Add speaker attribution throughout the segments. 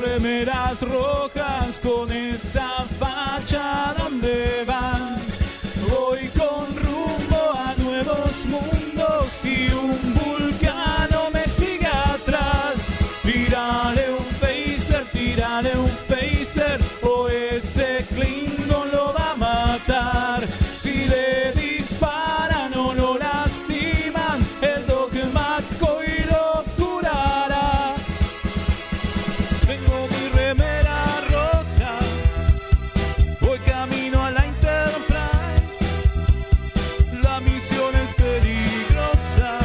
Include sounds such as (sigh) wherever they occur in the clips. Speaker 1: remeras rojas con esa facha donde van. Voy con rumbo a nuevos mundos y un vulcano me sigue atrás. Tírale un phaser, tírale un phaser o ese Klingon lo va a matar. Si le disparan o lo lastiman, el dogma y lo curará. Tengo mi remera roja, voy camino a la Enterprise. La misión es peligrosa,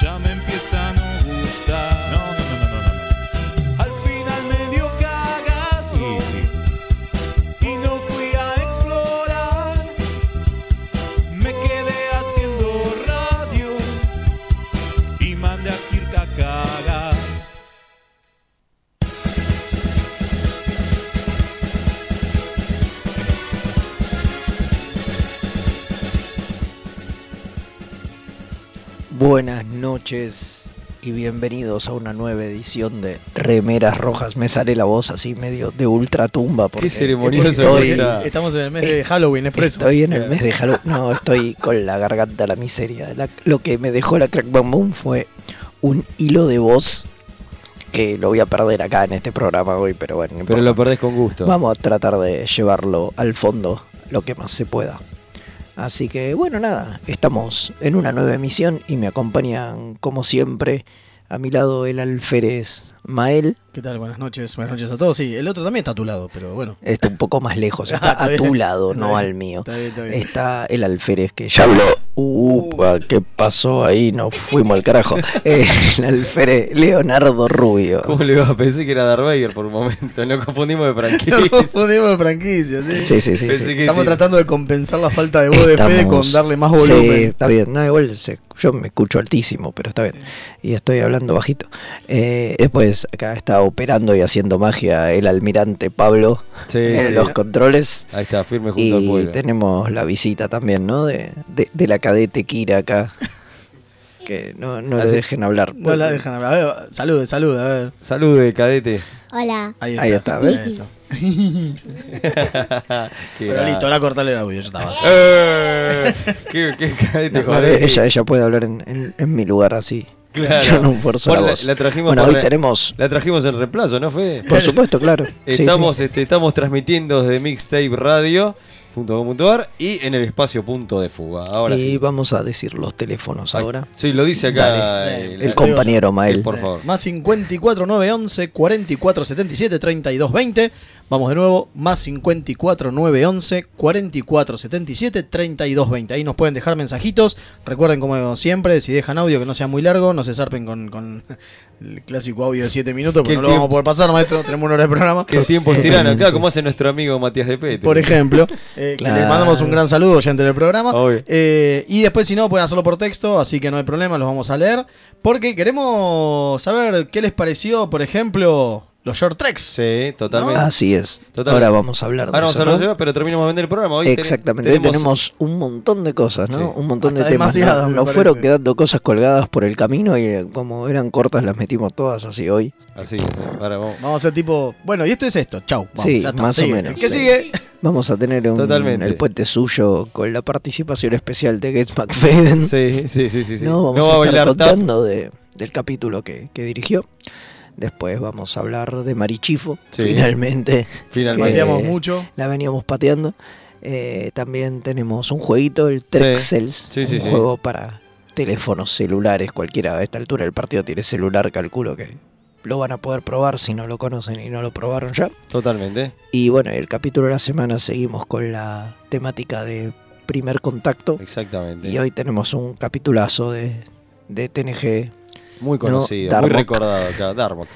Speaker 1: ya me empieza a no gustar. No, no, no, no, no. Al final me dio cagazo y no fui a explorar. Me quedé haciendo radio y mandé a Kirk a cagar.
Speaker 2: Buenas noches y bienvenidos a una nueva edición de Remeras Rojas. Me sale la voz así medio de ultratumba. Porque
Speaker 3: Qué ceremonioso
Speaker 2: estoy,
Speaker 3: que está.
Speaker 4: Estamos en el mes de Halloween, es por eso.
Speaker 2: estoy en el mes de Halloween. No, estoy con la garganta a la miseria. La- lo que me dejó la Crack Bam Boom fue un hilo de voz que lo voy a perder acá en este programa hoy, pero bueno. no
Speaker 3: Pero
Speaker 2: importa.
Speaker 3: lo perdés con gusto.
Speaker 2: Vamos a tratar de llevarlo al fondo lo que más se pueda. Así que bueno, nada, estamos en una nueva emisión y me acompañan como siempre a mi lado el alférez Mael.
Speaker 4: ¿Qué tal? Buenas noches, buenas noches a todos. Sí, el otro también está a tu lado,
Speaker 2: (laughs)
Speaker 4: pero bueno.
Speaker 2: Está un poco más lejos,
Speaker 4: (laughs)
Speaker 2: está
Speaker 4: Está
Speaker 2: a
Speaker 4: bien,
Speaker 2: tu lado,
Speaker 4: está
Speaker 2: no
Speaker 4: bien,
Speaker 2: al mío.
Speaker 4: Está bien, está bien. Uh.
Speaker 2: Está el alférez que ya habló. Upa, ¿qué pasó ahí? Nos fuimos al
Speaker 4: (laughs)
Speaker 2: carajo. Eh, El alférez Leonardo Rubio.
Speaker 3: ¿Cómo le iba? Pensé que era Darth Vader por un momento. Nos confundimos de
Speaker 2: (laughs)
Speaker 3: franquicia.
Speaker 4: Nos confundimos de franquicia, sí.
Speaker 2: Sí, sí, sí.
Speaker 3: Pensé
Speaker 2: sí.
Speaker 3: que-
Speaker 4: Estamos tratando de compensar la falta de voz de Fede con
Speaker 2: Estamos-
Speaker 4: darle más
Speaker 2: Sí,
Speaker 4: volumen.
Speaker 2: está bien. No, igual se- yo me escucho altísimo, pero está bien. Y estoy hablando bajito. Eh, después, acá está operando y haciendo magia el almirante Pablo
Speaker 3: Sí,
Speaker 2: en
Speaker 3: sí.
Speaker 2: los controles.
Speaker 3: Ahí está, firme junto al
Speaker 2: Y
Speaker 3: pueblo.
Speaker 2: tenemos la visita también, ¿no? De, de- de la cadete Kira acá. Que no, no le
Speaker 3: Así-
Speaker 2: dejen hablar.
Speaker 4: No la dejan hablar. A ver, salude, salude, a ver.
Speaker 3: Salude,
Speaker 2: (laughs)
Speaker 3: cadete.
Speaker 5: Hola.
Speaker 4: Ahí está.
Speaker 2: Ahí está, ¿ves?
Speaker 4: Eso.
Speaker 3: Qué
Speaker 4: Pero
Speaker 3: grande.
Speaker 4: listo, ahora cortale el audio, ya estaba.
Speaker 3: Eh, ¿Qué, qué cadete,
Speaker 2: No, no,
Speaker 3: joder?
Speaker 2: ella, ella puede hablar en, en- en mi lugar así.
Speaker 3: Claro.
Speaker 2: Yo no forzo
Speaker 3: Bueno,
Speaker 2: la
Speaker 3: la-
Speaker 2: voz.
Speaker 3: la trajimos
Speaker 2: bueno,
Speaker 3: por
Speaker 2: hoy
Speaker 3: la-
Speaker 2: tenemos,
Speaker 3: La trajimos en reemplazo, ¿no, Fede?
Speaker 2: por supuesto,
Speaker 3: (laughs)
Speaker 2: claro. Sí, sí.
Speaker 3: Estamos, Este, estamos transmitiendo desde Mixtape Radio. y en el espacio punto de fuga. Ahora
Speaker 2: y
Speaker 3: sí.
Speaker 2: vamos a decir los teléfonos
Speaker 3: Ahí-
Speaker 2: ahora.
Speaker 3: Sí, lo dice acá
Speaker 4: Dale,
Speaker 3: el,
Speaker 4: dale.
Speaker 2: El
Speaker 4: com-
Speaker 2: compañero Mael.
Speaker 3: por favor.
Speaker 4: Más 54 9 11 44 77 32 20. Vamos de nuevo. Más 54 9 11 44 77 32 20. Ahí nos pueden dejar mensajitos. Recuerden, como siempre, si dejan audio que no sea muy largo, no se zarpen con, con el clásico audio de 7 minutos,
Speaker 3: Que
Speaker 4: porque no
Speaker 3: el
Speaker 4: lo vamos a
Speaker 3: tiempo-
Speaker 4: poder pasar, maestro. Tenemos una hora de programa.
Speaker 3: Que el tiempo es tirano,
Speaker 2: Totalmente.
Speaker 3: claro, como hace nuestro amigo Matías de Pete.
Speaker 4: (laughs) Por ejemplo, eh, que
Speaker 2: Claro.
Speaker 4: le mandamos un gran saludo oyente del programa.
Speaker 3: Obvio.
Speaker 4: Eh, y después, si no, pueden hacerlo por texto, así que no hay problema, los vamos a leer. Porque queremos saber qué les pareció, por ejemplo, los short treks.
Speaker 3: Sí, totalmente.
Speaker 2: Así es.
Speaker 3: Totalmente.
Speaker 2: Ahora vamos a hablar de
Speaker 3: Ahora vamos
Speaker 2: eso,
Speaker 3: a hablar
Speaker 2: Ah, ¿no?
Speaker 3: de Seba, pero terminamos de vender el programa. Hoy ten-
Speaker 2: Exactamente. Hoy tenemos un montón de cosas, ¿no?
Speaker 3: Sí.
Speaker 2: Un montón de
Speaker 4: Hasta
Speaker 2: temas. ¿no?
Speaker 4: demasiado, me
Speaker 2: Nos fueron
Speaker 4: parece.
Speaker 2: quedando cosas colgadas por el camino y eh, como eran cortas las metimos todas así hoy.
Speaker 3: Así, ahora vamos.
Speaker 4: Vamos a hacer tipo, bueno, y esto es esto, chau. Vamos,
Speaker 2: Sí,
Speaker 4: ya está,
Speaker 2: más o
Speaker 4: sigue.
Speaker 2: menos,
Speaker 4: ¿Qué
Speaker 2: sí.
Speaker 4: sigue?
Speaker 2: Vamos a tener un,
Speaker 3: Totalmente.
Speaker 2: el puente suyo con la participación especial de Gates McFadden.
Speaker 3: Sí, sí, sí, sí. sí.
Speaker 2: No, vamos
Speaker 3: va
Speaker 2: a estar
Speaker 3: tap.
Speaker 2: contando de- del capítulo que, que dirigió. Después vamos a hablar de Marichifo,
Speaker 3: Sí.
Speaker 2: finalmente.
Speaker 3: Finalmente.
Speaker 4: Pateamos
Speaker 2: Eh,
Speaker 4: mucho.
Speaker 2: la veníamos pateando. Eh, también tenemos un jueguito, el Trexels,
Speaker 3: Sí, sí,
Speaker 2: un
Speaker 3: sí.
Speaker 2: juego para teléfonos celulares, cualquiera a esta altura del partido tiene celular, calculo que lo van a poder probar si no lo conocen y no lo probaron ya.
Speaker 3: Totalmente.
Speaker 2: Y bueno, el capítulo de la semana seguimos con la temática de primer contacto
Speaker 3: Exactamente.
Speaker 2: y hoy tenemos un capitulazo de, de TNG,
Speaker 3: muy conocido, muy
Speaker 2: Darmok.
Speaker 3: recordado, claro, Darmok.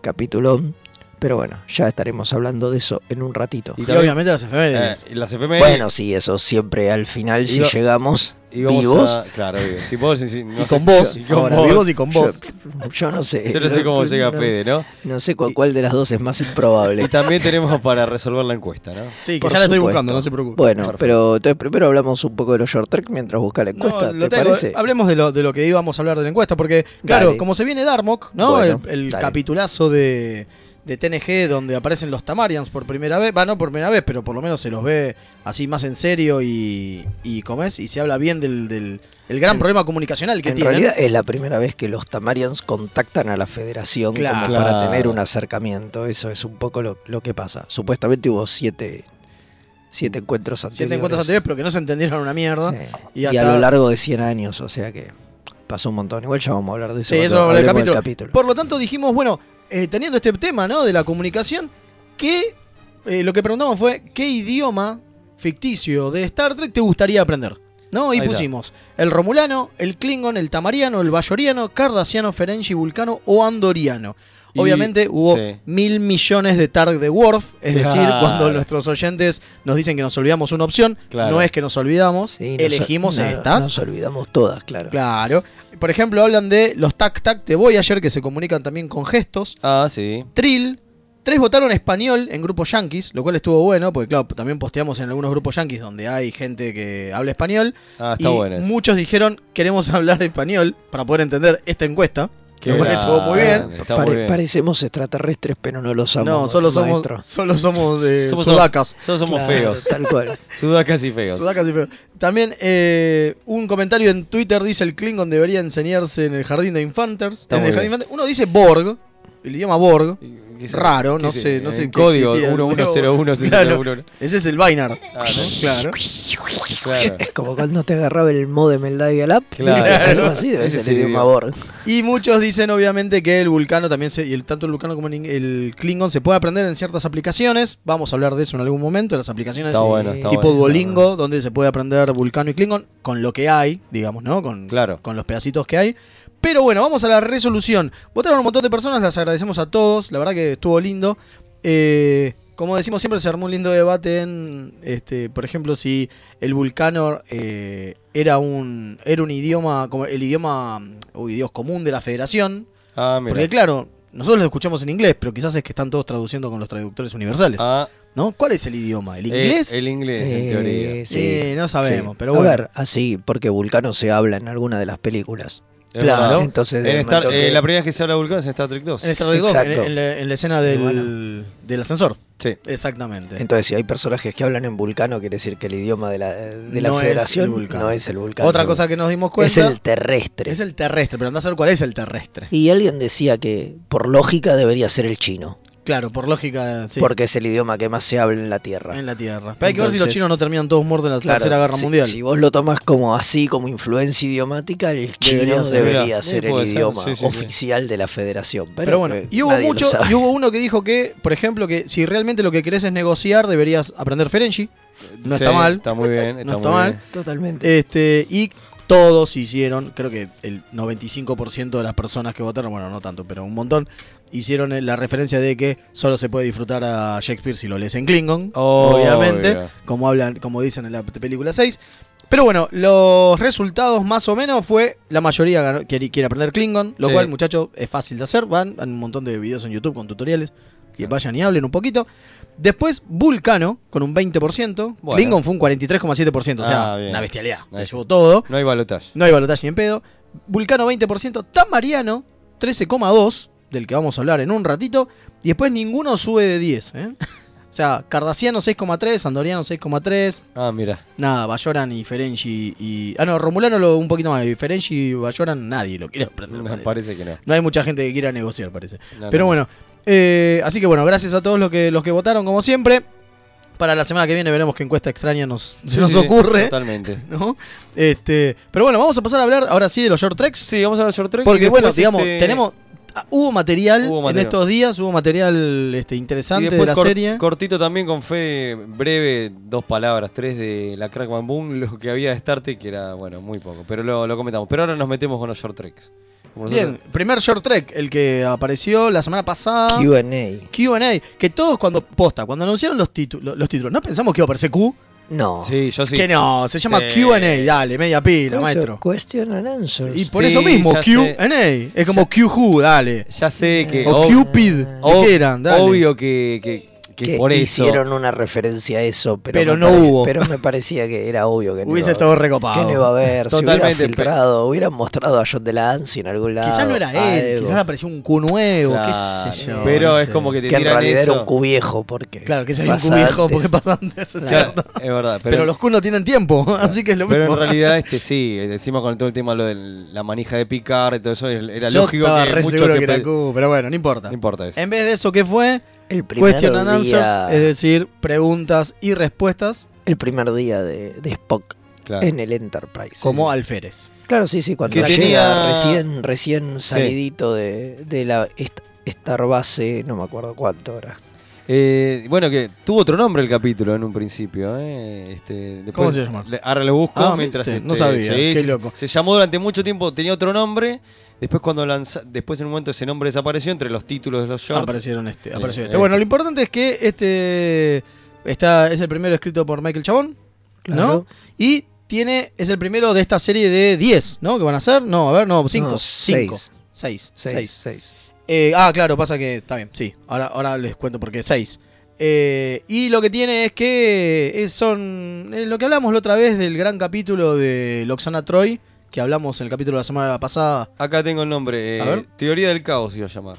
Speaker 2: capitulón, pero bueno, ya estaremos hablando de eso en un ratito.
Speaker 3: Y
Speaker 4: Y,
Speaker 3: también,
Speaker 4: obviamente las
Speaker 3: eh,
Speaker 4: efemérides.
Speaker 3: y las FM.
Speaker 2: Bueno, sí, eso siempre al final, si
Speaker 3: Iba-
Speaker 2: llegamos
Speaker 3: y vamos
Speaker 2: vivos...
Speaker 3: a- claro, obvio. Si vos, si- si- no
Speaker 4: y
Speaker 3: sé
Speaker 4: con
Speaker 3: si- (laughs)
Speaker 4: vos,
Speaker 3: y con
Speaker 4: ahora,
Speaker 3: vos.
Speaker 4: vivos y con vos.
Speaker 2: Yo, yo no sé.
Speaker 3: Yo no sé cómo llega
Speaker 2: no- (laughs)
Speaker 3: Fede, ¿no?
Speaker 2: No sé cu- cuál de las dos es más
Speaker 4: (laughs)
Speaker 2: improbable.
Speaker 3: Y también tenemos para resolver la encuesta, ¿no?
Speaker 4: Sí, que
Speaker 2: Por
Speaker 4: ya la estoy
Speaker 2: supuesto.
Speaker 4: buscando, no se preocupe.
Speaker 2: Bueno,
Speaker 3: Perfecto.
Speaker 2: pero entonces primero hablamos un poco de los short track mientras busca la
Speaker 4: No,
Speaker 2: encuesta, ¿te
Speaker 4: lo tengo.
Speaker 2: parece?
Speaker 4: Hablemos de lo, de lo que íbamos a hablar de la encuesta, porque, claro,
Speaker 2: Dale.
Speaker 4: como se viene Darmok, ¿no?
Speaker 2: Bueno,
Speaker 4: el el
Speaker 2: dale.
Speaker 4: capitulazo de, de TNG donde aparecen los Tamarians por primera vez. Va, no por primera vez, pero por lo menos se los ve así más en serio y, y ¿cómo es? Y se habla bien del, del- el gran problema comunicacional que
Speaker 2: en
Speaker 4: tienen.
Speaker 2: realidad es la primera vez que los Tamarians contactan a la Federación como
Speaker 4: Claro.
Speaker 2: para tener un acercamiento. Eso es un poco lo, lo que pasa. Supuestamente hubo siete, siete encuentros anteriores.
Speaker 4: Siete encuentros anteriores, pero que no se entendieron una mierda.
Speaker 2: Sí.
Speaker 4: Y
Speaker 2: Y, a
Speaker 4: hasta-
Speaker 2: lo largo de 100 años, o sea que pasó un montón. Igual ya vamos a hablar de eso.
Speaker 4: Sí, eso va a
Speaker 2: cuando
Speaker 4: hablar el
Speaker 2: hablemos
Speaker 4: capítulo.
Speaker 2: del
Speaker 4: Por lo tanto, dijimos, bueno, eh, teniendo este tema, ¿no? De la comunicación, que eh, lo que preguntamos fue, ¿qué idioma ficticio de Star Trek te gustaría aprender? ¿No? Y
Speaker 3: Ahí está.
Speaker 4: pusimos el romulano, el klingon, el tamariano, el bayoriano, cardassiano, ferengi, vulcano o andoriano.
Speaker 3: Y-
Speaker 4: Obviamente hubo
Speaker 3: sí.
Speaker 4: mil millones de Targ de Worf, es decir,
Speaker 3: Claro.
Speaker 4: cuando nuestros oyentes nos dicen que nos olvidamos una opción,
Speaker 3: Claro.
Speaker 4: no es que nos olvidamos,
Speaker 2: Sí, nos-
Speaker 4: elegimos
Speaker 2: no,
Speaker 4: estas.
Speaker 2: Nos olvidamos todas, claro.
Speaker 4: Claro. Por ejemplo, hablan de los tac-tac de Voyager que se comunican también con gestos.
Speaker 3: Ah, sí.
Speaker 4: Trill. Tres votaron español en grupos yanquis, lo cual estuvo bueno, porque claro, también posteamos en algunos grupos yanquis donde hay gente que habla español.
Speaker 3: Ah, está
Speaker 4: y
Speaker 3: bueno eso.
Speaker 4: muchos dijeron, queremos hablar español para poder entender esta encuesta.
Speaker 3: Qué
Speaker 4: lo cual estuvo muy bien.
Speaker 3: grande, está
Speaker 2: Pare-
Speaker 3: muy bien.
Speaker 2: Parecemos extraterrestres, pero no lo somos.
Speaker 4: no, solo somos,
Speaker 2: maestro.
Speaker 4: (laughs) solo somos de
Speaker 3: Somos
Speaker 4: sudacas.
Speaker 3: Solo somos
Speaker 2: Claro,
Speaker 3: feos.
Speaker 2: Tal
Speaker 4: (laughs)
Speaker 2: cual.
Speaker 3: Sudacas y feos.
Speaker 4: Sudacas y feos. También eh, un comentario en Twitter dice el Klingon debería enseñarse en el jardín de infantes.
Speaker 3: Está
Speaker 4: En
Speaker 3: muy
Speaker 4: el jardín
Speaker 3: bien.
Speaker 4: de infantes. Uno dice Borg, el idioma Borg.
Speaker 3: ¿Qué sé-
Speaker 4: Raro,
Speaker 3: qué
Speaker 4: no sé, no sé
Speaker 3: en
Speaker 4: qué
Speaker 3: Código
Speaker 4: existía.
Speaker 3: 1101
Speaker 4: Claro.
Speaker 3: 601.
Speaker 4: Ese es el Binar.
Speaker 3: Ah, no.
Speaker 4: Claro. (laughs)
Speaker 3: Claro.
Speaker 2: Es como cuando te agarraba el modem el Dial Up.
Speaker 3: Claro.
Speaker 2: Algo así, debe
Speaker 3: Ese
Speaker 2: ser
Speaker 3: sí,
Speaker 2: el idioma
Speaker 3: digo.
Speaker 2: Borg.
Speaker 4: Y muchos dicen, obviamente, que el vulcano también se. Y el, tanto el vulcano como el, el Klingon se puede aprender en ciertas aplicaciones. Vamos a hablar de eso en algún momento. Las aplicaciones
Speaker 3: Está
Speaker 4: eh,
Speaker 3: bueno, está
Speaker 4: tipo
Speaker 3: bueno.
Speaker 4: Duolingo, donde se puede aprender vulcano y Klingon con lo que hay, digamos, ¿no? Con,
Speaker 3: Claro.
Speaker 4: con los pedacitos que hay. Pero bueno, vamos a la resolución. Votaron un montón de personas, las agradecemos a todos. La verdad que estuvo lindo. Eh, como decimos siempre, se armó un lindo debate en, este, por ejemplo, si el vulcano eh, era un era un idioma, como el idioma, uy Dios, común de la federación.
Speaker 3: Ah, mira.
Speaker 4: Porque claro, nosotros lo escuchamos en inglés, pero quizás es que están todos traduciendo con los traductores universales.
Speaker 3: Ah,
Speaker 4: ¿No? ¿Cuál es el idioma? ¿El
Speaker 3: eh,
Speaker 4: inglés?
Speaker 3: el inglés, en
Speaker 2: Eh,
Speaker 3: teoría.
Speaker 2: sí.
Speaker 4: Eh, no sabemos,
Speaker 2: Sí.
Speaker 4: pero bueno.
Speaker 2: A ver, así, porque Vulcano se habla en alguna de las películas.
Speaker 3: Es verdad.
Speaker 2: Claro, entonces,
Speaker 3: En
Speaker 2: de
Speaker 3: Star-
Speaker 2: momento
Speaker 3: eh,
Speaker 2: que-
Speaker 3: La primera vez que se habla de Vulcano es en Star Trek 2.
Speaker 4: En el Star Trek 2, en,
Speaker 2: Exacto.
Speaker 4: en la, en la escena del,
Speaker 2: Bueno.
Speaker 4: del ascensor.
Speaker 3: Sí.
Speaker 4: Exactamente.
Speaker 2: Entonces, si hay personajes que hablan en vulcano, quiere decir que el idioma de la, de la
Speaker 4: No es el
Speaker 2: federación
Speaker 4: vulcano.
Speaker 2: no es el vulcano.
Speaker 4: Otra cosa que nos dimos cuenta
Speaker 2: es el terrestre.
Speaker 4: es el terrestre, pero andá a saber cuál es el terrestre.
Speaker 2: Y alguien decía que, por lógica, debería ser el chino,
Speaker 4: Claro, por lógica, sí,
Speaker 2: porque es el idioma que más se habla en la Tierra.
Speaker 4: en la Tierra. Pero hay que ver si los
Speaker 2: Entonces-
Speaker 4: chinos no terminan todos muertos en la
Speaker 2: Claro,
Speaker 4: Tercera Guerra
Speaker 2: si-
Speaker 4: Mundial.
Speaker 2: Si vos lo tomás como así, como influencia idiomática, el chino
Speaker 4: ser.
Speaker 3: Mirá,
Speaker 2: debería ser
Speaker 3: sí,
Speaker 2: el
Speaker 3: puede ser,
Speaker 2: idioma
Speaker 3: sí, sí, sí.
Speaker 2: oficial de la federación. Pero,
Speaker 4: Pero bueno,
Speaker 2: que
Speaker 4: y hubo
Speaker 2: eh, nadie lo
Speaker 4: mucho,
Speaker 2: sabe.
Speaker 4: y hubo uno que dijo que, por ejemplo, que si realmente lo que querés es negociar, deberías aprender Ferengi. No
Speaker 3: Sí,
Speaker 4: está mal.
Speaker 3: Está muy bien. Está
Speaker 4: (laughs) No está
Speaker 3: muy
Speaker 4: mal.
Speaker 3: bien.
Speaker 2: Totalmente.
Speaker 4: Este, y todos hicieron, creo que el 95% de las personas que votaron, bueno, no tanto, pero un montón, hicieron eh, la referencia de que solo se puede disfrutar a Shakespeare si lo lees en Klingon,
Speaker 3: Obvio.
Speaker 4: obviamente, como hablan, como dicen en la película 6. Pero bueno, los resultados más o menos fue la mayoría ganó- quiere, quiere aprender Klingon, lo
Speaker 3: Sí.
Speaker 4: cual, muchachos, es fácil de hacer, van, hay un montón de videos en YouTube con tutoriales que vayan y hablen un poquito. Después, Vulcano, con un 20%.
Speaker 3: Bueno.
Speaker 4: Klingon fue un 43,7%. O sea,
Speaker 3: Ah, bien.
Speaker 4: una bestialidad. Se
Speaker 3: Ahí.
Speaker 4: llevó todo.
Speaker 3: No hay balotaje.
Speaker 4: No hay balotaje ni en pedo. Vulcano, 20%. Tamariano, 13,2%, del que vamos a hablar en un ratito. Y después ninguno sube de 10. ¿eh? (laughs) O sea, Cardassiano 6,3, Andoriano 6,3,
Speaker 3: Ah, mira.
Speaker 4: nada, Bayoran y Ferengi y... Ah, no, Romulano lo, un poquito más, y Ferengi y Bayoran nadie lo quiere aprender.
Speaker 3: No,
Speaker 4: parece.
Speaker 3: parece que no.
Speaker 4: No hay mucha gente que quiera negociar, parece.
Speaker 3: No,
Speaker 4: Pero
Speaker 3: no.
Speaker 4: bueno, eh, así que bueno, gracias a todos los que, los que votaron, como siempre. Para la semana que viene veremos qué encuesta extraña nos, se
Speaker 3: Sí,
Speaker 4: nos
Speaker 3: sí, sí,
Speaker 4: ocurre.
Speaker 3: Totalmente.
Speaker 4: ¿no? Este, pero bueno, vamos a pasar a hablar ahora sí de los short treks.
Speaker 3: Sí, vamos a hablar de short track. y
Speaker 4: Porque bueno,
Speaker 3: después,
Speaker 4: digamos,
Speaker 3: este,
Speaker 4: tenemos. ah, Hubo material,
Speaker 3: Hubo material.
Speaker 4: en estos días, hubo material este,
Speaker 3: y
Speaker 4: interesante
Speaker 3: después
Speaker 4: de la
Speaker 3: cor-
Speaker 4: serie.
Speaker 3: Cortito también con fe breve, dos palabras, tres de la Crack Bang Boom, (laughs) lo que había de Star Trek, que era, bueno, muy poco. Pero lo, lo comentamos. Pero ahora nos metemos con los short treks. Como
Speaker 4: Bien,
Speaker 3: nosotros-
Speaker 4: primer short trek, el que apareció la semana pasada.
Speaker 2: QA.
Speaker 4: QA. Que todos cuando. Posta, cuando anunciaron los, títulos los títulos, no pensamos que iba a aparecer Q.
Speaker 2: No.
Speaker 3: Sí, yo sí.
Speaker 4: Que no, se llama
Speaker 3: Sí.
Speaker 4: QA. Dale, media pila,
Speaker 2: Por eso,
Speaker 4: maestro.
Speaker 2: Question and answers.
Speaker 4: Y por
Speaker 3: Sí,
Speaker 4: eso mismo,
Speaker 3: ya sé.
Speaker 4: QA. Es como QHU, dale.
Speaker 3: Ya sé que.
Speaker 4: O
Speaker 3: ob-
Speaker 4: QPID.
Speaker 3: ob-
Speaker 4: ¿de qué eran? Dale.
Speaker 3: Obvio que, que que, por eso.
Speaker 2: hicieron una referencia a eso, pero,
Speaker 4: Pero
Speaker 2: me
Speaker 4: no
Speaker 2: parece-
Speaker 4: hubo.
Speaker 2: Pero me parecía que era obvio que no
Speaker 4: Hubiese
Speaker 2: iba a
Speaker 4: estado
Speaker 2: haber.
Speaker 4: recopado.
Speaker 2: Que no iba a haber,
Speaker 3: Totalmente,
Speaker 2: si
Speaker 3: pero-
Speaker 2: hubieran filtrado, hubieran mostrado a John Delancey en algún lado.
Speaker 4: Quizás no era él,
Speaker 2: algo.
Speaker 4: quizás apareció un Q nuevo,
Speaker 3: Claro,
Speaker 4: qué sé yo.
Speaker 3: pero
Speaker 4: no
Speaker 3: es
Speaker 4: sé.
Speaker 3: como que te
Speaker 2: que en
Speaker 3: tiran
Speaker 2: realidad
Speaker 3: eso.
Speaker 2: era un cubiejo, porque.
Speaker 4: Claro, que sería un
Speaker 2: pasa
Speaker 4: cubijo porque (laughs)
Speaker 2: antes.
Speaker 4: pasa antes, es
Speaker 3: O sea,
Speaker 4: cierto.
Speaker 3: es verdad,
Speaker 4: Pero, los Q no tienen tiempo, (laughs) así que es lo mismo.
Speaker 3: Pero en realidad, este sí, encima con todo el tema lo de la manija de picar y todo eso, era
Speaker 4: yo
Speaker 3: lógico
Speaker 4: estaba
Speaker 3: que
Speaker 4: re
Speaker 3: mucho
Speaker 4: seguro
Speaker 3: que
Speaker 4: que
Speaker 3: pe-
Speaker 4: era Q, pero bueno, no importa.
Speaker 3: No importa eso.
Speaker 4: En vez de eso, ¿qué fue?
Speaker 2: El primer,
Speaker 4: Question and
Speaker 2: día,
Speaker 4: answers, es decir, preguntas y respuestas
Speaker 2: el primer día de, de Spock
Speaker 3: Claro.
Speaker 2: en el Enterprise.
Speaker 4: como alférez.
Speaker 2: Claro, sí, sí, cuando
Speaker 3: Que
Speaker 2: llega
Speaker 3: tenía-
Speaker 2: recién, recién salidito de, de la est- Star Base, no me acuerdo cuánto era.
Speaker 3: Eh, bueno, que tuvo otro nombre el capítulo en un principio. ¿eh? Este, después-
Speaker 4: ¿Cómo se llamó?
Speaker 3: le- Ahora lo busco
Speaker 4: Ah,
Speaker 3: mientras.
Speaker 4: viste,
Speaker 3: este,
Speaker 4: no sabía, qué
Speaker 3: se-
Speaker 4: loco.
Speaker 3: Se llamó durante mucho tiempo, tenía otro nombre. Después, cuando lanza, después en un momento ese nombre desapareció entre los títulos de los shorts.
Speaker 4: Aparecieron este,
Speaker 3: Eh,
Speaker 4: apareció este.
Speaker 3: este.
Speaker 4: Bueno, lo importante es que este está, es el primero escrito por Michael Chabón, ¿no?
Speaker 2: Claro.
Speaker 4: Y tiene, es el primero de esta serie de 10, ¿no? Que van a ser, no, a ver, no, 5,
Speaker 2: No,
Speaker 4: 5,
Speaker 2: seis.
Speaker 4: 6,
Speaker 2: Seis,
Speaker 4: 6.
Speaker 2: seis.
Speaker 4: Eh, ah, claro, pasa que está bien, sí. Ahora, ahora les cuento por qué. 6. y lo que tiene es que es- son. es lo que hablamos la otra vez del gran capítulo de Loxana Troy, que hablamos en el capítulo de la semana pasada.
Speaker 3: Acá tengo el nombre. eh,
Speaker 4: A ver.
Speaker 3: Teoría del caos iba a (laughs) llamar.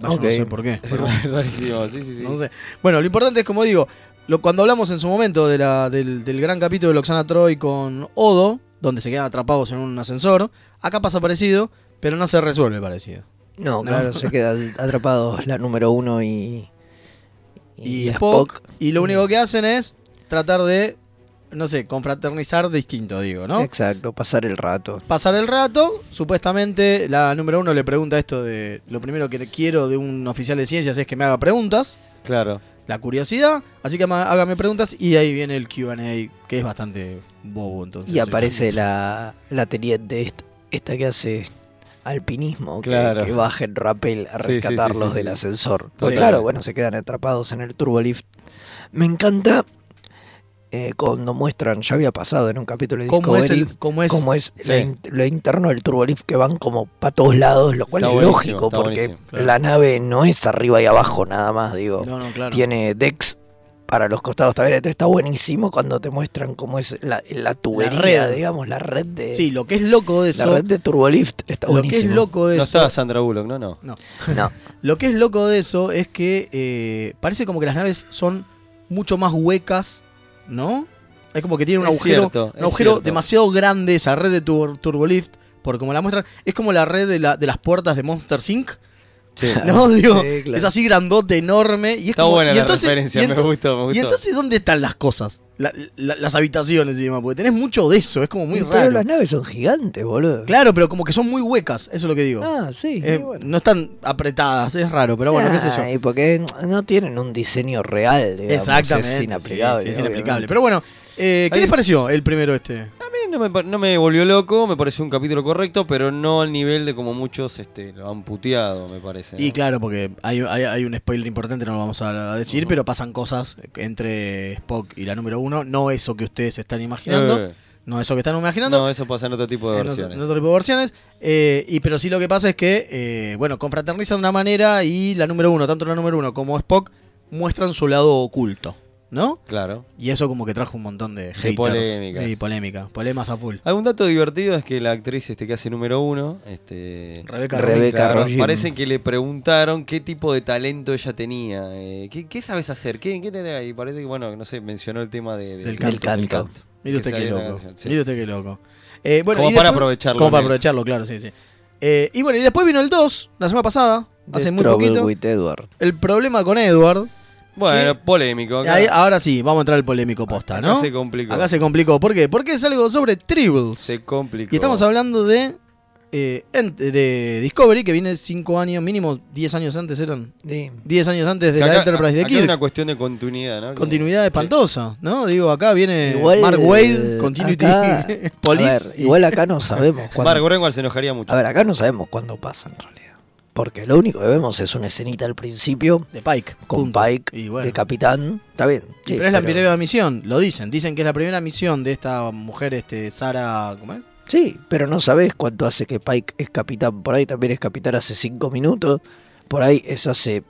Speaker 4: Vaya,
Speaker 2: Ok.
Speaker 4: No sé por qué. pero bueno,
Speaker 3: Rarísimo, sí, sí, sí.
Speaker 4: no sé. Bueno, lo importante es, como digo, lo, cuando hablamos en su momento de la- del, del gran capítulo de Loxana Troy con Odo, donde se quedan atrapados en un ascensor, acá pasa parecido, pero no se resuelve parecido.
Speaker 2: No,
Speaker 4: No.
Speaker 2: claro, se
Speaker 4: (laughs)
Speaker 2: quedan atrapados la número uno y.
Speaker 4: y
Speaker 2: la
Speaker 4: Spock, Y lo único que hacen es tratar de, no sé, confraternizar distinto, digo, ¿no?
Speaker 2: Exacto, pasar el rato.
Speaker 4: Pasar el rato, supuestamente la número uno le pregunta esto de lo primero que quiero de un oficial de ciencias es que me haga preguntas,
Speaker 3: Claro.
Speaker 4: la curiosidad, así que ma- hágame preguntas y de ahí viene el QA, que es bastante bobo entonces.
Speaker 2: Y aparece la, la teniente esta, esta que hace alpinismo, que,
Speaker 3: Claro.
Speaker 2: que baja en rappel a
Speaker 3: Sí, sí, sí,
Speaker 2: rescatarlos
Speaker 3: sí,
Speaker 2: del
Speaker 3: sí.
Speaker 2: ascensor. Pues
Speaker 4: Totalmente.
Speaker 2: claro, bueno, se quedan atrapados en el turbolift. Me encanta eh, cuando muestran, ya había pasado en un capítulo de
Speaker 4: ¿Cómo es,
Speaker 2: Discovery,
Speaker 4: el, cómo es
Speaker 2: cómo es
Speaker 4: sí.
Speaker 2: lo, in- lo interno del turbolift que van como para todos lados, lo cual
Speaker 3: Está
Speaker 2: es
Speaker 3: buenísimo,
Speaker 2: lógico,
Speaker 3: está
Speaker 2: porque
Speaker 3: buenísimo,
Speaker 4: claro.
Speaker 2: la nave no es arriba y abajo nada más, digo
Speaker 4: No, no, claro.
Speaker 2: tiene decks para los costados también. Entonces, Está buenísimo cuando te muestran cómo es la, la tubería,
Speaker 4: La red.
Speaker 2: digamos, la red de
Speaker 4: Sí, lo que es loco de
Speaker 2: la
Speaker 4: eso,
Speaker 2: red de turbolift está
Speaker 4: lo que
Speaker 2: buenísimo.
Speaker 4: es loco de
Speaker 3: No
Speaker 4: eso
Speaker 3: estaba Sandra Bullock, no, no.
Speaker 2: No,
Speaker 4: Lo que es loco de eso es que eh, parece como que las naves son mucho más huecas, ¿no? Es como que tiene un
Speaker 3: Es
Speaker 4: agujero,
Speaker 3: cierto,
Speaker 4: un
Speaker 3: es
Speaker 4: agujero
Speaker 3: cierto.
Speaker 4: demasiado grande esa red de tur- turbolift, por como la muestran. Es como la red de, la- de las puertas de Monster Inc.
Speaker 3: Sí.
Speaker 4: ¿No? Digo,
Speaker 2: Sí, claro.
Speaker 4: es así grandote, enorme. Y
Speaker 3: (laughs)
Speaker 4: es
Speaker 3: Está
Speaker 4: como-
Speaker 3: buena
Speaker 4: y
Speaker 3: la
Speaker 4: entonces-
Speaker 3: referencia,
Speaker 4: y
Speaker 3: me
Speaker 4: ento-
Speaker 3: gustó, me
Speaker 4: Y
Speaker 3: gustó.
Speaker 4: entonces, ¿dónde están las cosas? La- la- las habitaciones y demás, porque tenés mucho de eso, es como (laughs) muy
Speaker 2: pero
Speaker 4: raro.
Speaker 2: las naves son gigantes, boludo.
Speaker 4: Claro, pero como que son muy huecas, eso es lo que digo.
Speaker 2: Ah, sí.
Speaker 4: Eh,
Speaker 2: y bueno.
Speaker 4: No están apretadas, es raro, pero bueno, qué sé yo.
Speaker 2: Ah, Y porque no tienen un diseño real, digamos,
Speaker 4: Exactamente.
Speaker 2: Es inaplicable.
Speaker 4: sí, sí, es
Speaker 2: obviamente.
Speaker 4: inaplicable. Pero bueno, eh, ¿qué
Speaker 3: Ahí-
Speaker 4: les pareció el primero este?
Speaker 3: A mí no me, pa- no me volvió loco, me pareció un capítulo correcto, pero no al nivel de como muchos este, lo han puteado, me parece.
Speaker 4: Y
Speaker 3: ¿no?
Speaker 4: claro, porque hay, hay- hay un spoiler importante, no lo vamos a decir, pero pasan cosas entre Spock y la número uno. No eso que ustedes están imaginando.
Speaker 3: Eh,
Speaker 4: No eso que están imaginando.
Speaker 3: no, eso pasa en otro tipo de
Speaker 4: en otro,
Speaker 3: versiones.
Speaker 4: en otro tipo de versiones. Eh, y, pero sí lo que pasa es que, eh, bueno, confraternizan de una manera y la número uno, tanto la número uno como Spock, muestran su lado oculto, ¿no?
Speaker 3: Claro.
Speaker 4: Y eso como que trajo un montón de haters.
Speaker 3: polémica.
Speaker 4: Sí, polémica. Polemas a full.
Speaker 3: Algún dato divertido es que la actriz este, que hace número uno, este,
Speaker 2: Rebeca
Speaker 4: Rebeca Rebeca.
Speaker 3: claro,
Speaker 2: Rollin.
Speaker 3: parece que le preguntaron qué tipo de talento ella tenía. eh, ¿qué, qué sabes hacer? ¿Qué, qué tenés ahí? Parece que, bueno, no sé, mencionó el tema de, de-
Speaker 4: Del
Speaker 2: canto.
Speaker 3: del canto.
Speaker 4: Mire usted
Speaker 3: Que
Speaker 4: qué
Speaker 3: sabía la
Speaker 4: loco.
Speaker 3: canción, sí.
Speaker 4: Mire usted qué loco. Eh, bueno,
Speaker 3: Como
Speaker 4: y
Speaker 3: para
Speaker 4: después-
Speaker 3: aprovecharlo,
Speaker 4: Como para
Speaker 3: amigo.
Speaker 4: aprovecharlo, claro, sí, sí. Eh, y bueno, y después vino el 2, la semana pasada,
Speaker 2: The
Speaker 4: hace muy
Speaker 2: Trouble
Speaker 4: poquito.
Speaker 2: with Edward.
Speaker 4: El problema con Edward.
Speaker 3: Bueno,
Speaker 4: Sí.
Speaker 3: polémico. acá.
Speaker 4: ahí- ahora sí, vamos a entrar al polémico posta,
Speaker 3: Acá
Speaker 4: ¿no?
Speaker 3: se complicó.
Speaker 4: Acá se complicó. ¿Por qué? Porque es algo sobre Tribbles.
Speaker 3: Se complicó.
Speaker 4: y estamos hablando de. eh, ent- de Discovery, que viene 5 años, mínimo 10 años antes eran.
Speaker 2: Sí.
Speaker 4: 10 años antes de
Speaker 3: Acá-
Speaker 4: la Enterprise de
Speaker 3: acá hay
Speaker 4: Kirk.
Speaker 3: una cuestión de continuidad, ¿no? Como-
Speaker 4: Continuidad espantosa, ¿no? Digo, acá viene
Speaker 2: Igual,
Speaker 4: Eh,
Speaker 2: eh,
Speaker 4: Mark Wade, Continuity
Speaker 2: acá-
Speaker 4: (laughs)
Speaker 2: (laughs)
Speaker 4: Police.
Speaker 2: a ver, igual acá no
Speaker 4: (laughs)
Speaker 2: sabemos cuándo
Speaker 3: Mark Grenwell se enojaría mucho.
Speaker 2: A ver, acá no sabemos cuándo pasa en realidad. Porque lo único que vemos es una escenita al principio
Speaker 4: De Pike.
Speaker 2: con
Speaker 4: punto.
Speaker 2: Pike
Speaker 4: Y bueno.
Speaker 2: de capitán. Está bien.
Speaker 4: Y
Speaker 2: sí,
Speaker 4: pero es la primera misión, lo dicen. Dicen que es la primera misión de esta mujer, este, Sara. ¿Cómo es?
Speaker 2: Sí, pero no sabés cuánto hace que Pike es capitán. Por ahí también es capitán hace cinco minutos. Por ahí es hace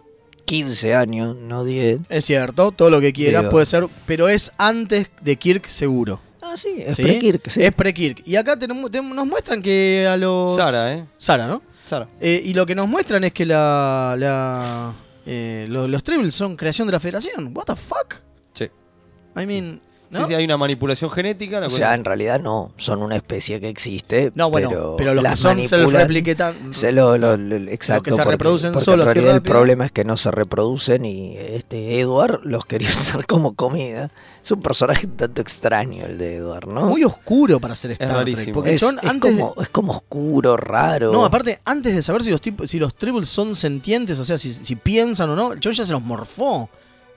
Speaker 2: 15 años, no 10.
Speaker 4: Es cierto, todo lo que quieras
Speaker 2: Digo.
Speaker 4: puede ser, pero es antes de Kirk seguro.
Speaker 2: Ah, sí, es
Speaker 4: ¿sí?
Speaker 2: pre-Kirk, sí.
Speaker 4: Es pre-Kirk. Y acá tenemos- tenemos- nos muestran que a los...
Speaker 3: Sara, ¿eh?
Speaker 4: Sara, ¿no?
Speaker 3: Sara.
Speaker 4: Eh, y lo que nos muestran es que la, la, eh, lo- los Tribbles son creación de la Federación. What the fuck?
Speaker 3: Sí.
Speaker 4: I mean, ¿no?
Speaker 3: Sí, sí, hay una manipulación genética. la
Speaker 2: O
Speaker 3: cuestión-
Speaker 2: sea, en realidad no, son una especie que existe.
Speaker 4: No, bueno,
Speaker 2: pero,
Speaker 4: pero, los que
Speaker 2: las
Speaker 4: son
Speaker 2: manipulan,
Speaker 4: self-replican.
Speaker 2: se lo, lo- lo- exacto,
Speaker 4: se
Speaker 2: porque-
Speaker 4: reproducen
Speaker 2: porque
Speaker 4: solos
Speaker 2: En
Speaker 4: y
Speaker 2: realidad el
Speaker 4: rápido.
Speaker 2: problema es que no se reproducen y este Edward los quería (laughs) usar como comida. Es un personaje un tanto extraño el de Edward, ¿no?
Speaker 4: Muy oscuro para ser Star Trek.
Speaker 3: rarísimo.
Speaker 4: Porque
Speaker 2: es,
Speaker 4: son
Speaker 2: es
Speaker 4: antes. de-
Speaker 2: como, es como oscuro, raro.
Speaker 4: No, aparte, antes de saber si los, tipos, si los Tribbles son sentientes, o sea, si, si piensan o no, el chabón ya se los morfó.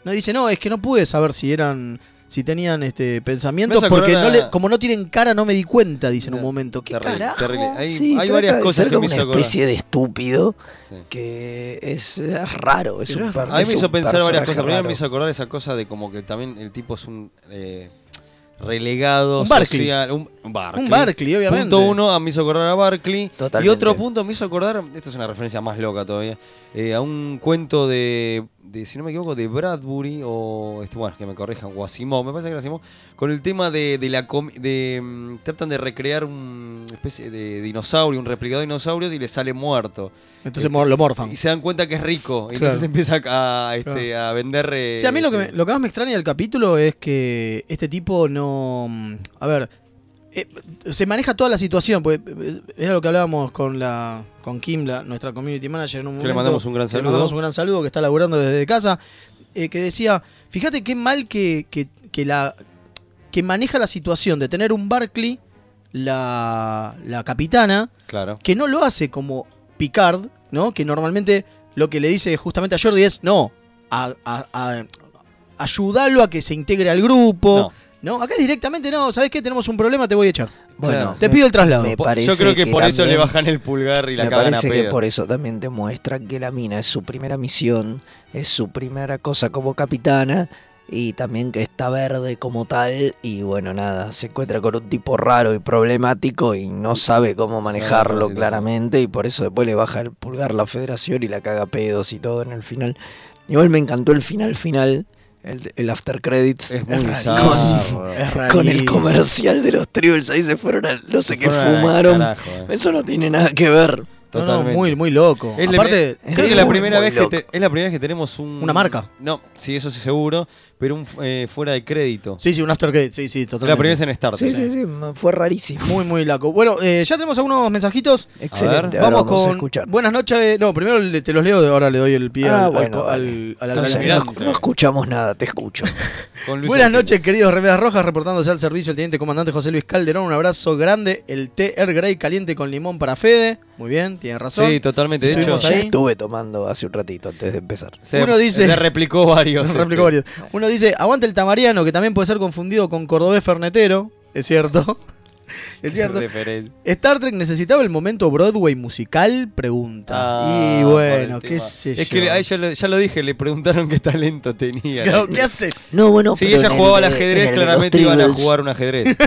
Speaker 4: No dice, no, es que no pude saber si eran. Si tenían este pensamientos,
Speaker 3: Me hace
Speaker 4: porque
Speaker 3: acordar
Speaker 4: no le-
Speaker 3: a-
Speaker 4: como no tienen cara, no me di cuenta, dice en un
Speaker 3: No,
Speaker 4: momento. ¿Qué
Speaker 3: terrible,
Speaker 4: carajo?
Speaker 3: terrible. Hay,
Speaker 2: Sí,
Speaker 3: hay
Speaker 2: trata
Speaker 3: varias
Speaker 2: de
Speaker 3: cosas
Speaker 2: ser
Speaker 3: que me
Speaker 2: como
Speaker 3: hizo
Speaker 2: una
Speaker 3: acordar.
Speaker 2: especie de estúpido
Speaker 3: Sí.
Speaker 2: que es, es raro. Es
Speaker 4: Pero
Speaker 2: un
Speaker 4: es-
Speaker 2: per-
Speaker 3: A mí
Speaker 2: es
Speaker 3: me hizo
Speaker 2: un
Speaker 3: pensar varias
Speaker 2: personaje
Speaker 3: cosas. Primero
Speaker 2: raro.
Speaker 3: me hizo acordar esa cosa de como que también el tipo es un eh, relegado
Speaker 4: Un Barclay.
Speaker 3: social. Un, un Barclay.
Speaker 4: Un Barclay, obviamente.
Speaker 3: Punto uno ah, me hizo acordar a Barclay.
Speaker 2: Totalmente.
Speaker 3: Y otro punto me hizo acordar, esto es una referencia más loca todavía, eh, a un cuento de, de, si no me equivoco, de Bradbury o, este, bueno, que me corrijan, o Asimov, me parece que era Asimov, con el tema de, de la... comi- de mm, Tratan de recrear una especie de dinosaurio, un replicado de dinosaurios y le sale muerto.
Speaker 4: Entonces mor- lo morfan.
Speaker 3: Y se dan cuenta que es rico. Y
Speaker 4: Claro.
Speaker 3: entonces empieza a, a, este, a vender. eh,
Speaker 4: Sí, a mí lo que, me-
Speaker 3: este,
Speaker 4: lo que más me extraña del capítulo es que este tipo no... mm, A ver, eh, se maneja toda la situación, porque eh, era lo que hablábamos con la con Kim, la- nuestra community manager, en un
Speaker 3: Que
Speaker 4: momento.
Speaker 3: le mandamos un gran
Speaker 4: que le
Speaker 3: saludo.
Speaker 4: mandamos un gran saludo, que está laburando desde casa, eh, que decía, fíjate qué mal que, que, que la que maneja la situación de tener un Barclay, la, la capitana,
Speaker 3: Claro.
Speaker 4: que no lo hace como Picard, ¿no? Que normalmente lo que le dice justamente a Jordi es, no, a, a- a- ayudalo a que se integre al grupo. No. acá es directamente, no, ¿sabes qué? Tenemos un problema, te voy a echar.
Speaker 2: Bueno,
Speaker 4: Te pido el traslado.
Speaker 2: me-
Speaker 3: Po-
Speaker 2: parece
Speaker 3: Yo creo que,
Speaker 2: que
Speaker 3: por eso le
Speaker 2: también-
Speaker 3: bajan el pulgar y la
Speaker 2: Me
Speaker 3: cagan a
Speaker 2: parece que
Speaker 3: pedo.
Speaker 2: por eso también te muestra que la mina es su primera misión, es su primera cosa como capitana y también que está verde como tal y bueno, nada, se encuentra con un tipo raro y problemático y no sabe cómo
Speaker 3: la
Speaker 2: manejarlo
Speaker 3: situación.
Speaker 2: claramente y por eso después le baja el pulgar la federación y la caga a pedos y todo en el final. Igual me encantó el final final, el, el after credits.
Speaker 3: Es muy
Speaker 2: con-
Speaker 3: bizarro.
Speaker 4: Es
Speaker 2: Con el
Speaker 4: rarísimo.
Speaker 2: comercial de los tribbles, ahí se fueron a no sé qué
Speaker 3: Fueron al
Speaker 2: fumaron.
Speaker 3: carajo, eh.
Speaker 2: Eso no tiene nada que ver.
Speaker 4: No, no,
Speaker 3: Totalmente.
Speaker 4: muy, muy loco.
Speaker 3: Es la-
Speaker 4: Aparte,
Speaker 2: es
Speaker 3: creo que
Speaker 2: muy,
Speaker 3: la primera
Speaker 2: muy
Speaker 3: vez que te-
Speaker 2: loco.
Speaker 3: es la primera vez que tenemos un
Speaker 4: Una marca.
Speaker 3: No, sí, eso sí seguro, pero un f- eh, fuera de crédito.
Speaker 4: sí, sí, un after credit, sí, sí,
Speaker 3: la primera vez
Speaker 4: totalmente.
Speaker 3: en Star Trek.
Speaker 2: Sí, sí, sí, ma- fue rarísimo.
Speaker 4: Muy, muy loco. Bueno, eh, ya tenemos algunos mensajitos.
Speaker 2: Excelente,
Speaker 3: ver,
Speaker 2: ahora
Speaker 4: Vamos,
Speaker 2: vamos
Speaker 4: con...
Speaker 2: a escuchar.
Speaker 4: Buenas noches. eh, No, primero le- te los leo, de ahora le doy el pie
Speaker 2: Ah,
Speaker 4: al,
Speaker 2: bueno,
Speaker 4: al-
Speaker 2: vale.
Speaker 4: al- al-
Speaker 2: Entonces,
Speaker 4: al-
Speaker 3: Mira,
Speaker 2: no, no escuchamos nada, te escucho.
Speaker 3: Con Luis
Speaker 4: Buenas
Speaker 3: Ángel.
Speaker 4: noches, queridos Remedas Rojas, reportándose al servicio el teniente comandante José Luis Calderón. Un abrazo grande. El té Earl Grey caliente con limón para Fede. Muy bien, tiene razón. (laughs)
Speaker 3: Sí, totalmente. De hecho,
Speaker 4: Estuvimos
Speaker 2: Ya
Speaker 4: ahí.
Speaker 2: estuve tomando hace un ratito antes de empezar.
Speaker 3: se,
Speaker 4: Uno dice-
Speaker 3: se replicó varios.
Speaker 4: Nos replicó
Speaker 3: este.
Speaker 4: varios. Uno dice, aguante el tamariano, que también puede ser confundido con cordobés fernetero. Es cierto. (laughs) es cierto.
Speaker 3: Referen-
Speaker 4: Star Trek necesitaba el momento Broadway musical, pregunta.
Speaker 3: Ah,
Speaker 4: y
Speaker 3: por
Speaker 4: bueno,
Speaker 3: el
Speaker 4: qué
Speaker 3: tema.
Speaker 4: sé yo.
Speaker 3: Es que le- a ella le- ya lo dije, le preguntaron qué talento tenía.
Speaker 4: Claro, ¿Qué haces?
Speaker 2: No, bueno,
Speaker 3: Si
Speaker 2: pero
Speaker 3: ella
Speaker 2: en el
Speaker 3: jugaba al
Speaker 2: de- en
Speaker 3: ajedrez,
Speaker 2: el de los
Speaker 3: claramente iban a
Speaker 2: Tribbles-
Speaker 3: jugar un ajedrez.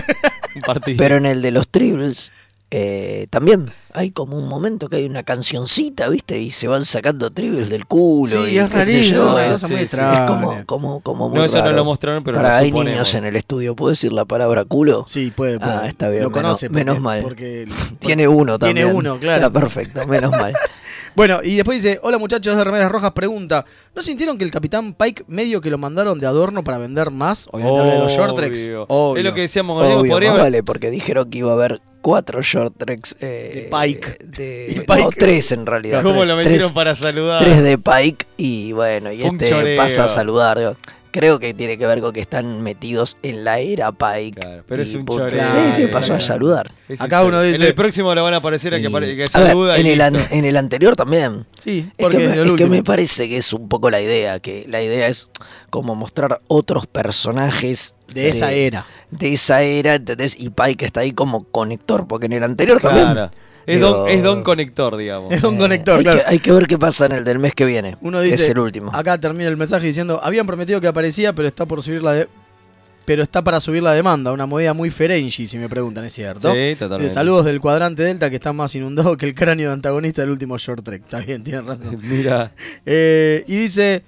Speaker 2: (laughs)
Speaker 3: un partido.
Speaker 2: Pero en el de los tribbles eh, también hay como un momento que hay una cancioncita, ¿viste? Y se van sacando tribbles del culo.
Speaker 4: Sí,
Speaker 2: y
Speaker 4: es
Speaker 2: qué sé
Speaker 4: rarísimo,
Speaker 2: yo,
Speaker 4: una
Speaker 2: es-
Speaker 4: cosa muy
Speaker 3: eh, sí, sí.
Speaker 2: Es
Speaker 4: extraña.
Speaker 2: como, como, como muy
Speaker 3: No, eso no
Speaker 2: raro.
Speaker 3: lo mostraron, pero
Speaker 2: Para
Speaker 3: lo
Speaker 2: hay
Speaker 3: suponemos.
Speaker 2: niños en el estudio. ¿Puedo decir la palabra culo?
Speaker 4: Sí, puede, puede.
Speaker 2: Ah, está bien,
Speaker 4: Lo
Speaker 2: menos-
Speaker 4: conoce. porque-
Speaker 2: menos mal. (laughs)
Speaker 4: Porque,
Speaker 2: Tiene uno también.
Speaker 4: Tiene uno, claro.
Speaker 2: Está perfecto, menos
Speaker 3: (laughs)
Speaker 2: mal.
Speaker 4: Bueno, y después dice, hola muchachos de Remeras Rojas, pregunta, ¿no sintieron que el Capitán Pike medio que lo mandaron de adorno para vender más? Obviamente habla de los short treks.
Speaker 3: Obvio.
Speaker 4: Obvio.
Speaker 3: Es lo que decíamos con
Speaker 2: Obvio,
Speaker 3: podría
Speaker 2: más
Speaker 3: haber-
Speaker 2: vale, porque dijeron que iba a haber cuatro short treks. eh,
Speaker 4: De Pike.
Speaker 2: de-
Speaker 4: Y Pike-
Speaker 2: No, tres en realidad.
Speaker 3: ¿Cómo
Speaker 2: tres,
Speaker 3: lo metieron
Speaker 2: tres-
Speaker 3: para saludar?
Speaker 2: tres de Pike y bueno, y
Speaker 3: Fue un
Speaker 2: este
Speaker 3: choreo.
Speaker 2: pasa a saludar. digo. Creo que tiene que ver con que están metidos en la era Pike.
Speaker 3: Claro, pero es
Speaker 2: y
Speaker 3: un
Speaker 2: punto.
Speaker 3: choreo.
Speaker 2: Sí, sí, pasó a
Speaker 3: Claro.
Speaker 2: saludar.
Speaker 3: Es
Speaker 4: Acá uno
Speaker 3: increíble.
Speaker 4: dice-
Speaker 3: En el próximo lo van a aparecer a que,
Speaker 2: Y-
Speaker 3: apare- que
Speaker 2: a ver,
Speaker 3: saluda. y
Speaker 2: en, el
Speaker 3: listo.
Speaker 2: an- en el anterior también.
Speaker 4: Sí,
Speaker 2: Es que,
Speaker 4: porque
Speaker 2: me,
Speaker 4: el
Speaker 2: es que
Speaker 4: último.
Speaker 2: me parece que es un poco la idea, que la idea es como mostrar otros personajes
Speaker 4: De esa era.
Speaker 2: de esa era, ¿entendés? Y Pike está ahí como conector, porque en el anterior también.
Speaker 3: Claro.
Speaker 2: (laughs)
Speaker 3: Es,
Speaker 2: Digo-
Speaker 3: don, es don conector, digamos.
Speaker 4: Es un
Speaker 2: Eh,
Speaker 4: conector,
Speaker 2: hay,
Speaker 4: claro.
Speaker 2: que, hay que ver qué pasa en el del mes que viene.
Speaker 4: Uno dice, "Ah,
Speaker 2: es el último.
Speaker 4: acá termina el mensaje diciendo, habían prometido que aparecía, pero está por subir la de... pero está para subir la demanda. Una movida muy Ferengi, si me preguntan, es cierto.
Speaker 3: Sí, totalmente. (laughs)
Speaker 4: Eh, saludos del cuadrante Delta que está más inundado que el cráneo de antagonista del último short trek. Está bien, tienen razón.
Speaker 3: Mira,
Speaker 4: Eh, y dice,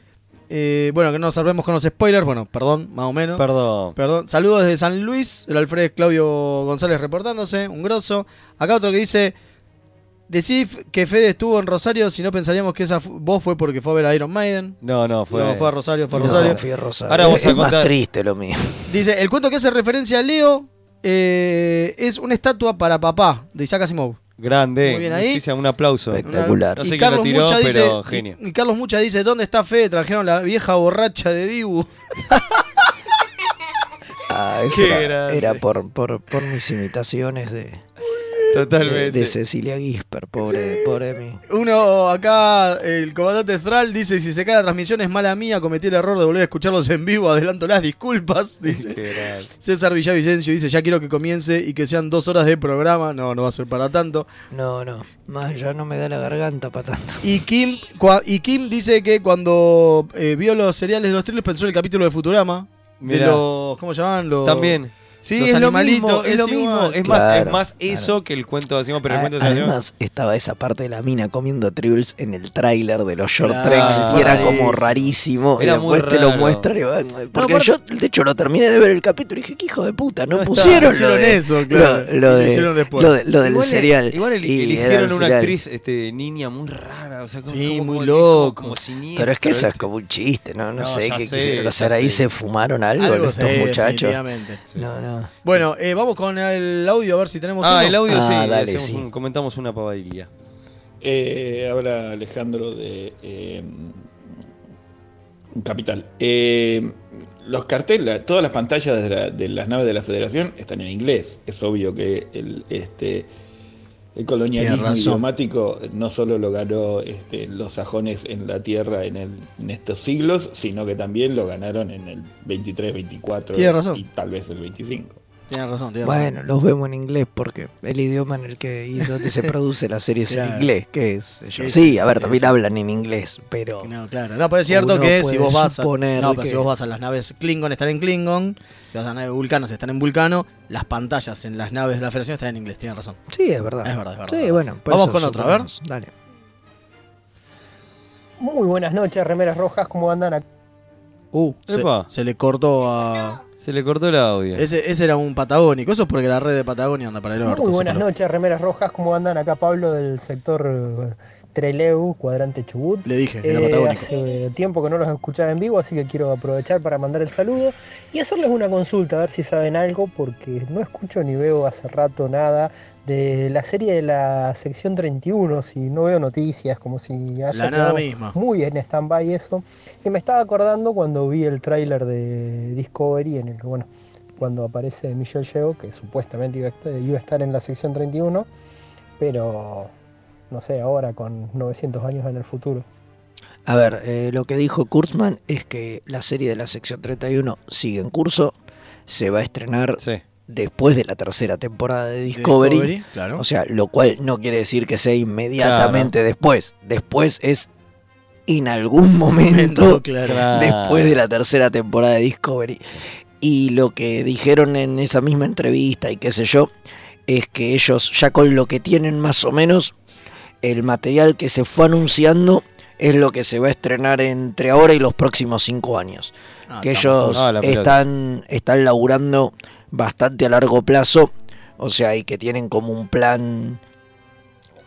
Speaker 4: eh, bueno, que no nos salvemos con los spoilers, bueno, perdón, más o menos.
Speaker 3: perdón.
Speaker 4: Perdón. Saludos desde San Luis, el Alfredo Claudio González reportándose, un grosso. Acá otro que dice, decís que Fede estuvo en Rosario si no pensaríamos que esa fu- voz fue porque fue a ver a Iron Maiden.
Speaker 3: No, no, fue.
Speaker 4: no, fue a Rosario, fue a
Speaker 2: No,
Speaker 4: Rosario.
Speaker 2: fui a Rosario.
Speaker 3: Ahora vamos a
Speaker 2: es más
Speaker 3: contar-
Speaker 2: triste lo
Speaker 4: (laughs)
Speaker 2: mío.
Speaker 4: Dice, el cuento que hace referencia a Leo eh, es una estatua para papá de Isaac Asimov.
Speaker 3: Grande.
Speaker 4: Muy bien ahí.
Speaker 3: Muchísimo, un aplauso.
Speaker 2: Espectacular.
Speaker 3: No
Speaker 4: Y
Speaker 3: sé quién lo
Speaker 4: Carlos
Speaker 3: tiró,
Speaker 4: Mucha dice,
Speaker 3: pero genio.
Speaker 4: y- y Carlos Mucha dice, ¿dónde está Fede? Trajeron la vieja borracha de Dibu.
Speaker 2: Ah, eso
Speaker 3: Qué
Speaker 2: era,
Speaker 3: grande.
Speaker 2: era por, por, por mis imitaciones de, de- de,
Speaker 3: Totalmente.
Speaker 2: Cecilia Gisper, pobre, pobre de mí.
Speaker 4: Uno acá, el comandante Estral, dice, si se cae la transmisión es mala mía, cometí el error de volver a escucharlos en vivo, adelanto las disculpas, (laughs) dice.
Speaker 3: Qué grande.
Speaker 4: César Villavicencio dice, ya quiero que comience y que sean dos horas de programa, no, no va a ser para tanto.
Speaker 2: No, no, más ya no me da la garganta para tanto.
Speaker 4: Y Kim, cua- y Kim dice que cuando eh, vio los seriales de los thrillers pensó en el capítulo de Futurama,
Speaker 3: Mirá.
Speaker 4: de los, ¿cómo llamaban? Los,
Speaker 3: También. Sí,
Speaker 4: los
Speaker 3: es lo
Speaker 4: animalitos,
Speaker 3: mismo, es
Speaker 4: es
Speaker 3: lo mismo.
Speaker 4: igual.
Speaker 3: Es más, es
Speaker 2: Claro,
Speaker 3: más
Speaker 2: claro.
Speaker 3: eso que el cuento decimos, pero el
Speaker 2: A-
Speaker 3: cuento de Sebastián-
Speaker 2: además estaba esa parte de la mina comiendo tribbles en el tráiler de los short
Speaker 4: Claro,
Speaker 2: treks y era como
Speaker 4: rarísimo.
Speaker 2: rarísimo.
Speaker 3: Era
Speaker 2: y después
Speaker 3: muy
Speaker 2: te lo
Speaker 3: raro.
Speaker 2: muestran. y van- Porque
Speaker 3: aparte-
Speaker 2: yo, de hecho, lo terminé de ver el capítulo y dije, qué hijo de puta, no,
Speaker 3: No está,
Speaker 2: pusieron,
Speaker 4: hicieron
Speaker 2: lo de-
Speaker 4: eso, claro.
Speaker 2: Lo, lo
Speaker 4: Lo
Speaker 2: de-
Speaker 4: hicieron después.
Speaker 2: lo de- lo del
Speaker 3: Igual-
Speaker 2: serial.
Speaker 3: Igual el-
Speaker 2: Y era
Speaker 3: eligieron
Speaker 2: al
Speaker 3: una
Speaker 2: final.
Speaker 3: actriz este, niña muy rara. O sea, como,
Speaker 4: Sí,
Speaker 3: como- como-
Speaker 4: muy loco.
Speaker 3: Como, ¿eh? siniestra,
Speaker 2: Pero es que eso es
Speaker 3: ¿viste?
Speaker 2: como un chiste, ¿no? No,
Speaker 3: No,
Speaker 2: sé
Speaker 3: ya
Speaker 2: qué
Speaker 3: sé,
Speaker 2: quisieron
Speaker 3: ya
Speaker 2: hacer. Ahí
Speaker 3: sé.
Speaker 2: se fumaron algo, estos
Speaker 4: sí,
Speaker 2: muchachos.
Speaker 4: definitivamente.
Speaker 2: No, no.
Speaker 4: Bueno, eh, vamos con el audio a ver si tenemos
Speaker 3: Ah,
Speaker 4: uno.
Speaker 3: el audio
Speaker 2: Ah,
Speaker 3: sí,
Speaker 2: dale,
Speaker 3: hacemos
Speaker 2: sí.
Speaker 3: un- comentamos una pavadilla.
Speaker 5: Eh, habla Alejandro de eh, Capital. Eh, los carteles, todas las pantallas de, la- de las naves de la Federación están en inglés. Es obvio que el, este, el
Speaker 4: Tiene
Speaker 5: colonialismo
Speaker 4: razón.
Speaker 5: idiomático no solo lo ganó este, los sajones en la Tierra en, el- en estos siglos, sino que también lo ganaron en el 23, 24
Speaker 4: Tiene razón.
Speaker 5: y tal vez el 25.
Speaker 4: Tienes razón, tienes razón.
Speaker 2: Bueno, los vemos en inglés porque el idioma en el que y donde se produce la serie es en
Speaker 4: Claro.
Speaker 2: inglés, que es yo. Sí,
Speaker 4: Sí, sí,
Speaker 2: a ver,
Speaker 4: sí,
Speaker 2: también
Speaker 4: sí.
Speaker 2: hablan en inglés, pero
Speaker 4: No, claro. No, pero es cierto
Speaker 2: Uno
Speaker 4: que si
Speaker 2: puede
Speaker 4: vos vas a,
Speaker 2: suponer
Speaker 4: no, pero
Speaker 2: que-
Speaker 4: si vos vas a las naves Klingon están en Klingon, si vas a las naves Vulcanos están en Vulcano, las pantallas en las naves de la Federación están en inglés, tienes razón.
Speaker 2: sí, es verdad.
Speaker 4: Es verdad, es verdad,
Speaker 2: Sí,
Speaker 4: es verdad.
Speaker 2: bueno, por
Speaker 4: Vamos
Speaker 2: eso
Speaker 4: con otro, a ver.
Speaker 2: suponemos. Dale.
Speaker 6: Muy buenas noches, remeras rojas, ¿cómo andan acá?
Speaker 4: Uh, se,
Speaker 3: Epa.
Speaker 4: se le cortó a
Speaker 3: Se le cortó el audio.
Speaker 4: ese, ese era un patagónico, eso es porque la red de Patagonia anda para el orto.
Speaker 6: Muy buenas
Speaker 4: seguro.
Speaker 6: noches, remeras rojas, ¿cómo andan acá? Pablo del sector eh, Treleu, cuadrante Chubut.
Speaker 4: Le dije, era
Speaker 6: Eh,
Speaker 4: patagónico.
Speaker 6: hace tiempo que no los escuchaba en vivo, así que quiero aprovechar para mandar el saludo y hacerles una consulta, a ver si saben algo, porque no escucho ni veo hace rato nada de la serie de la sección 31, si no veo noticias, como si haya
Speaker 4: La nada
Speaker 6: quedado
Speaker 4: misma.
Speaker 6: muy en stand-by eso. Y me estaba acordando cuando vi el tráiler de Discovery, en el que, bueno, cuando aparece Michelle Yeoh, que supuestamente iba a estar- iba a estar en la sección 31, pero no sé, ahora con 900 años en el futuro.
Speaker 2: A ver, eh, lo que dijo Kurtzman es que la serie de la sección 31 sigue en curso, se va a estrenar
Speaker 3: Sí.
Speaker 2: después de la tercera temporada de Discovery.
Speaker 4: claro.
Speaker 2: O sea, lo cual no quiere decir que sea inmediatamente después. Después es en algún momento
Speaker 4: (laughs) claro.
Speaker 3: Claro.
Speaker 2: (laughs) después de la tercera temporada de Discovery. Y lo que dijeron en esa misma entrevista y qué sé yo, es que ellos ya con lo que tienen más o menos, el material que se fue anunciando es lo que se va a estrenar entre ahora y los próximos cinco años.
Speaker 4: Ah,
Speaker 2: que
Speaker 4: estamos-
Speaker 2: ellos
Speaker 3: Ah, la pelota.
Speaker 2: están, están laburando bastante a largo plazo, o sea, y que tienen como un plan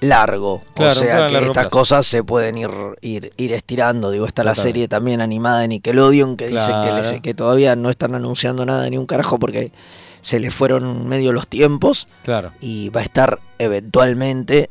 Speaker 2: largo. o
Speaker 3: Claro, un plan a
Speaker 2: sea, que
Speaker 3: largo
Speaker 2: estas
Speaker 3: plazo.
Speaker 2: cosas se pueden ir, ir, ir estirando. Digo, está la
Speaker 3: Totalmente.
Speaker 2: serie también animada de Nickelodeon que dicen que,
Speaker 3: Claro.
Speaker 2: les- que todavía no están anunciando nada ni un carajo porque se les fueron medio los tiempos
Speaker 3: Claro.
Speaker 2: y va a estar eventualmente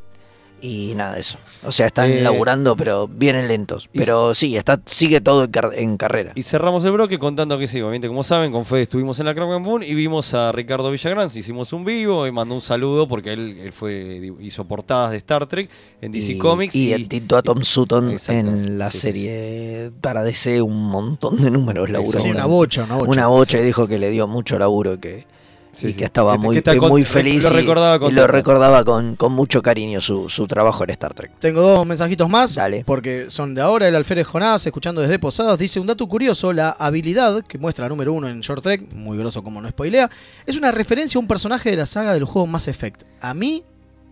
Speaker 2: y nada de eso. O sea, están
Speaker 3: Eh,
Speaker 2: laburando, pero vienen lentos.
Speaker 3: y-
Speaker 2: Pero sí, está, sigue todo en, car- en carrera.
Speaker 3: Y cerramos el bloque contando que sí, obviamente, como saben, con Fede estuvimos en la Crack and Boom y vimos a Ricardo Villagrán, hicimos un vivo y mandó un saludo porque él, él fue hizo portadas de Star Trek en DC
Speaker 2: y,
Speaker 3: Comics
Speaker 2: y el Tito a Tom Sutton
Speaker 3: Exactamente,
Speaker 2: en la
Speaker 3: sí, sí,
Speaker 2: serie para DC un montón de números laburó
Speaker 4: Sí,
Speaker 3: Exacto.
Speaker 4: una bocha, una bocha.
Speaker 2: Una bocha y dijo que le dio mucho laburo que
Speaker 3: Sí,
Speaker 2: y
Speaker 3: sí.
Speaker 2: que estaba
Speaker 3: Que- que
Speaker 2: muy,
Speaker 3: está
Speaker 2: que
Speaker 3: con-
Speaker 2: muy feliz
Speaker 3: lo
Speaker 2: y-
Speaker 3: recordaba
Speaker 2: y
Speaker 3: con-
Speaker 2: lo recordaba con, con mucho cariño su, su trabajo en Star Trek.
Speaker 4: Tengo dos mensajitos más,
Speaker 2: Dale.
Speaker 4: porque son de ahora. El Alférez Jonás, escuchando desde Posadas, dice: Un dato curioso, la habilidad que muestra la número uno en Short Trek, muy grosso como no spoilea, es una referencia a un personaje de la saga del juego Mass Effect. A mí,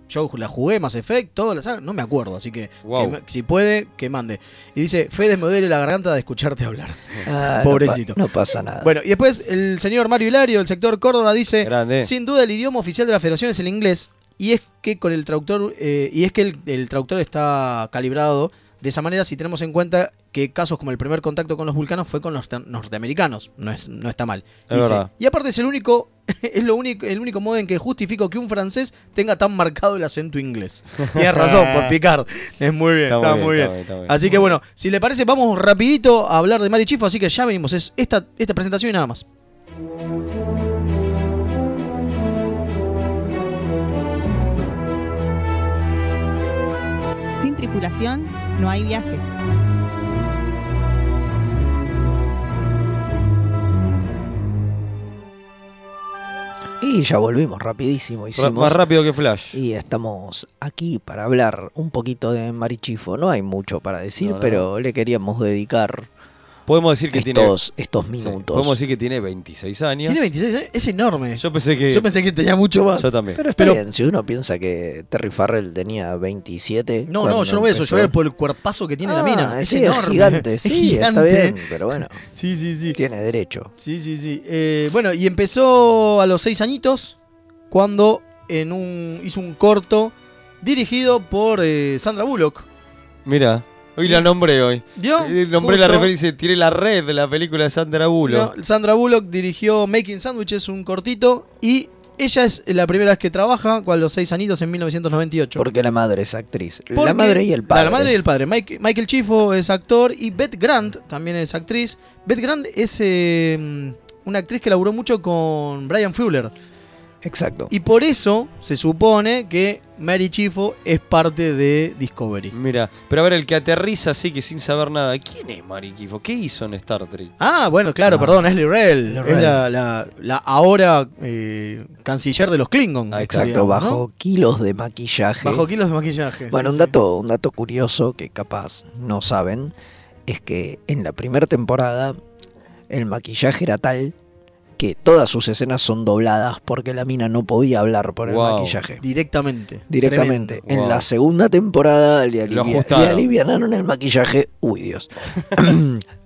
Speaker 4: yo la jugué Mass Effect, toda la saga, no me acuerdo, así que,
Speaker 3: Wow.
Speaker 4: que me- si puede, que mande. Y dice: Fede, me duele la garganta de escucharte hablar.
Speaker 2: Ah, no pa-
Speaker 4: Pobrecito.
Speaker 2: No, pasa nada.
Speaker 4: Bueno, y después el señor Mario Hilario del sector Córdoba dice,
Speaker 3: Grande.
Speaker 4: sin duda el idioma oficial de la federación es el inglés, y es que con el traductor, eh, y es que el, el traductor está calibrado de esa manera si tenemos en cuenta que casos como el primer contacto con los vulcanos fue con los tan- norteamericanos, no, es, no está mal.
Speaker 3: Es verdad.
Speaker 4: y aparte es el único, (laughs) es lo único, el único modo en que justifico que un francés tenga tan marcado el acento (laughs) inglés. Tienes razón, por Picard. Es muy bien, está, muy bien.
Speaker 3: está está muy
Speaker 4: Así que bueno, si le parece, vamos rapidito a hablar de Mari Chifo, así que ya venimos. Es esta, esta presentación y nada más.
Speaker 7: Sin tripulación no hay viaje.
Speaker 2: Y ya volvimos rapidísimo.
Speaker 3: Ra-
Speaker 2: Hicimos,
Speaker 3: Más rápido que Flash.
Speaker 2: Y estamos aquí para hablar un poquito de Marichifo. No hay mucho para decir,
Speaker 3: No, no.
Speaker 2: pero le queríamos dedicar
Speaker 3: Podemos decir que tiene.
Speaker 2: estos, estos
Speaker 3: sí,
Speaker 2: minutos.
Speaker 3: podemos decir que tiene 26 años.
Speaker 4: Tiene 26 años, es enorme. Yo,
Speaker 3: Yo pensé que.
Speaker 4: pensé que tenía mucho más.
Speaker 3: yo también.
Speaker 2: pero está
Speaker 4: pero-
Speaker 2: bien, si uno piensa que Terry Farrell tenía 27.
Speaker 4: No, no,
Speaker 2: cuando
Speaker 4: yo no veo eso,
Speaker 2: empezó-
Speaker 4: yo veo por el cuerpazo que tiene la
Speaker 2: Ah,
Speaker 4: mina. Es
Speaker 2: sí,
Speaker 4: enorme.
Speaker 2: gigante,
Speaker 4: (laughs) Es
Speaker 2: sí,
Speaker 4: gigante.
Speaker 2: está bien, pero
Speaker 4: (laughs)
Speaker 2: bueno,
Speaker 4: Sí, sí, sí.
Speaker 2: tiene derecho.
Speaker 4: Sí, sí, sí. Eh, bueno, y empezó a los seis añitos cuando en un, hizo un corto dirigido por eh, Sandra Bullock.
Speaker 3: Mira. Hoy la nombré hoy.
Speaker 4: ¿Vio?
Speaker 3: Eh, Nombré la
Speaker 4: Justo.
Speaker 3: referencia, tiré la red de la película de Sandra Bullock.
Speaker 4: No, Sandra Bullock dirigió Making Sandwiches, un cortito, y ella es la primera vez que trabaja con los seis anitos en 1998.
Speaker 2: Porque la madre es actriz.
Speaker 4: Porque-
Speaker 2: la madre y el padre.
Speaker 4: La madre y el padre. Mike- Michael Chifo es actor y Beth Grant también es actriz. Beth Grant es eh, una actriz que laburó mucho con Brian Fuller.
Speaker 2: Exacto.
Speaker 4: Y por eso se supone que Mary Chifo es parte de Discovery.
Speaker 3: Mira, pero a ver, el que aterriza así que sin saber nada, ¿quién es Mariquifo? ¿Qué hizo en Star Trek?
Speaker 4: Ah, bueno, claro,
Speaker 2: Ah.
Speaker 4: perdón, es Lirel.
Speaker 2: Lirel.
Speaker 4: Es la, la- la ahora eh, canciller de los Klingon.
Speaker 3: Ah,
Speaker 2: Exacto,
Speaker 4: digamos, ¿no?
Speaker 2: bajo kilos de maquillaje.
Speaker 4: Bajo kilos de maquillaje.
Speaker 2: Bueno,
Speaker 4: sí,
Speaker 2: un
Speaker 4: sí.
Speaker 2: dato, un dato curioso que capaz no saben es que en la primera temporada el maquillaje era tal que todas sus escenas son dobladas porque la mina no podía hablar por el
Speaker 3: Wow.
Speaker 2: maquillaje.
Speaker 4: Directamente.
Speaker 2: Directamente.
Speaker 3: Tremendo.
Speaker 2: En
Speaker 3: Wow.
Speaker 2: la segunda temporada le,
Speaker 3: Lo
Speaker 2: alivia-
Speaker 3: ajustaron.
Speaker 2: le alivianaron el maquillaje. Uy, Dios.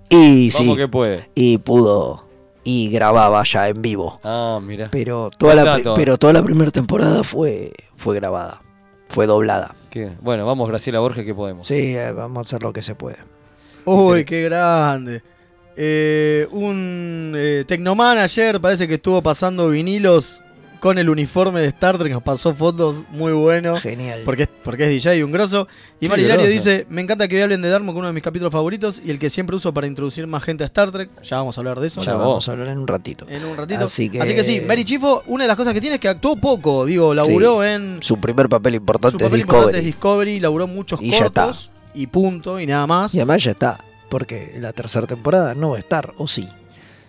Speaker 2: y sí,
Speaker 3: Vamos que puede.
Speaker 2: y pudo. Y grababa ya en vivo.
Speaker 3: Ah, mira.
Speaker 2: Pero toda la, pri-
Speaker 3: Dato.
Speaker 2: pero toda la primera temporada fue, fue grabada. Fue doblada.
Speaker 3: ¿Qué? Bueno, vamos, Graciela Borges, que podemos.
Speaker 2: Sí, eh, vamos a hacer lo que se puede.
Speaker 4: Tremendo. Uy, qué grande. Eh, un eh, Tecnomanager parece que estuvo pasando vinilos con el uniforme de Star Trek. Nos pasó fotos muy bueno.
Speaker 2: Genial.
Speaker 4: Porque, es- porque es DJ y un grosso. Y
Speaker 3: Sí,
Speaker 4: Marilario
Speaker 3: grosso.
Speaker 4: dice: Me encanta que hoy hablen de Darmo, que uno de mis capítulos favoritos y el que siempre uso para introducir más gente a Star Trek. Ya vamos a hablar de eso.
Speaker 2: ya
Speaker 3: Bravo.
Speaker 2: vamos a hablar en un ratito.
Speaker 4: En un ratito. Así
Speaker 2: Así
Speaker 4: que...
Speaker 2: que-
Speaker 4: sí, Mary Chifo, una de las cosas que tiene es que actuó poco, digo, laburó en
Speaker 2: Su primer papel importante
Speaker 4: su papel
Speaker 2: es
Speaker 4: importante
Speaker 2: Discovery.
Speaker 4: es Discovery, laburó muchos
Speaker 2: Y ya
Speaker 4: cortos y punto y nada más.
Speaker 2: Y además ya está. Porque la tercera temporada no va a estar, o sí.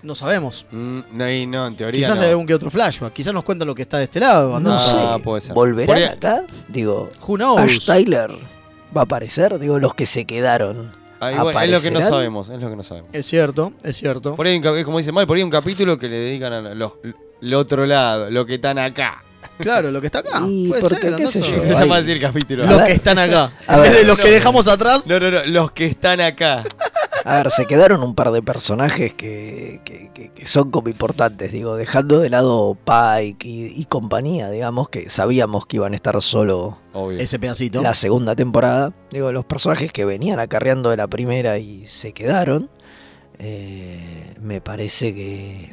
Speaker 4: No sabemos.
Speaker 3: Mm, no, y no, en teoría.
Speaker 4: Quizás
Speaker 3: no.
Speaker 4: hay algún que otro flashback, quizás nos cuentan lo que está de este lado, andá
Speaker 2: No
Speaker 4: a
Speaker 3: Ah,
Speaker 2: sé.
Speaker 4: saber.
Speaker 3: puede ser.
Speaker 2: ¿Volverán
Speaker 3: Podría-
Speaker 2: acá? Digo,
Speaker 4: Who knows?
Speaker 2: Ash Tyler va a aparecer. Digo, los que se quedaron.
Speaker 3: Ah, y bueno, es lo que no
Speaker 2: ¿Aparecerán?
Speaker 3: sabemos, es lo que no sabemos.
Speaker 4: Es cierto, es cierto.
Speaker 3: Por ahí, hay un cap- es como dice Mal, por ahí hay un capítulo que le dedican a los, el otro lado, lo que están acá.
Speaker 4: Claro, lo que está acá.
Speaker 2: Y
Speaker 4: puede
Speaker 2: porque,
Speaker 4: ser, andá
Speaker 2: qué
Speaker 4: a
Speaker 2: sé
Speaker 4: saber.
Speaker 2: yo.
Speaker 3: Se
Speaker 2: ahí.
Speaker 3: llama así el capítulo.
Speaker 2: A
Speaker 4: Los
Speaker 2: ver.
Speaker 4: que están acá.
Speaker 2: (laughs) A
Speaker 3: (laughs)
Speaker 4: En vez
Speaker 2: ver.
Speaker 4: de los que dejamos atrás.
Speaker 3: No, no, no, los que están acá.
Speaker 2: A ver, se quedaron un par de personajes que, que- que- que son como importantes. Digo, dejando de lado Pike y, y compañía, digamos, que sabíamos que iban a estar solo
Speaker 3: Obvio.
Speaker 4: Ese pedacito.
Speaker 2: la segunda temporada. Digo, los personajes que venían acarreando de la primera y se quedaron. eh, me parece que,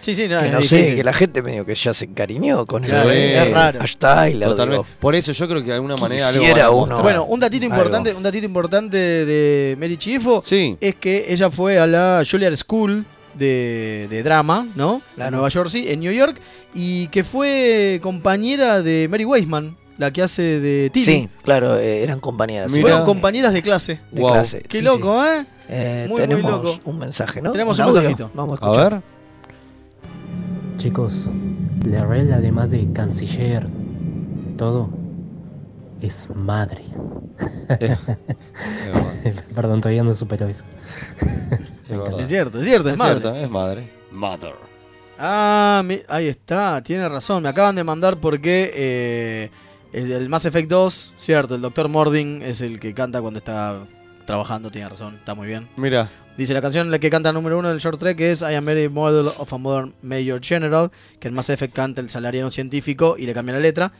Speaker 4: Sí, sí, no,
Speaker 3: Ah,
Speaker 2: que
Speaker 4: es
Speaker 2: no sé,
Speaker 4: difícil.
Speaker 2: que la gente medio que ya se encariñó con
Speaker 4: Claro,
Speaker 2: el
Speaker 3: es
Speaker 4: raro.
Speaker 2: Ash Tyler,
Speaker 3: Totalmente.
Speaker 2: digo.
Speaker 3: Por eso yo creo que de alguna manera algo
Speaker 2: Quisiera
Speaker 3: van a
Speaker 2: uno.
Speaker 3: mostrar.
Speaker 4: Bueno, un datito
Speaker 2: Algo.
Speaker 4: importante, un datito importante de Mary Chifo
Speaker 3: Sí.
Speaker 4: es que ella fue a la Juilliard School de, de drama, ¿no? La
Speaker 2: Claro.
Speaker 4: Nueva York, sí, en New York, y que fue compañera de Mary Weisman, la que hace de Tilly.
Speaker 2: Sí, claro, eh, eran compañeras.
Speaker 3: Mirá.
Speaker 4: Fueron
Speaker 2: Eran, eh,
Speaker 4: compañeras de clase.
Speaker 2: de
Speaker 3: Wow.
Speaker 2: clase.
Speaker 4: Qué
Speaker 2: sí, sí.
Speaker 4: loco, ¿eh?
Speaker 2: Eh,
Speaker 4: Muy, muy
Speaker 2: tenemos
Speaker 4: loco.
Speaker 2: un mensaje, ¿no?
Speaker 4: Tenemos un
Speaker 2: audio.
Speaker 4: mensajito.
Speaker 2: Vamos a
Speaker 3: A
Speaker 2: escuchar.
Speaker 3: ver.
Speaker 8: Chicos, Larrell, además de canciller, todo, es madre. (laughs)
Speaker 3: Es verdad,
Speaker 8: Perdón, todavía no supero eso.
Speaker 3: es verdad.
Speaker 4: Es cierto, es cierto, es,
Speaker 3: Es
Speaker 4: madre.
Speaker 3: cierto, ¿eh? es madre. Mother.
Speaker 4: Ah, mi- ahí está, tiene razón. Me acaban de mandar porque eh, el el Mass Effect 2, cierto, el Dr. Mording es el que canta cuando está trabajando, tiene razón, está muy bien.
Speaker 3: Mira,
Speaker 4: Dice la canción en la que canta número uno del short track es I am very model of a modern major general, que en Mass Effect canta el salariano científico y le cambia la letra.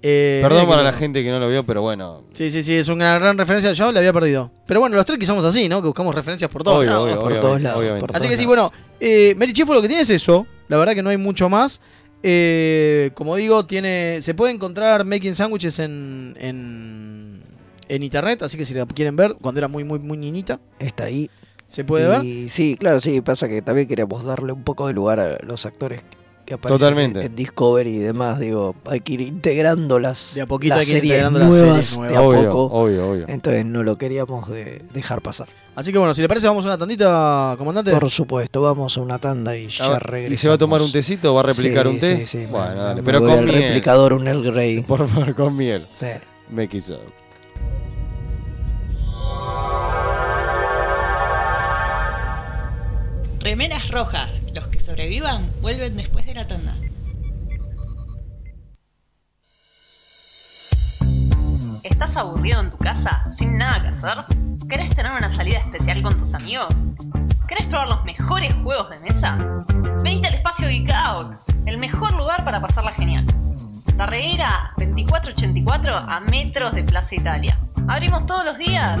Speaker 4: Eh,
Speaker 3: perdón
Speaker 4: mira que
Speaker 3: para
Speaker 4: no-
Speaker 3: la gente que no lo vio, pero bueno.
Speaker 4: Sí, sí, sí, es una gran referencia, yo la había perdido. Pero bueno, los tres que somos así, ¿no? Que buscamos referencias por todos
Speaker 3: Obvio,
Speaker 4: lados.
Speaker 3: obvio,
Speaker 2: por todos lados,
Speaker 3: obviamente.
Speaker 2: por
Speaker 4: Así que
Speaker 2: todos
Speaker 4: sí,
Speaker 2: lados.
Speaker 4: bueno, eh, Mary Chief, lo que tiene es eso. La verdad que no hay mucho más. Eh, como digo, tiene se puede encontrar Making Sandwiches en, en, en internet. Así que si la quieren ver, cuando era muy, muy, muy niñita,
Speaker 2: Está ahí.
Speaker 4: se puede ver.
Speaker 2: Y sí, claro, sí, pasa que también queríamos darle un poco de lugar a los actores que aparecen
Speaker 3: Totalmente.
Speaker 2: en- en Discovery y demás, digo, hay que ir integrando las,
Speaker 4: De a poquito
Speaker 2: las
Speaker 4: hay que ir
Speaker 2: series
Speaker 4: integrando las
Speaker 2: nuevas,
Speaker 4: series
Speaker 2: de a
Speaker 4: nuevas.
Speaker 3: Obvio,
Speaker 2: poco,
Speaker 3: obvio, obvio.
Speaker 2: entonces no lo queríamos de- dejar pasar.
Speaker 4: Así que bueno, si le parece, vamos a una tandita, comandante.
Speaker 2: Por supuesto, vamos a una tanda y ya
Speaker 3: Ah,
Speaker 2: regresamos.
Speaker 3: ¿Y se va a tomar un tecito? ¿Va a replicar
Speaker 2: Sí,
Speaker 3: un té?
Speaker 2: Sí, sí, me-
Speaker 3: bueno, dale,
Speaker 2: me
Speaker 3: pero
Speaker 2: voy
Speaker 3: con
Speaker 2: al
Speaker 3: miel.
Speaker 2: replicador, un Earl Grey.
Speaker 3: (laughs) Por favor, con miel.
Speaker 2: Sí.
Speaker 3: Me quiso.
Speaker 7: Remeras rojas. Los que sobrevivan vuelven después de la tanda.
Speaker 9: ¿Estás aburrido en tu casa sin nada que hacer? ¿Querés tener una salida especial con tus amigos? ¿Querés probar los mejores juegos de mesa? Venite al espacio Geek Out, el mejor lugar para pasarla genial. La Reguera 2484 a metros de Plaza Italia. Abrimos todos los días.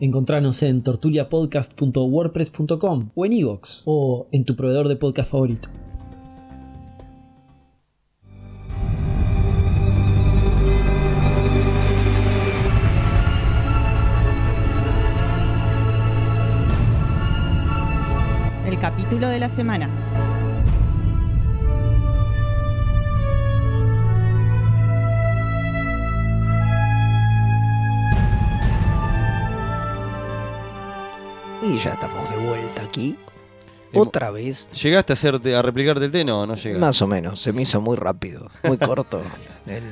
Speaker 10: Encontranos en tortuliapodcast.wordpress.com o en iVoox o en tu proveedor de podcast favorito.
Speaker 7: El capítulo de la semana.
Speaker 2: Y ya estamos de vuelta aquí.
Speaker 3: Hemos-
Speaker 2: Otra vez,
Speaker 3: ¿Llegaste a, hacerte, a replicarte el té? No, no llegaste.
Speaker 2: más o menos, se me hizo muy rápido, muy
Speaker 3: (laughs)
Speaker 2: corto el, el,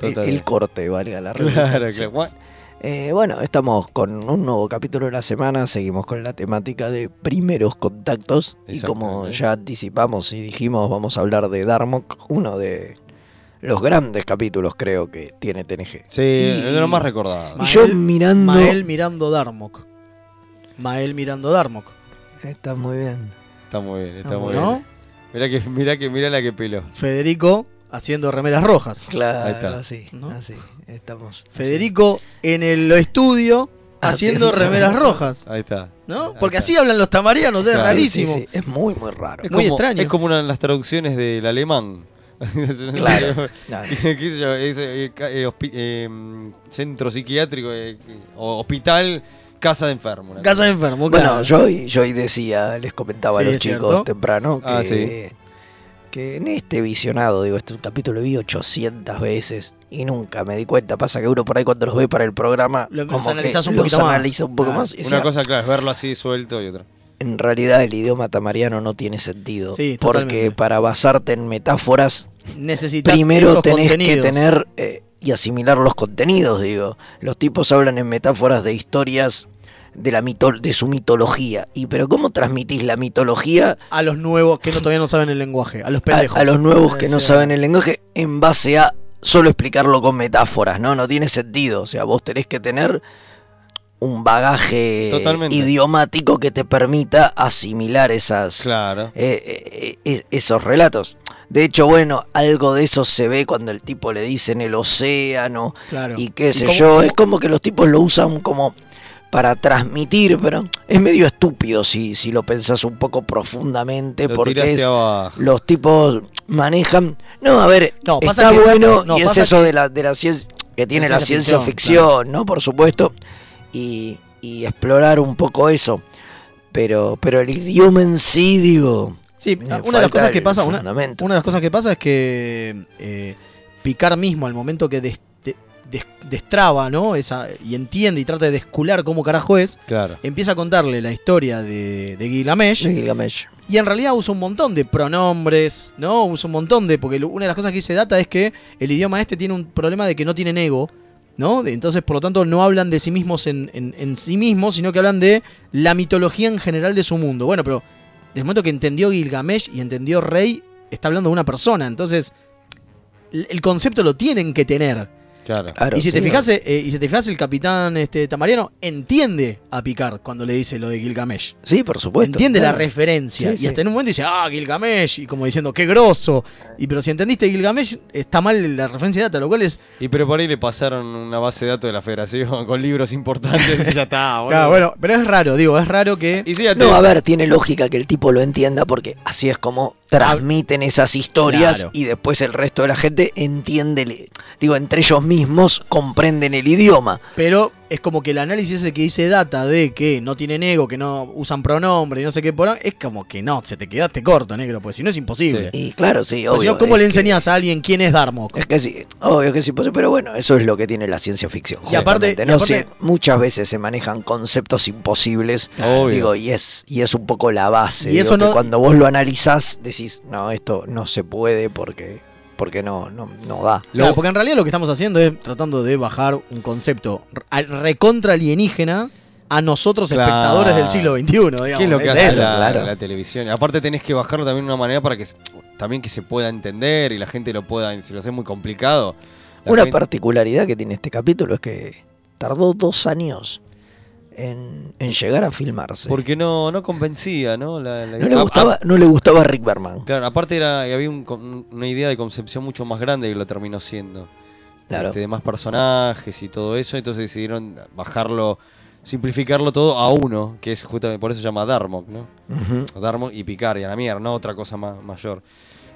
Speaker 3: Total.
Speaker 2: el corte, valga la
Speaker 3: (laughs) Claro,
Speaker 2: redundancia.
Speaker 3: claro. Guau.
Speaker 2: Eh, bueno, estamos con un nuevo capítulo de la semana, seguimos con la temática de primeros contactos y como
Speaker 3: Exactamente.
Speaker 2: ya anticipamos y dijimos vamos a hablar de Darmok, uno de los grandes capítulos creo que tiene TNG.
Speaker 3: Sí, es de lo más recordado.
Speaker 2: Y yo
Speaker 4: Mael-
Speaker 2: mirando...
Speaker 4: Mael mirando Darmok. Mael mirando Darmok.
Speaker 2: Está muy bien.
Speaker 3: Está muy bien, está
Speaker 2: No,
Speaker 3: muy
Speaker 4: ¿No?
Speaker 3: bien. Mirá que, mirá que, mirá la que peló.
Speaker 4: Federico haciendo remeras rojas.
Speaker 2: Claro,
Speaker 3: Ahí está.
Speaker 2: así,
Speaker 4: ¿No?
Speaker 2: así, estamos.
Speaker 4: Federico en el estudio haciendo
Speaker 2: Haciendo
Speaker 4: remeras
Speaker 2: remeras
Speaker 4: rojas.
Speaker 3: Ahí está.
Speaker 4: ¿No?
Speaker 3: Ahí
Speaker 4: Porque
Speaker 3: está.
Speaker 4: así hablan los tamarianos, es
Speaker 3: Claro.
Speaker 2: Sí, sí,
Speaker 4: rarísimo.
Speaker 2: sí, es muy, muy raro.
Speaker 4: muy
Speaker 3: como,
Speaker 4: extraño.
Speaker 3: Es como una de las traducciones del alemán.
Speaker 2: (laughs)
Speaker 3: (laughs)
Speaker 2: Claro. Claro.
Speaker 3: ¿Qué sé yo? Es, eh, ca- eh, hospi- eh, centro psiquiátrico, eh, eh, o hospital, casa de enfermo. una
Speaker 4: Casa de enfermo,
Speaker 2: Bueno,
Speaker 4: claro.
Speaker 2: yo hoy, yo hoy decía, les comentaba
Speaker 4: Sí,
Speaker 2: a los
Speaker 4: es
Speaker 2: chicos
Speaker 4: cierto.
Speaker 2: temprano que,
Speaker 3: Ah, sí.
Speaker 2: que en este visionado, digo, este capítulo lo vi 800 veces y nunca me di cuenta. Pasa que uno por ahí cuando los ve para el programa,
Speaker 4: Lo- los
Speaker 2: como que
Speaker 4: analizás un
Speaker 2: los
Speaker 4: poquito más.
Speaker 2: analiza un poco
Speaker 4: Ah,
Speaker 2: más. y
Speaker 3: Una
Speaker 2: decía,
Speaker 3: cosa, claro, es verlo así suelto y otra.
Speaker 2: En realidad el idioma tamariano no tiene sentido.
Speaker 4: Sí,
Speaker 2: porque
Speaker 4: totalmente.
Speaker 2: para basarte en metáforas,
Speaker 4: Necesitas
Speaker 2: primero
Speaker 4: esos
Speaker 2: tenés
Speaker 4: contenidos.
Speaker 2: que tener eh, y asimilar los contenidos, digo. Los tipos hablan en metáforas de historias de, la mito de su mitología. Y pero ¿cómo transmitís la mitología
Speaker 4: a los nuevos que no, todavía no saben el lenguaje, a los
Speaker 2: a,
Speaker 4: pendejos.
Speaker 2: a los nuevos que
Speaker 4: O
Speaker 2: no
Speaker 4: sea,
Speaker 2: saben el lenguaje en base a solo explicarlo con metáforas, ¿no? No tiene sentido. O sea, vos tenés que tener un bagaje
Speaker 3: Totalmente.
Speaker 2: idiomático que te permita asimilar esas,
Speaker 3: Claro.
Speaker 2: eh, eh, eh, esos relatos. De hecho, bueno, algo de eso se ve cuando el tipo le dicen el océano
Speaker 4: Claro.
Speaker 2: y qué sé
Speaker 4: cómo-
Speaker 2: yo. Es como que los tipos lo usan como para transmitir, pero es medio estúpido si, si lo pensás un poco profundamente,
Speaker 3: Lo
Speaker 2: Eh, porque
Speaker 3: tiraste
Speaker 2: es-
Speaker 3: abajo.
Speaker 2: los tipos manejan... No, a ver,
Speaker 4: No, pasa
Speaker 2: está
Speaker 4: que-
Speaker 2: bueno
Speaker 4: no,
Speaker 2: y es
Speaker 4: pasa
Speaker 2: eso
Speaker 4: que-
Speaker 2: de la, de la ciencia que tiene
Speaker 4: De
Speaker 2: la
Speaker 4: ciencia
Speaker 2: ciencia
Speaker 4: ficción,
Speaker 2: ficción, ¿no? Por supuesto, y, y explorar un poco eso. Pero, pero el idioma en sí, digo...
Speaker 4: Sí,
Speaker 2: me
Speaker 4: Ah, una de las
Speaker 2: falta
Speaker 4: cosas que
Speaker 2: el
Speaker 4: pasa, una,
Speaker 2: fundamento.
Speaker 4: una de las cosas que pasa es que eh, Picard mismo, al momento que des- de- des- destraba, ¿no? Esa, y entiende y trata de descular cómo carajo es,
Speaker 3: Claro.
Speaker 4: empieza a contarle la historia de, de Gilgamesh.
Speaker 2: De Gilgamesh.
Speaker 4: Y en realidad usa un montón de pronombres, ¿no? Usa un montón de. Porque lo- una de las cosas que dice Data es que el idioma este tiene un problema de que no tienen ego, ¿no? De- Entonces, por lo tanto, no hablan de sí mismos en, en- en sí mismos, sino que hablan de la mitología en general de su mundo. Bueno, pero del momento que entendió Gilgamesh y entendió Rey, está hablando de una persona. Entonces, l- el concepto lo tienen que tener.
Speaker 3: Claro.
Speaker 4: y, si te fijas, eh, y si te fijas, el capitán este, Tamariano entiende a Picard cuando le dice lo de Gilgamesh.
Speaker 2: Sí, por supuesto.
Speaker 4: Entiende
Speaker 2: claro.
Speaker 4: la referencia.
Speaker 2: Sí,
Speaker 4: y
Speaker 2: sí.
Speaker 4: hasta en un momento dice, ah, Gilgamesh. Y como diciendo, qué grosso. Y pero si entendiste Gilgamesh, está mal la referencia de data, lo cual es.
Speaker 3: Y pero por ahí le pasaron una base de datos de la federación (laughs) con libros importantes y ya está, boludo.
Speaker 4: Claro, bueno, pero es raro, digo, es raro que.
Speaker 3: Y sí, ya te-
Speaker 2: No, a ver, tiene lógica que el tipo lo entienda porque así es como transmiten esas historias
Speaker 4: Claro.
Speaker 2: y después el resto de la gente entiende, el- digo, entre ellos mismos comprenden el idioma.
Speaker 4: Pero es como que el análisis ese que dice data de que no tienen ego, que no usan pronombre y no sé qué por es como que no, se te quedaste corto, negro, pues si no es imposible.
Speaker 2: Y claro, sí,
Speaker 4: Porque Pues si no,
Speaker 2: obvio.
Speaker 4: ¿cómo
Speaker 2: es
Speaker 4: le
Speaker 2: que-
Speaker 4: enseñás a alguien quién es Darmok?
Speaker 2: Es que sí, obvio que sí, pues, pero bueno, eso es lo que tiene la ciencia ficción.
Speaker 4: Y aparte-
Speaker 2: justamente,
Speaker 4: y
Speaker 2: ¿no?
Speaker 4: aparte-
Speaker 2: Sí, muchas veces se manejan conceptos imposibles,
Speaker 3: Obvio.
Speaker 2: digo, y es, y es un poco la base.
Speaker 4: Y
Speaker 2: digo,
Speaker 4: eso
Speaker 2: que
Speaker 4: no-
Speaker 2: cuando vos lo analizás, decís, no, esto no se puede porque, porque no, no, no da.
Speaker 4: Claro, porque en realidad lo que estamos haciendo es tratando de bajar un concepto al- recontra alienígena a nosotros
Speaker 3: Claro.
Speaker 4: espectadores del siglo XXI, digamos.
Speaker 3: ¿Qué es lo que hace
Speaker 4: eso.
Speaker 3: la,
Speaker 2: claro.
Speaker 3: la televisión? Y Aparte tenés que bajarlo también de una manera para que se- también que se pueda entender y la gente lo pueda, si lo hace muy complicado. la
Speaker 2: Una
Speaker 3: gente-
Speaker 2: particularidad que tiene este capítulo es que tardó dos años en, en llegar a filmarse.
Speaker 3: Porque no, no convencía, ¿no? La- la-
Speaker 2: no, le
Speaker 3: a-
Speaker 2: gustaba, no le gustaba Rick Berman.
Speaker 3: a-
Speaker 4: Este,
Speaker 3: claro, aparte era, había un con- una idea de concepción mucho más grande que lo terminó siendo.
Speaker 2: Claro.
Speaker 3: Este, de más personajes y todo eso, entonces decidieron bajarlo, simplificarlo todo a uno, que es justamente, por eso se llama Darmok, ¿no?
Speaker 2: Ujú.
Speaker 3: Darmok y Picard, y a la mierda, no otra cosa más mayor.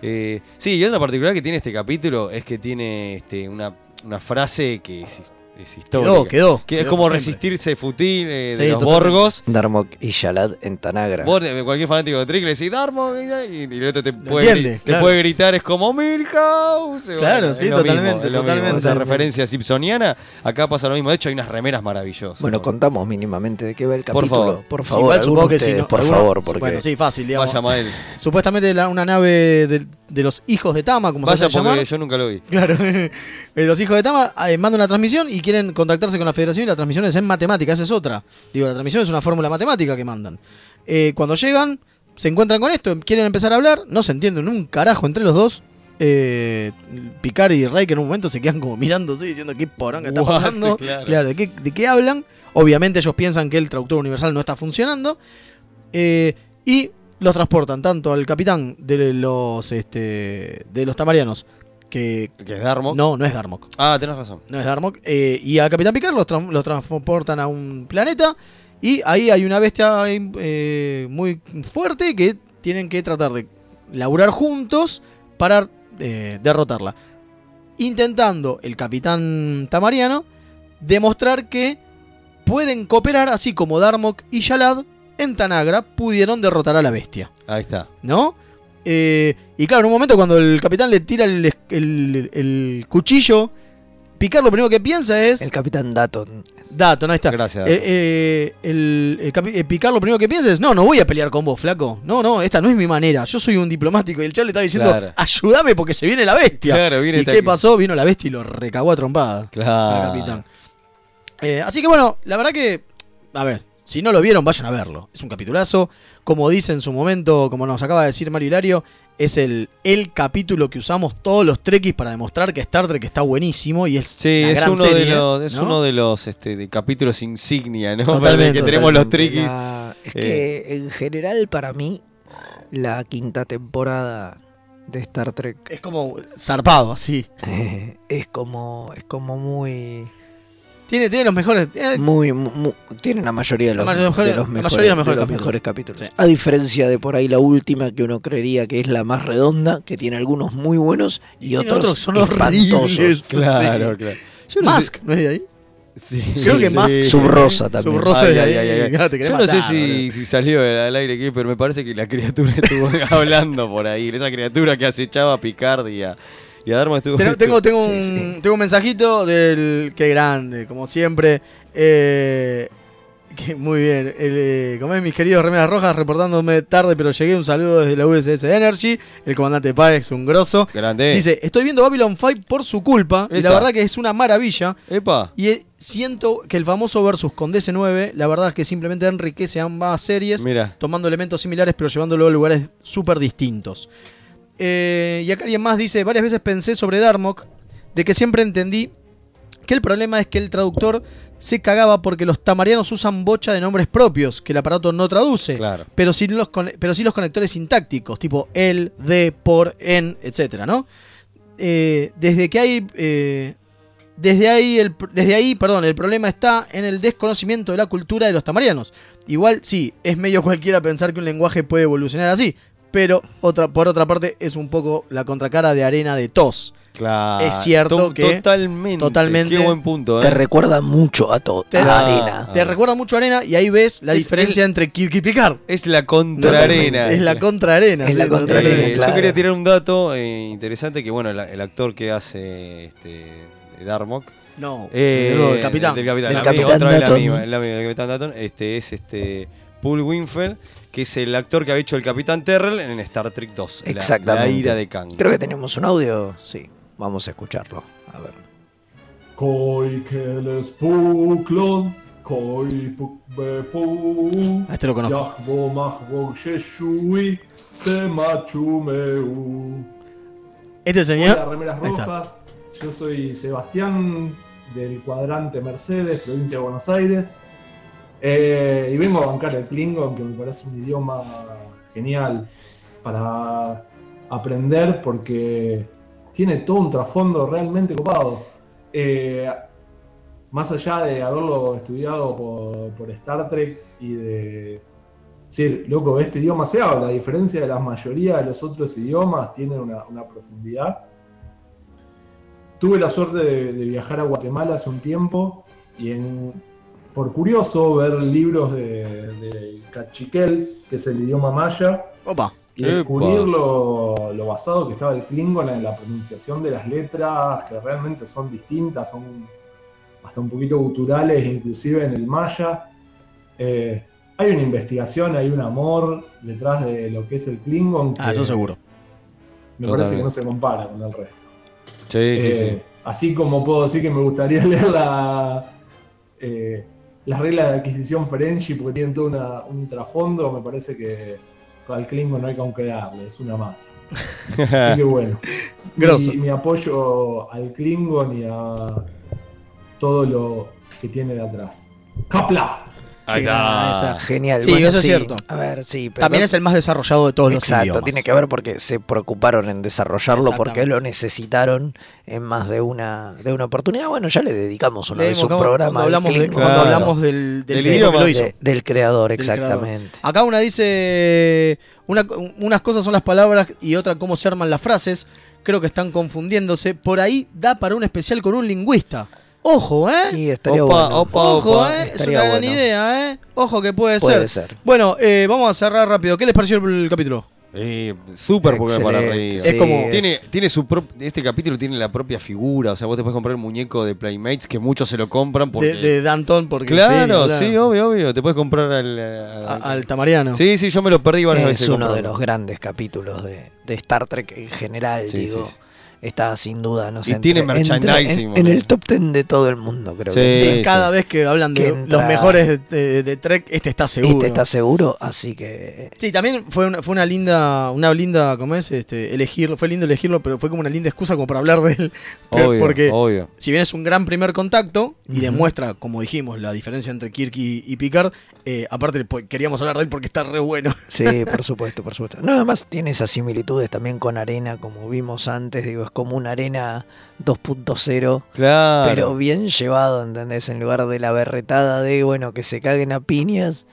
Speaker 3: Eh, sí, y otra particular que tiene este capítulo es que tiene este, una, una frase que es, es histórica.
Speaker 4: Quedó, quedó,
Speaker 3: Que es
Speaker 4: quedó
Speaker 3: como
Speaker 4: para siempre.
Speaker 3: resistirse futil eh, de
Speaker 4: Sí,
Speaker 3: los
Speaker 4: totalmente.
Speaker 3: borgos.
Speaker 2: Darmok y Yalad en Tanagra.
Speaker 3: Vos, eh, cualquier fanático de Trick le decís Darmok y, y el otro te puede,
Speaker 4: entiende,
Speaker 3: gri- te
Speaker 4: claro.
Speaker 3: puede gritar, es como Milhouse. Y
Speaker 4: Claro,
Speaker 3: es
Speaker 4: sí,
Speaker 3: lo mismo,
Speaker 4: totalmente,
Speaker 3: es lo mismo.
Speaker 4: totalmente.
Speaker 3: Esa referencia simpsoniana, acá pasa lo mismo. De hecho, hay unas remeras maravillosas.
Speaker 2: Bueno, contamos mínimamente de qué va el capítulo.
Speaker 3: favor.
Speaker 2: Por
Speaker 4: Sí,
Speaker 2: favor,
Speaker 4: igual
Speaker 2: alguno
Speaker 4: supongo
Speaker 2: de
Speaker 4: que si
Speaker 2: ustedes,
Speaker 4: no-
Speaker 2: por
Speaker 4: alguno-
Speaker 2: favor, porque
Speaker 4: Bueno, sí, fácil, digamos.
Speaker 3: Vaya Mael.
Speaker 4: Supuestamente la- una nave de, de los hijos de Tama, como se
Speaker 3: Vaya
Speaker 4: hace
Speaker 3: porque
Speaker 4: llamar.
Speaker 3: yo nunca lo vi.
Speaker 4: (laughs) Claro. Eh, los hijos de Tama eh, mandan una transmisión y quieren contactarse con la federación y la transmisión es en matemática, esa es otra. Digo, la transmisión es una fórmula matemática que mandan. Eh, cuando llegan, se encuentran con esto, quieren empezar a hablar, no se entienden un carajo entre los dos. Eh, Picard y Rey que en un momento se quedan como mirándose diciendo qué poronga está
Speaker 3: What? (laughs)
Speaker 4: pasando.
Speaker 3: Claro.
Speaker 4: ¿de qué, de qué hablan? Obviamente ellos piensan que el traductor universal no está funcionando. Eh, y los transportan tanto al capitán de los este, de los tamarianos que
Speaker 3: Que es Darmok.
Speaker 4: no, no es Darmok.
Speaker 3: Ah, tenés razón.
Speaker 4: No es Darmok. Eh, y al Capitán Picard los, tran- los transportan a un planeta. Y ahí hay una bestia eh, muy fuerte que tienen que tratar de laburar juntos para eh, derrotarla. Intentando el Capitán Tamariano demostrar que pueden cooperar, así como Darmok y Yalad en Tanagra pudieron derrotar a la bestia.
Speaker 3: Ahí está.
Speaker 4: ¿no? Eh, y claro, en un momento cuando el capitán le tira el, es- el- el cuchillo, Picard lo primero que piensa es...
Speaker 2: el capitán Datton.
Speaker 4: Dato, ahí está.
Speaker 3: Gracias.
Speaker 4: Eh, eh, el, el capi- eh, Picard lo primero que piensa es, no, no voy a pelear con vos, flaco. No, no, esta no es mi manera. Yo soy un diplomático y el chavo le está diciendo,
Speaker 3: Claro.
Speaker 4: ayúdame porque se viene la bestia.
Speaker 3: Claro, viene este
Speaker 4: ¿Y
Speaker 3: esta-
Speaker 4: qué pasó? Vino la bestia y lo recagó a trompada. al
Speaker 3: Claro.
Speaker 4: capitán. Eh, así que bueno, la verdad que, a ver, si no lo vieron, vayan a verlo. Es un capitulazo. Como dice en su momento, como nos acaba de decir Mario Hilario, es el, el capítulo que usamos todos los Trekkies para demostrar que Star Trek está buenísimo y es
Speaker 3: Sí,
Speaker 4: la
Speaker 3: es
Speaker 4: gran
Speaker 3: uno, de
Speaker 4: serie,
Speaker 3: los, es
Speaker 4: ¿no?
Speaker 3: uno de los este, de capítulos insignia, ¿no? (laughs)
Speaker 4: Totalmente,
Speaker 3: que tenemos los triquis.
Speaker 2: La- es
Speaker 3: Eh.
Speaker 2: que en general para mí la quinta temporada de Star Trek (laughs)
Speaker 4: Es como zarpado, así.
Speaker 2: es como es como muy
Speaker 4: Tiene, tiene los mejores. eh,
Speaker 3: Mm,
Speaker 2: Muy, mu- mu- tienen la mayoría de
Speaker 4: La
Speaker 2: los,
Speaker 4: mayoría de los
Speaker 2: de los
Speaker 4: mejores- la
Speaker 2: mejores,
Speaker 4: mayoría de los
Speaker 2: de los
Speaker 4: mejores
Speaker 2: mejores capítulos. A diferencia de por ahí la última que uno creería que es la más redonda, que tiene algunos muy buenos y
Speaker 4: tiene
Speaker 2: otros,
Speaker 4: otros son (laughs) horribles,
Speaker 2: espantosos.
Speaker 3: (laughs) Claro, claro. Yo no
Speaker 4: Mask, ¿no es de ahí?
Speaker 3: Sí,
Speaker 4: Creo que Mask.
Speaker 2: Subrosa también.
Speaker 4: Subrosa
Speaker 3: Ay,
Speaker 4: de
Speaker 3: ay,
Speaker 4: ahí.
Speaker 3: ay,
Speaker 4: (laughs)
Speaker 3: ay.
Speaker 4: Ah, te querés
Speaker 3: Yo no sé
Speaker 4: matar, boludo.
Speaker 3: si, si salió al aire aquí, pero me parece que la criatura (laughs) estuvo hablando por ahí. Esa criatura que acechaba a Picard y a, y a Darmo estuvo. (laughs)
Speaker 4: Tengo, tengo, tengo un, tengo un mensajito del. Qué grande, como siempre. Eh, (laughs) que- muy bien. El, eh, como es, mis queridos remeras rojas, reportándome tarde, pero llegué. Un saludo desde la USS Energy. El comandante Páez, un grosso.
Speaker 3: Grande.
Speaker 4: Dice: Estoy viendo Babylon 5 por su culpa. Y
Speaker 3: Esa.
Speaker 4: la verdad que es una maravilla.
Speaker 3: Epa.
Speaker 4: Y eh, siento que el famoso versus con DC9, la verdad es que simplemente enriquece ambas series,
Speaker 3: Mira.
Speaker 4: tomando elementos similares pero llevándolo a lugares súper distintos. Eh, y acá alguien más dice, varias veces pensé sobre Darmok, de que siempre entendí que el problema es que el traductor se cagaba porque los tamarianos usan bocha de nombres propios, que el aparato no traduce, pero, sí los, con- pero sí los conectores sintácticos, tipo el, de, por, en, etcétera, ¿no? Eh, desde que hay... eh, desde ahí, el, desde ahí, perdón, el problema está en el desconocimiento de la cultura de los tamarianos. Igual, sí, es medio cualquiera pensar que un lenguaje puede evolucionar así, pero otra, por otra parte es un poco la contracara de arena de tos.
Speaker 3: Claro.
Speaker 4: Es cierto
Speaker 3: To-
Speaker 4: que-
Speaker 3: Totalmente.
Speaker 4: totalmente.
Speaker 3: Qué buen punto, ¿eh?
Speaker 2: Te recuerda mucho a, todo
Speaker 4: Te-
Speaker 2: a Arena.
Speaker 4: Ah, Te recuerda mucho a arena y ahí ves la
Speaker 3: Es-
Speaker 4: diferencia entre Kirk y Picard.
Speaker 3: Es la contraarena.
Speaker 4: Es la contraarena.
Speaker 2: Es la
Speaker 4: sí,
Speaker 2: contra-
Speaker 4: totalmente.
Speaker 2: Arena,
Speaker 3: Eh, Yo
Speaker 2: claro.
Speaker 3: quería tirar un dato eh, interesante que, bueno, la- el actor que hace este, Darmok.
Speaker 4: No,
Speaker 3: eh,
Speaker 4: de nuevo, el capitán.
Speaker 3: Del capitán.
Speaker 4: Del
Speaker 3: la misma,
Speaker 4: capitán
Speaker 3: otra vez la
Speaker 4: Dutton.
Speaker 3: misma, la misma, el capitán Dutton. Este es este Paul Winfield, que es el actor que ha hecho el capitán Terrell en Star Trek 2. la-
Speaker 2: Exactamente.
Speaker 3: La, ira de Kang.
Speaker 2: Creo que tenemos un audio. Sí, vamos a escucharlo. A ver.
Speaker 11: Koikeles puklon, koipuk bepu.
Speaker 4: Este lo conozco.
Speaker 11: Yahbo mahbo yeshui, semachumeu.
Speaker 4: Este señor.
Speaker 11: Hola, remeras
Speaker 4: Ahí está.
Speaker 11: rojas. Yo soy Sebastián, del cuadrante Mercedes, provincia de Buenos Aires. Eh, y vengo a bancar el Klingon, que me parece un idioma genial para aprender porque tiene todo un trasfondo realmente copado. Eh, más allá de haberlo estudiado por, por Star Trek y de decir, loco, este idioma se habla, a diferencia de la mayoría de los otros idiomas, tiene una, una profundidad. Tuve la suerte de, de viajar a Guatemala hace un tiempo y en- por curioso ver libros de, de cachiquel, que es el idioma maya,
Speaker 4: Opa.
Speaker 11: y descubrir lo, lo basado que estaba el Klingon en la pronunciación de las letras, que realmente son distintas, son hasta un poquito culturales, inclusive en el maya. Eh, hay una investigación, hay un amor detrás de lo que es el Klingon.
Speaker 4: Ah,
Speaker 11: que
Speaker 4: eso seguro.
Speaker 11: Me
Speaker 3: Yo
Speaker 11: parece
Speaker 3: también.
Speaker 11: que no se compara con el resto.
Speaker 3: Sí, sí,
Speaker 11: Eh,
Speaker 3: sí.
Speaker 11: Así como puedo decir que me gustaría (laughs) leer la, eh, las reglas de adquisición Ferengi, porque tienen todo una- un trasfondo, me parece que al Klingon no hay con qué darle, es una masa. Así que bueno.
Speaker 4: Grosso.
Speaker 11: Mi, mi apoyo al Klingon y a todo lo que tiene de atrás. ¡Capla!
Speaker 3: Ahí
Speaker 4: está. Ahí está.
Speaker 2: Ah, Genial.
Speaker 4: Sí,
Speaker 2: bueno,
Speaker 4: eso es cierto.
Speaker 2: A ver, sí. pero-
Speaker 4: También es el más desarrollado de todos los
Speaker 2: Exacto,
Speaker 4: idiomas.
Speaker 2: tiene que ver porque se preocuparon en desarrollarlo porque
Speaker 4: Exactamente.
Speaker 2: lo necesitaron en más de una de una oportunidad. Bueno, ya le dedicamos una
Speaker 4: Le
Speaker 2: vez
Speaker 4: dedicamos
Speaker 2: un
Speaker 4: cuando-
Speaker 2: programa
Speaker 4: cuando
Speaker 2: al
Speaker 4: hablamos de-
Speaker 2: Klingon.
Speaker 4: cuando hablamos del- del
Speaker 2: de- de-
Speaker 4: idioma.
Speaker 2: del creador,
Speaker 4: del creador. Ah,
Speaker 2: exactamente.
Speaker 4: Acá una dice, una- unas cosas son las palabras y otra cómo se arman las frases. Creo que están confundiéndose. Por ahí da para un especial con un lingüista. Ojo, ¿eh?
Speaker 2: Y estaría
Speaker 3: Opa,
Speaker 2: bueno.
Speaker 3: opa,
Speaker 4: Ojo,
Speaker 3: opa.
Speaker 4: ¿eh? Es
Speaker 2: Estaría
Speaker 4: una gran
Speaker 2: bueno.
Speaker 4: idea, ¿eh? Ojo que puede,
Speaker 2: Puede ser.
Speaker 4: Bueno, eh, vamos a cerrar rápido. ¿Qué les pareció el, el capítulo?
Speaker 3: Eh, súper porque para
Speaker 2: Excelente,
Speaker 3: reír.
Speaker 4: sí, Es como-
Speaker 3: Tiene,
Speaker 2: es-
Speaker 3: tiene su prop- Este capítulo tiene la propia figura. O sea, vos te puedes comprar el muñeco de Playmates que muchos se lo compran porque.
Speaker 4: De, de Danton, porque...
Speaker 3: Claro, sí,
Speaker 4: claro.
Speaker 3: obvio, obvio. Te puedes comprar al. al-
Speaker 4: A- al Tamariano.
Speaker 3: Sí, sí, yo me lo perdí varias veces.
Speaker 2: Es uno de
Speaker 3: comprándolo.
Speaker 2: los grandes capítulos de, de Star Trek en general,
Speaker 3: Sí,
Speaker 2: digo.
Speaker 3: sí, sí.
Speaker 2: Está sin duda, no
Speaker 3: Y
Speaker 2: sé.
Speaker 3: tiene merchandising,
Speaker 2: en- en,
Speaker 3: boludo.
Speaker 2: el top 10 de todo el mundo, creo.
Speaker 3: Sí,
Speaker 2: que.
Speaker 4: Sí, cada vez que hablan de
Speaker 2: Que
Speaker 4: los
Speaker 2: entra-
Speaker 4: mejores de, de- de Trek, este está seguro.
Speaker 2: Este está seguro, así que
Speaker 4: Sí, también fue una, fue una linda, una linda, ¿cómo es? Este, elegirlo, fue lindo elegirlo, pero fue como una linda excusa como para hablar de él. (laughs) Pero-
Speaker 3: Obvio,
Speaker 4: porque
Speaker 3: obvio.
Speaker 4: si bien es un gran primer contacto y
Speaker 2: Ujú.
Speaker 4: demuestra, como dijimos, la diferencia entre Kirk y, y Picard, eh, aparte po- queríamos hablar de él porque está re bueno. (laughs)
Speaker 2: Sí, por supuesto, por supuesto. No, además tiene esas similitudes también con Arena, como vimos antes, digo, es como una arena 2.0.
Speaker 3: Claro.
Speaker 2: Pero bien llevado, ¿entendés? En lugar de la berretada de, bueno, que se caguen a piñas.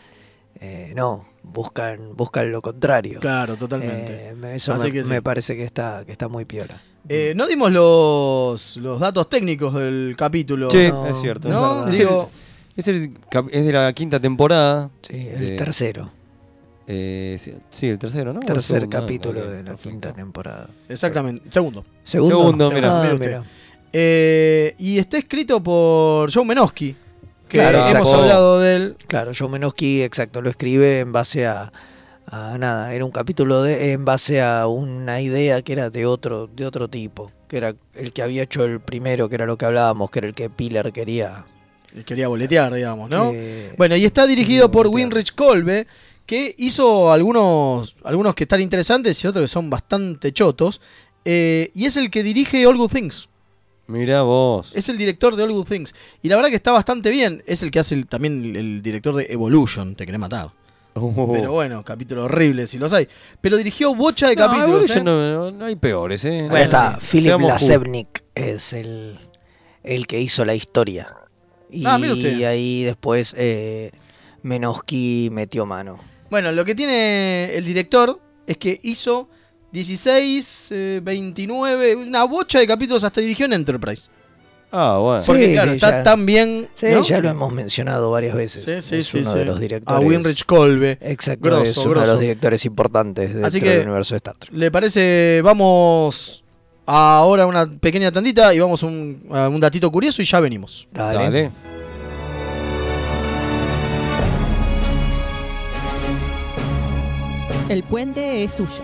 Speaker 2: eh, no, buscan, buscan lo contrario.
Speaker 4: Claro, totalmente.
Speaker 2: Eh, me- eso
Speaker 4: Así
Speaker 2: me,
Speaker 4: que sí.
Speaker 2: me parece que está, que está muy piola.
Speaker 4: Eh, no dimos los, los datos técnicos del capítulo.
Speaker 3: Sí,
Speaker 4: No.
Speaker 3: es cierto.
Speaker 4: No,
Speaker 3: es,
Speaker 4: digo,
Speaker 3: el- es el cap- es de la quinta temporada.
Speaker 2: Sí, el tercero.
Speaker 3: Eh, sí- sí, el tercero, ¿no? O el
Speaker 2: Tercer
Speaker 3: segundo, ah,
Speaker 2: capítulo
Speaker 3: ok.
Speaker 2: de la quinta temporada.
Speaker 4: Exactamente, segundo.
Speaker 2: Segundo,
Speaker 3: Segundo, mira.
Speaker 2: Ah,
Speaker 4: Mire usted.
Speaker 2: mira.
Speaker 4: Eh, y está escrito por Joe Menosky, que
Speaker 2: Claro,
Speaker 4: hemos
Speaker 2: exacto.
Speaker 4: hablado de él.
Speaker 2: Claro, Joe Menosky, exacto, lo escribe en base a, a nada, era un capítulo de, en base a una idea que era de otro, de otro tipo, que era el que había hecho el primero, que era lo que hablábamos, que era el que Pilar quería.
Speaker 4: Quería boletear, digamos, ¿no?
Speaker 2: que-
Speaker 4: Bueno, y está dirigido por Winrich Colbe, que hizo algunos, algunos que están interesantes y otros que son bastante chotos. Eh, y es el que dirige All Good Things.
Speaker 3: Mirá vos.
Speaker 4: Es el director de All Good Things. Y la verdad que está bastante bien. Es el que hace el- también el, el director de Evolution. Te querés matar.
Speaker 3: Uh. Oh.
Speaker 4: Pero bueno, capítulo horrible si los hay. Pero dirigió bocha de
Speaker 3: No,
Speaker 4: capítulos.
Speaker 3: Evolution
Speaker 4: ¿eh?
Speaker 3: Este no, no hay peores, ¿eh?
Speaker 2: Ahí está,
Speaker 3: Sí.
Speaker 2: Philip
Speaker 3: Seamos justos.
Speaker 2: Lasevnik es el, el que hizo la historia. Y
Speaker 4: Ah, mire usted.
Speaker 2: ahí después eh, Menosky metió mano.
Speaker 4: Bueno, lo que tiene el director es que hizo 16, eh, 29, una bocha de capítulos hasta dirigió en Enterprise.
Speaker 3: Ah, bueno.
Speaker 4: Porque
Speaker 2: Sí,
Speaker 4: claro,
Speaker 2: sí,
Speaker 4: está
Speaker 2: ya.
Speaker 4: tan bien.
Speaker 2: Sí,
Speaker 4: ¿no?
Speaker 2: ya lo hemos mencionado varias veces.
Speaker 4: Sí, sí,
Speaker 2: es
Speaker 4: sí,
Speaker 2: uno
Speaker 4: sí.
Speaker 2: de los
Speaker 4: A
Speaker 2: directores.
Speaker 4: Winrich Colbe.
Speaker 2: Exacto,
Speaker 4: Grosso,
Speaker 2: es uno de
Speaker 4: grosso.
Speaker 2: los directores importantes dentro
Speaker 4: Así que-
Speaker 2: del universo de Star Trek.
Speaker 4: ¿Le parece? Vamos ahora a una pequeña tandita y vamos a un, a un datito curioso y ya venimos.
Speaker 2: Dale.
Speaker 3: Dale.
Speaker 12: El puente es suyo.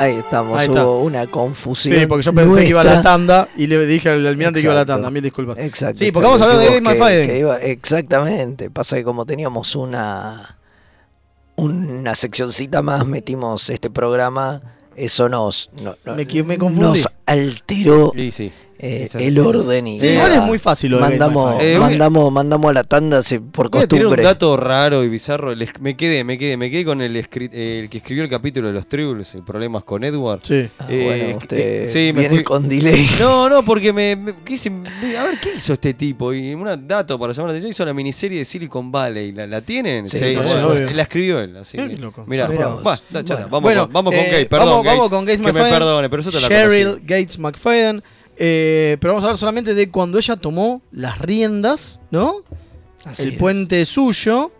Speaker 2: Ahí estamos,
Speaker 4: Ahí
Speaker 2: hubo
Speaker 4: está.
Speaker 2: una confusión.
Speaker 4: Sí, porque yo pensé que iba a la
Speaker 2: nuestra.
Speaker 4: tanda y le dije al almirante que iba a la
Speaker 2: Exacto.
Speaker 4: tanda. Mil disculpas.
Speaker 2: Exacto.
Speaker 4: Sí,
Speaker 2: exacto,
Speaker 4: porque vamos a hablar de
Speaker 2: dijimos
Speaker 4: Game of
Speaker 2: que-
Speaker 4: Friday.
Speaker 2: que iba- Exactamente. Pasa que como teníamos una una seccioncita más, metimos este programa, eso nos no- no-
Speaker 4: Me equi- me confundí.
Speaker 2: nos alteró
Speaker 3: Sí, sí.
Speaker 2: eh,
Speaker 3: Esa-
Speaker 2: el orden y
Speaker 4: Sí, igual es muy fácil lo de Game of
Speaker 2: mandamos,
Speaker 3: Friday. Eh, voy a-
Speaker 2: mandamos, mandamos a la tanda si- por
Speaker 3: Voy a tirar un
Speaker 2: costumbre.
Speaker 3: dato raro y bizarro. El es- me quedé, me quedé, me quedé con el, escri- el que escribió el capítulo de los Tribbles, el problemas con Edward.
Speaker 4: Sí.
Speaker 2: Ah, bueno, usted
Speaker 3: eh, sí, me
Speaker 2: viene
Speaker 3: fui-
Speaker 2: con delay.
Speaker 3: No, no, porque me, me quise- me- a ver qué hizo este tipo. Y un dato para llamar la atención, hizo la miniserie de Silicon Valley. ¿La, la tienen?
Speaker 2: Sí, sí,
Speaker 3: bueno,
Speaker 2: obvio.
Speaker 3: la escribió él. Así
Speaker 4: Mirá
Speaker 3: que-
Speaker 4: qué loco,
Speaker 3: mirá,
Speaker 4: zarpado.
Speaker 3: va, da, chata,
Speaker 4: Bueno.
Speaker 3: vamos,
Speaker 4: Bueno,
Speaker 3: con, vamos
Speaker 4: eh,
Speaker 3: con Gates, perdón.
Speaker 4: Vamos, vamos
Speaker 3: Gates,
Speaker 4: con Gates
Speaker 3: Que me
Speaker 4: McFadden,
Speaker 3: perdone, pero eso te la
Speaker 4: Cheryl
Speaker 3: conocí.
Speaker 4: Gates McFadden. eh, pero vamos a hablar solamente de cuando ella tomó las riendas, ¿no?
Speaker 2: Así
Speaker 4: (laughs) el
Speaker 2: es.
Speaker 4: puente suyo.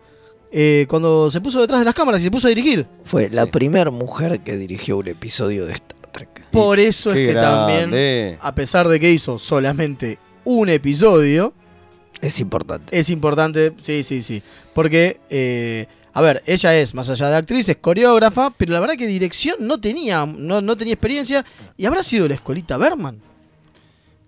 Speaker 4: eh, cuando se puso detrás de las cámaras y se puso a dirigir.
Speaker 2: Fue la primera mujer que dirigió un episodio de Star Trek.
Speaker 4: Por eso es
Speaker 3: Qué
Speaker 4: que también,
Speaker 3: grande.
Speaker 4: a pesar de que hizo solamente un episodio,
Speaker 2: Es importante.
Speaker 4: es importante. Sí, sí, sí. Porque, eh, a ver, ella es, más allá de actriz, es coreógrafa, pero la verdad que dirección no tenía, no, no tenía experiencia. Y habrá sido la escuelita Berman.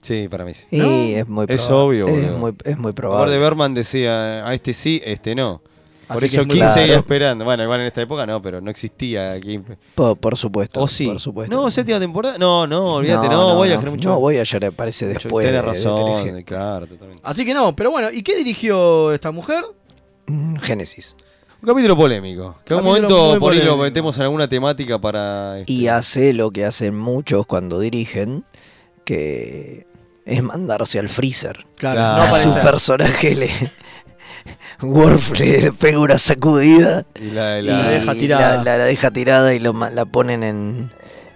Speaker 3: Sí, para mí sí.
Speaker 2: Y
Speaker 4: ¿No?
Speaker 2: es muy
Speaker 3: Es
Speaker 2: proba-
Speaker 3: obvio,
Speaker 2: Es
Speaker 3: boludo.
Speaker 2: muy, es muy
Speaker 3: Robert de
Speaker 2: probable.
Speaker 3: Berman decía, a este sí, a este no. Por
Speaker 4: Así que
Speaker 3: eso
Speaker 4: es
Speaker 3: Kim
Speaker 4: muy
Speaker 3: seguía
Speaker 2: claro.
Speaker 3: esperando. Bueno, igual en esta época no, pero no existía Kim.
Speaker 2: Por, por supuesto.
Speaker 3: O Oh, sí.
Speaker 2: Por supuesto.
Speaker 3: No, séptima temporada. No, no, olvídate, no, voy a dejar mucho.
Speaker 2: No, voy a llorar, parece
Speaker 3: mucho-
Speaker 2: después. eh,
Speaker 3: Tenés
Speaker 2: de- de
Speaker 3: razón,
Speaker 2: TNG.
Speaker 3: claro, totalmente.
Speaker 4: Así que no, pero bueno, ¿y qué dirigió esta mujer?
Speaker 2: Mm, Génesis.
Speaker 3: Un capítulo polémico. Que en un
Speaker 4: Capítulo muy
Speaker 3: momento por ahí lo
Speaker 4: polémico.
Speaker 3: metemos en alguna temática para. este,
Speaker 2: Y hace lo que hacen muchos cuando dirigen, que es mandarse al freezer.
Speaker 4: Claro,
Speaker 3: Claro.
Speaker 4: no
Speaker 2: a su
Speaker 4: aparece.
Speaker 2: personaje le. (laughs) Worf le pega una sacudida.
Speaker 3: y la,
Speaker 2: y
Speaker 3: (laughs) la-
Speaker 4: deja tirada.
Speaker 2: La, la deja tirada y lo, ma- la ponen en,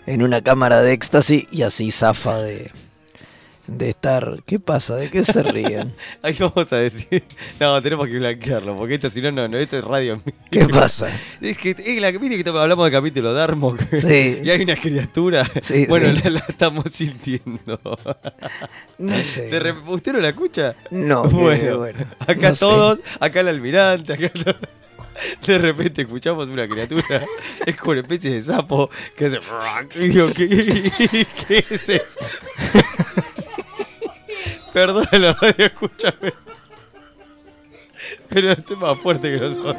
Speaker 2: en una cámara de éxtasis y así zafa de, de estar. ¿Qué pasa? ¿De qué
Speaker 3: (laughs)
Speaker 2: se ríen?
Speaker 3: Ahí vamos a decir. No, tenemos que blanquearlo, porque esto si no, no, no, esto es radio.
Speaker 2: ¿Qué pasa?
Speaker 3: Es que, es la, viste que to- hablamos de capítulo Darmok.
Speaker 2: Sí.
Speaker 3: (laughs) y hay una criatura.
Speaker 2: Sí,
Speaker 3: bueno,
Speaker 2: sí.
Speaker 3: La, la estamos sintiendo.
Speaker 2: No sé.
Speaker 3: ¿De rep- ¿Usted no la escucha? (laughs)
Speaker 2: No, que-
Speaker 3: Bueno,
Speaker 2: bueno,
Speaker 3: acá
Speaker 2: no sé.
Speaker 3: todos, acá el almirante, acá to- De repente escuchamos una criatura, (laughs) es como una especie de sapo que hace. Y digo, ¿qué, qué (laughs) es eso? Perdón a la radio, escúchame. Pero este es más fuerte que nosotros.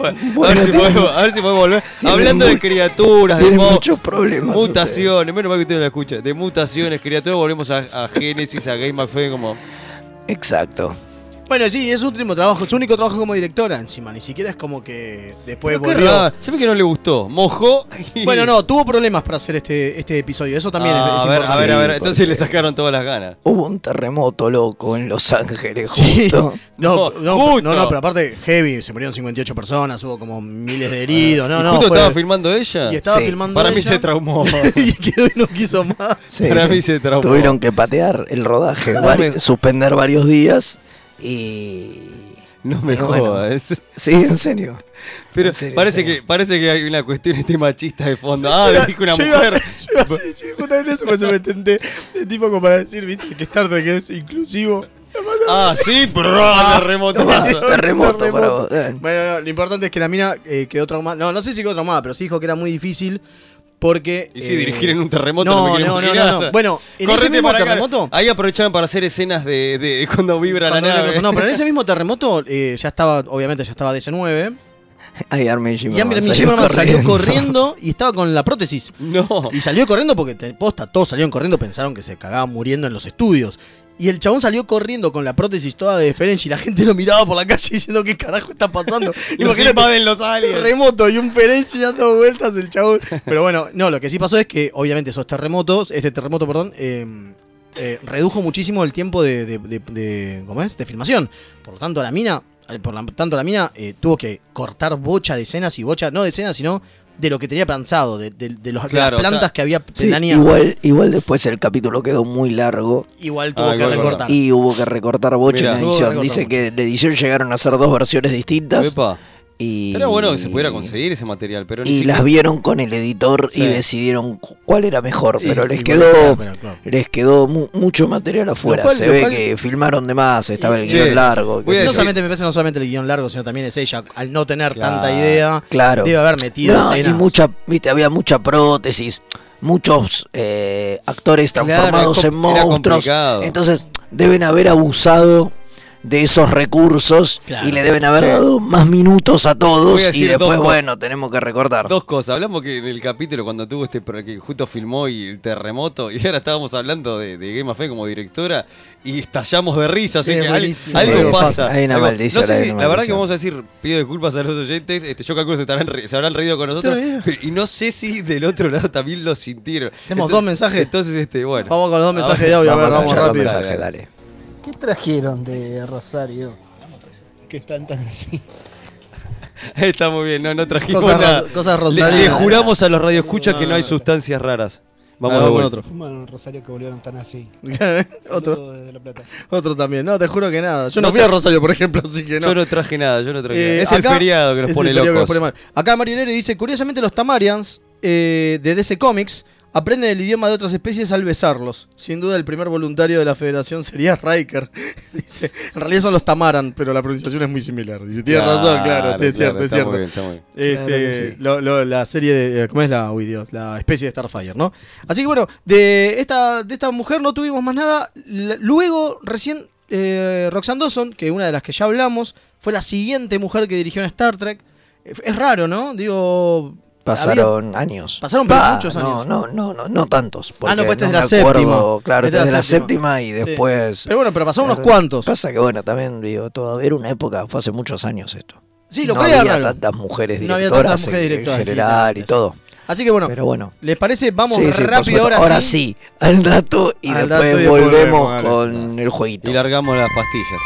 Speaker 3: a, ver si podemos, a ver si podemos volver.
Speaker 2: Tienen
Speaker 3: Hablando de
Speaker 2: mu-
Speaker 3: criaturas, de
Speaker 2: tienen
Speaker 3: mo-
Speaker 2: muchos problemas
Speaker 3: Mutaciones, menos mal que usted la escucha. De mutaciones, criaturas, volvemos a, a Génesis, a Game McFadden como.
Speaker 2: Exacto.
Speaker 4: Bueno, sí, es su último trabajo, su único trabajo como directora encima, ni siquiera es como que después
Speaker 3: Pero qué
Speaker 4: volvió.
Speaker 3: raro, Se ve que no le gustó. Mojó. y-
Speaker 4: Bueno, no, tuvo problemas para hacer este, este episodio, eso también
Speaker 3: Ah,
Speaker 4: es, es
Speaker 3: a ver, a
Speaker 4: importante.
Speaker 3: ver, a ver.
Speaker 2: Sí,
Speaker 3: Entonces le sacaron todas las ganas.
Speaker 2: Hubo un terremoto loco en Los Ángeles,
Speaker 4: (laughs) Sí.
Speaker 2: justo.
Speaker 4: No,
Speaker 3: No,
Speaker 4: no,
Speaker 3: justo.
Speaker 4: no, no, pero aparte, heavy, se murieron 58 personas, hubo como miles de heridos, no,
Speaker 3: Ah, ¿Y
Speaker 4: no.
Speaker 3: justo
Speaker 4: fue-
Speaker 3: estaba filmando ella?
Speaker 4: Y estaba filmando
Speaker 3: Para mí
Speaker 4: ella.
Speaker 3: se traumó.
Speaker 4: (laughs) y quedó y no quiso más.
Speaker 2: Sí,
Speaker 3: (laughs) Para
Speaker 2: sí.
Speaker 3: mí se traumó.
Speaker 2: Tuvieron que patear el rodaje,
Speaker 3: No
Speaker 2: vari-
Speaker 3: me-
Speaker 2: suspender varios días y...
Speaker 3: No me
Speaker 2: y bueno,
Speaker 3: jodas.
Speaker 2: Sí, en serio.
Speaker 3: Pero
Speaker 2: En serio,
Speaker 3: parece,
Speaker 2: en serio.
Speaker 3: que, parece que hay una cuestión este machista de fondo. Ah, lo dijo una
Speaker 4: Yo iba-
Speaker 3: mujer.
Speaker 4: yo iba a decir justamente eso, pues se me tenté de tipo como para decir, viste, que Star Trek es inclusivo.
Speaker 3: Ah, sí, pero ah, terremoto.
Speaker 4: (laughs)
Speaker 2: Tomás, terremoto,
Speaker 4: Terremoto.
Speaker 2: para vos. Eh,
Speaker 4: Bueno, no, lo importante es que la mina eh, quedó traumada. No, no sé si quedó traumada, pero sí dijo que era muy difícil porque.
Speaker 3: Y sí,
Speaker 4: eh,
Speaker 3: dirigir en un terremoto no,
Speaker 4: no,
Speaker 3: me quiero
Speaker 4: no, no,
Speaker 3: imaginar.
Speaker 4: no, no. Bueno, en
Speaker 3: Correte
Speaker 4: ese mismo
Speaker 3: para acá.
Speaker 4: terremoto.
Speaker 3: Ahí aprovecharon para hacer escenas de, de cuando vibra
Speaker 4: cuando
Speaker 3: la
Speaker 4: era
Speaker 3: nave. (laughs)
Speaker 4: cosa- no, pero en ese mismo terremoto eh, ya estaba, obviamente, ya estaba DC9.
Speaker 2: Ahí Armin Shimerman
Speaker 4: Y Amir
Speaker 2: salió
Speaker 4: Shimerman salió corriendo y estaba con la prótesis.
Speaker 3: No.
Speaker 4: Y salió corriendo porque, te- posta, todos salieron corriendo, pensaron que se cagaba muriendo en los estudios. Y el chabón salió corriendo con la prótesis toda de Ferenci y la gente lo miraba por la calle diciendo qué carajo está
Speaker 3: (laughs)
Speaker 4: pasando.
Speaker 3: Los invaden los aliens.
Speaker 4: Este Terremoto y un Ferenci dando vueltas el chabón. Pero bueno, no, lo que sí pasó es que obviamente esos terremotos, este terremoto, perdón, eh, eh, redujo muchísimo el tiempo de, de- de- de- ¿cómo es? de filmación. Por lo tanto, la mina, eh, por lo tanto, la mina eh, tuvo que cortar bocha de escenas y bocha, no de escenas, sino de lo que tenía pensado, de, de- de los- de
Speaker 3: Claro, o
Speaker 4: las plantas
Speaker 3: sea,
Speaker 4: que había
Speaker 2: Sí,
Speaker 4: planeado.
Speaker 2: igual, igual después el capítulo quedó muy largo
Speaker 4: Igual tuvo
Speaker 3: Ah,
Speaker 4: que
Speaker 3: igual
Speaker 4: recortar.
Speaker 2: y hubo que recortar bocha
Speaker 3: Mirá.
Speaker 2: en la
Speaker 3: Hubo que
Speaker 2: edición.
Speaker 4: recortar
Speaker 2: Dice
Speaker 4: mucho.
Speaker 2: que en edición llegaron a hacer dos versiones distintas.
Speaker 3: Epa,
Speaker 2: Y...
Speaker 3: Era bueno que se pudiera conseguir ese material, pero ni
Speaker 2: Y
Speaker 3: siquiera-
Speaker 2: las vieron con el editor
Speaker 3: Sí.
Speaker 2: y decidieron cu- cuál era mejor,
Speaker 4: Sí,
Speaker 2: pero les
Speaker 4: igual
Speaker 2: quedó,
Speaker 4: era, pero claro.
Speaker 2: les quedó mu- mucho material afuera.
Speaker 4: cual-
Speaker 2: Se
Speaker 4: lo
Speaker 2: ve
Speaker 4: cual-
Speaker 2: que filmaron de más, estaba el
Speaker 3: Sí.
Speaker 2: guión largo.
Speaker 3: Voy a
Speaker 2: qué sé
Speaker 4: No
Speaker 2: yo.
Speaker 3: decir-
Speaker 4: solamente, me parece no solamente el guión largo, sino también es ella, al no tener
Speaker 3: Claro,
Speaker 4: tanta idea,
Speaker 2: claro.
Speaker 4: debe haber metido
Speaker 2: No, y
Speaker 4: escenas.
Speaker 2: mucha, viste, había mucha prótesis, muchos eh, actores
Speaker 3: Claro,
Speaker 2: transformados
Speaker 3: era
Speaker 2: en
Speaker 3: com- era
Speaker 2: monstruos.
Speaker 3: complicado.
Speaker 2: Entonces, deben haber abusado de esos recursos
Speaker 4: Claro.
Speaker 2: y le deben haber
Speaker 3: Sí.
Speaker 2: dado más minutos a todos
Speaker 3: Voy a
Speaker 2: y
Speaker 3: decir
Speaker 2: después,
Speaker 3: dos co-
Speaker 2: bueno, tenemos que recortar.
Speaker 3: Dos cosas. Hablamos que en el capítulo cuando tuvo este pro- que justo filmó y el terremoto y ahora estábamos hablando de, de Game of Thrones como directora y estallamos de risa, así
Speaker 4: Sí,
Speaker 3: que al-
Speaker 4: buenísimo.
Speaker 3: algo
Speaker 2: Algo
Speaker 3: pasa.
Speaker 2: pasa. Hay una
Speaker 3: Algo-
Speaker 2: maldición,
Speaker 3: No sé
Speaker 2: hay
Speaker 3: si-
Speaker 2: una
Speaker 3: la verdad que
Speaker 2: maldición.
Speaker 3: vamos a decir, pido disculpas a los oyentes, este, yo calculo que se, estarán re- se habrán reído con nosotros
Speaker 4: Está bien.
Speaker 3: pero- y no sé si del otro lado también lo sintieron.
Speaker 4: Tenemos dos mensajes.
Speaker 3: Entonces, este, bueno.
Speaker 4: Vamos con los dos
Speaker 3: Ah,
Speaker 4: mensajes de audio, a ver,
Speaker 2: con
Speaker 4: vamos
Speaker 2: ya con
Speaker 4: rápido.
Speaker 2: mensaje, dale.
Speaker 13: ¿Qué trajeron de Rosario? Que están tan así.
Speaker 3: (laughs) Está muy bien, no, no trajimos
Speaker 4: Cosas
Speaker 3: nada.
Speaker 4: ro- cosas
Speaker 3: Le-
Speaker 4: rosarinas.
Speaker 3: Le, juramos a los radioescuchas que no hay sustancias raras. Vamos de
Speaker 4: Ah, con
Speaker 3: vuelta.
Speaker 4: otro.
Speaker 13: Fumaron en Rosario que volvieron tan así.
Speaker 4: (laughs) otro,
Speaker 13: Saludos desde La Plata.
Speaker 4: otro también. No, te juro que nada. Yo no,
Speaker 3: No
Speaker 4: fui a
Speaker 3: tra-
Speaker 4: Rosario, por ejemplo, así que no.
Speaker 3: Yo no traje nada, yo no traje
Speaker 4: Eh,
Speaker 3: nada. Es
Speaker 4: acá-
Speaker 3: el feriado que nos
Speaker 4: es
Speaker 3: pone
Speaker 4: el feriado que
Speaker 3: locos.
Speaker 4: nos pone mal. Acá Marinero dice, curiosamente los Tamarians eh, de DC Comics aprenden el idioma de otras especies al besarlos. Sin duda el primer voluntario de la federación sería Riker. (laughs) dice, en realidad son los Tamaran, pero la pronunciación es muy similar. Dice, tienes razón, claro, es cierto, es
Speaker 3: está
Speaker 4: cierto.
Speaker 3: muy bien, está muy bien.
Speaker 4: Este,
Speaker 2: Claro que sí.
Speaker 4: lo- lo- la serie de. eh, ¿Cómo es la? Uy, Dios, la especie de Starfire, ¿no? Así que bueno, de esta, de esta mujer no tuvimos más nada. La- luego, recién, eh, Roxanne Dawson, que una de las que ya hablamos, fue la siguiente mujer que dirigió en Star Trek. Eh, Es raro, ¿no? Digo. había-
Speaker 2: Pasaron años.
Speaker 4: Pasaron, pero
Speaker 2: Pa,
Speaker 4: muchos
Speaker 2: no,
Speaker 4: años.
Speaker 2: No, no, no, no tantos. Porque
Speaker 4: no, pues esta es
Speaker 2: me
Speaker 4: la séptima.
Speaker 2: acuerdo, Claro,
Speaker 4: Esta es
Speaker 2: desde
Speaker 4: la
Speaker 2: la
Speaker 4: séptima.
Speaker 2: séptima y
Speaker 4: Sí.
Speaker 2: después.
Speaker 4: Pero bueno, pero pasaron unos
Speaker 2: Eh,
Speaker 4: cuantos.
Speaker 2: Pasa que bueno, también digo, todo, era una época, fue hace muchos años esto.
Speaker 4: Sí, lo
Speaker 2: no
Speaker 4: cual era
Speaker 2: había
Speaker 4: raro.
Speaker 2: tantas mujeres
Speaker 4: No había
Speaker 2: directoras,
Speaker 4: tantas mujeres
Speaker 2: en-
Speaker 4: directoras
Speaker 2: en general y
Speaker 4: digitales.
Speaker 2: todo.
Speaker 4: Así que bueno,
Speaker 2: Pero bueno.
Speaker 4: ¿les parece? Vamos
Speaker 2: Sí, sí, por
Speaker 4: rápido
Speaker 2: supuesto.
Speaker 4: ahora,
Speaker 2: ahora sí. al dato y
Speaker 4: Al dato
Speaker 2: después
Speaker 4: y después volvemos,
Speaker 2: volvemos
Speaker 4: dale.
Speaker 2: con el jueguito.
Speaker 3: Y largamos las pastillas.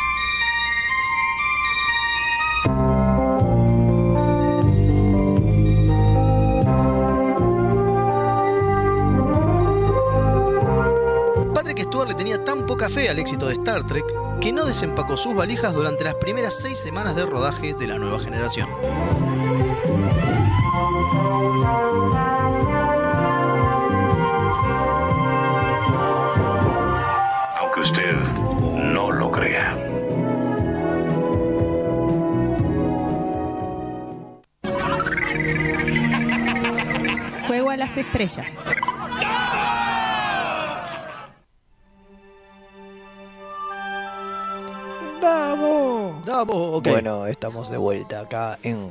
Speaker 4: Patrick Stewart le tenía tan poca fe al éxito de Star Trek que no desempacó sus valijas durante las primeras seis semanas de rodaje de la nueva generación.
Speaker 12: aunque usted no lo crea.
Speaker 7: Juego a las estrellas.
Speaker 2: ¡Vamos!
Speaker 4: ¡Vamos! ¡Vamos! ok.
Speaker 2: Bueno, estamos de vuelta acá en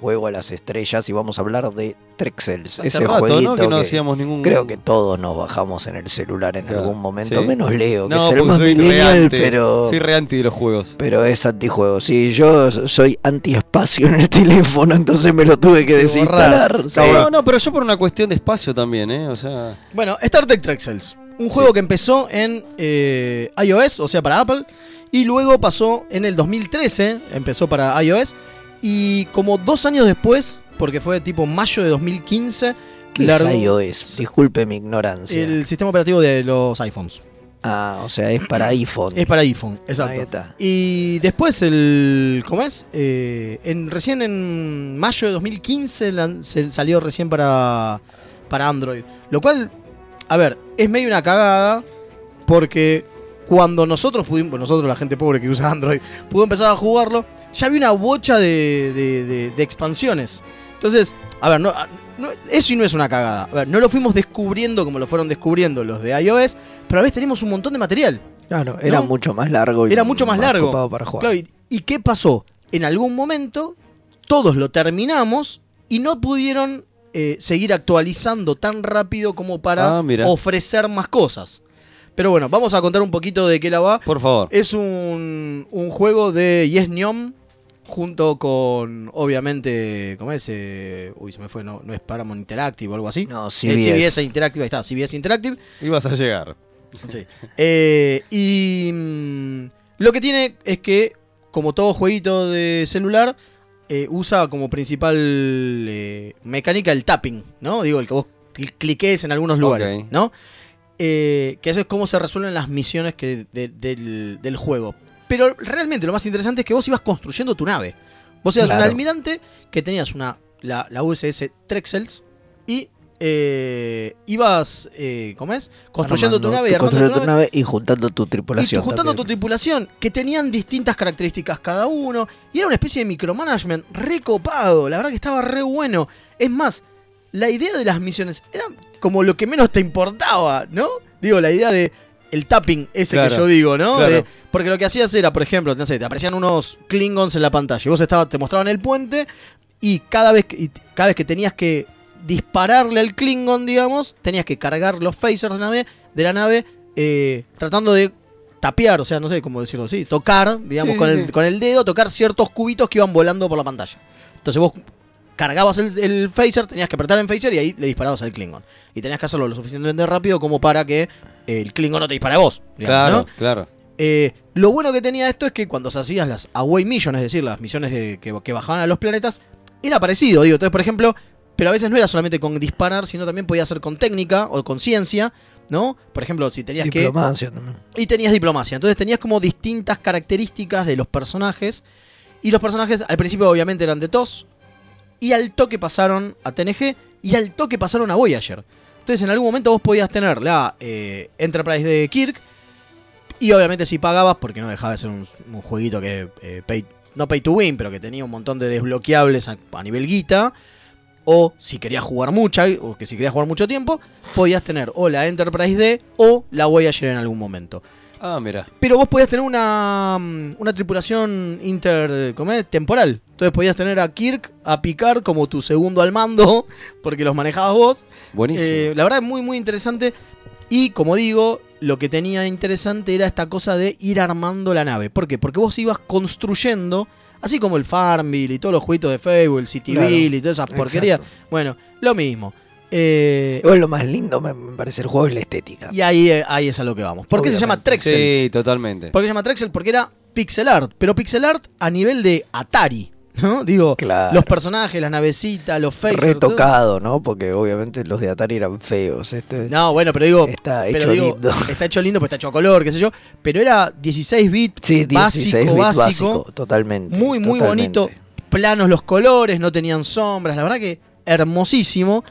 Speaker 2: Juego a las Estrellas y vamos a hablar de Trexels.
Speaker 3: Hace
Speaker 2: ese
Speaker 3: rato, ¿no?
Speaker 2: jueguito
Speaker 3: Que no hacíamos ningún-
Speaker 2: Creo que todos nos bajamos en el celular en algún momento,
Speaker 3: Sí.
Speaker 2: menos Leo, que
Speaker 3: No,
Speaker 2: es el
Speaker 3: porque
Speaker 2: más
Speaker 3: soy
Speaker 2: millennial,
Speaker 3: reante.
Speaker 2: pero...
Speaker 3: Soy reanti de los juegos.
Speaker 2: Pero es antijuego. Sí, yo soy antiespacio en el (laughs) teléfono, entonces me lo tuve que desinstalar. Sí.
Speaker 3: No, no, pero yo por una cuestión de espacio también, ¿eh? O sea.
Speaker 4: Bueno, Star Trek Trexels. Un juego que empezó en eh, iOS, o sea, para Apple, y luego pasó en el 2013, empezó para iOS, y como dos años después, porque fue tipo mayo de 2015,
Speaker 2: ¿Qué es iOS? Disculpe mi ignorancia.
Speaker 4: el sistema operativo de los iPhones.
Speaker 2: Ah, o sea, es para iPhone.
Speaker 4: Es para iPhone, exacto.
Speaker 2: Ahí está.
Speaker 4: Y después el. ¿Cómo es? Eh, en, recién en mayo de 2015 lan- se- salió recién para. para Android. Lo cual. A ver, es medio una cagada. Porque cuando nosotros pudimos. Nosotros, la gente pobre que usa Android, pudo empezar a jugarlo. Ya había una bocha de, de- de- de expansiones. Entonces, a ver, no, no- eso y no es una cagada. A ver, no lo fuimos descubriendo como lo fueron descubriendo los de iOS, pero a veces tenemos un montón de material.
Speaker 2: Claro, era
Speaker 4: ¿No?
Speaker 2: mucho más largo. y
Speaker 4: Era mucho más, largo.
Speaker 2: copado para jugar.
Speaker 4: Claro, y, y qué pasó? En algún momento todos lo terminamos y no pudieron eh, seguir actualizando tan rápido como para
Speaker 3: Ah, mirá.
Speaker 4: ofrecer más cosas. Pero bueno, vamos a contar un poquito de qué la va.
Speaker 3: Por favor.
Speaker 4: Es un, un juego de Yes Neom junto con, obviamente, ¿cómo es? Eh, uy, se me fue, no, no es Paramount Interactive o algo así. No,
Speaker 3: CBS.
Speaker 4: CBS Interactive, ahí está, CBS Interactive.
Speaker 3: Ibas a llegar.
Speaker 4: Sí. Eh, y mm, lo que tiene es que, como todo jueguito de celular, eh, usa como principal eh, mecánica el tapping, ¿no? Digo, el que vos cl- cliquees en algunos lugares,
Speaker 3: Ok.
Speaker 4: ¿no? Eh, que eso es cómo se resuelven las misiones que de- del, del juego. Pero realmente lo más interesante es que vos ibas construyendo tu nave. Vos eras
Speaker 2: Claro.
Speaker 4: un almirante que tenías una la, la USS Trexels y eh, ibas, eh, ¿cómo es? Construyendo
Speaker 2: Armando,
Speaker 4: tu nave y
Speaker 2: tú
Speaker 4: armando
Speaker 2: construyendo
Speaker 4: tu nave.
Speaker 2: y juntando tu
Speaker 4: Y tú
Speaker 2: tripulación.
Speaker 4: juntando tu
Speaker 2: también.
Speaker 4: tripulación, que tenían distintas características cada uno, y era una especie de micromanagement recopado, la verdad que estaba re bueno. Es más, la idea de las misiones era como lo que menos te importaba, ¿no? Digo, la idea de el tapping ese
Speaker 3: Claro,
Speaker 4: que yo digo, ¿no?
Speaker 3: claro.
Speaker 4: De- porque lo que hacías era, por ejemplo, no sé, te aparecían unos klingons en la pantalla, y vos estabas, te mostraban el puente, y cada vez que, y cada vez que tenías que dispararle al Klingon, digamos, tenías que cargar los phasers de la nave, de la nave eh, tratando de tapear, o sea, no sé cómo decirlo así, tocar, digamos,
Speaker 3: Sí,
Speaker 4: con,
Speaker 3: sí,
Speaker 4: el,
Speaker 3: sí.
Speaker 4: con el dedo, tocar ciertos cubitos que iban volando por la pantalla. Entonces vos cargabas el, el phaser, tenías que apretar el phaser y ahí le disparabas al Klingon. Y tenías que hacerlo lo suficientemente rápido como para que el Klingon no te dispare a vos. digamos,
Speaker 3: Claro,
Speaker 4: ¿no?
Speaker 3: claro.
Speaker 4: Eh, lo bueno que tenía esto es que cuando se hacían las away missions, es decir, las misiones de- que, que bajaban a los planetas, era parecido, digo. Entonces, por ejemplo, pero a veces no era solamente con disparar, sino también podía ser con técnica o con ciencia, ¿no? Por ejemplo, si tenías que
Speaker 2: Diplomacia también.
Speaker 4: y tenías diplomacia. Entonces tenías como distintas características de los personajes. Y los personajes al principio obviamente eran de TOS. Y al toque pasaron a TNG. Y al toque pasaron a Voyager. Entonces en algún momento vos podías tener la eh, Enterprise de Kirk. Y obviamente si pagabas, porque no dejaba de ser un, un jueguito que... eh, pay- no pay to win, pero que tenía un montón de desbloqueables a, a nivel guita. O si querías jugar mucha, o que si querías jugar mucho tiempo, podías tener o la Enterprise D o la Voyager en algún momento.
Speaker 3: Ah, mira.
Speaker 4: Pero vos podías tener una, mm, una tripulación inter, ¿cómo es? temporal. Entonces podías tener a Kirk, a Picard como tu segundo al mando, (laughs) porque los manejabas vos.
Speaker 3: Buenísimo.
Speaker 4: Eh, la verdad es muy, muy interesante. Y como digo, lo que tenía interesante era esta cosa de ir armando la nave. ¿Por qué? Porque vos ibas construyendo, así como el Farmville y todos los jueguitos de Facebook, el Cityville
Speaker 2: Claro,
Speaker 4: y todas esas porquerías. Bueno, lo mismo. Eh,
Speaker 2: Igual lo más lindo me, me parece el juego es la estética.
Speaker 4: y ahí, ahí es a lo que vamos. ¿Por qué se llama Trexels?
Speaker 3: Sí, totalmente.
Speaker 4: ¿Por qué se llama Trexel? Porque era pixel art, pero pixel art a nivel de Atari, ¿no? Digo, los personajes, las navecitas, los faces.
Speaker 2: Retocado, ¿no? Porque obviamente los de Atari eran feos. Este
Speaker 4: No, bueno, pero digo,
Speaker 2: está
Speaker 4: pero
Speaker 2: hecho
Speaker 4: digo,
Speaker 2: lindo.
Speaker 4: (laughs) está hecho lindo, pues está hecho a color, qué sé yo, pero era 16 bits,
Speaker 2: Sí, 16
Speaker 4: básico,
Speaker 2: bit
Speaker 4: básico,
Speaker 2: totalmente.
Speaker 4: muy muy
Speaker 2: totalmente.
Speaker 4: bonito, planos los colores, no tenían sombras, la verdad que hermosísimo.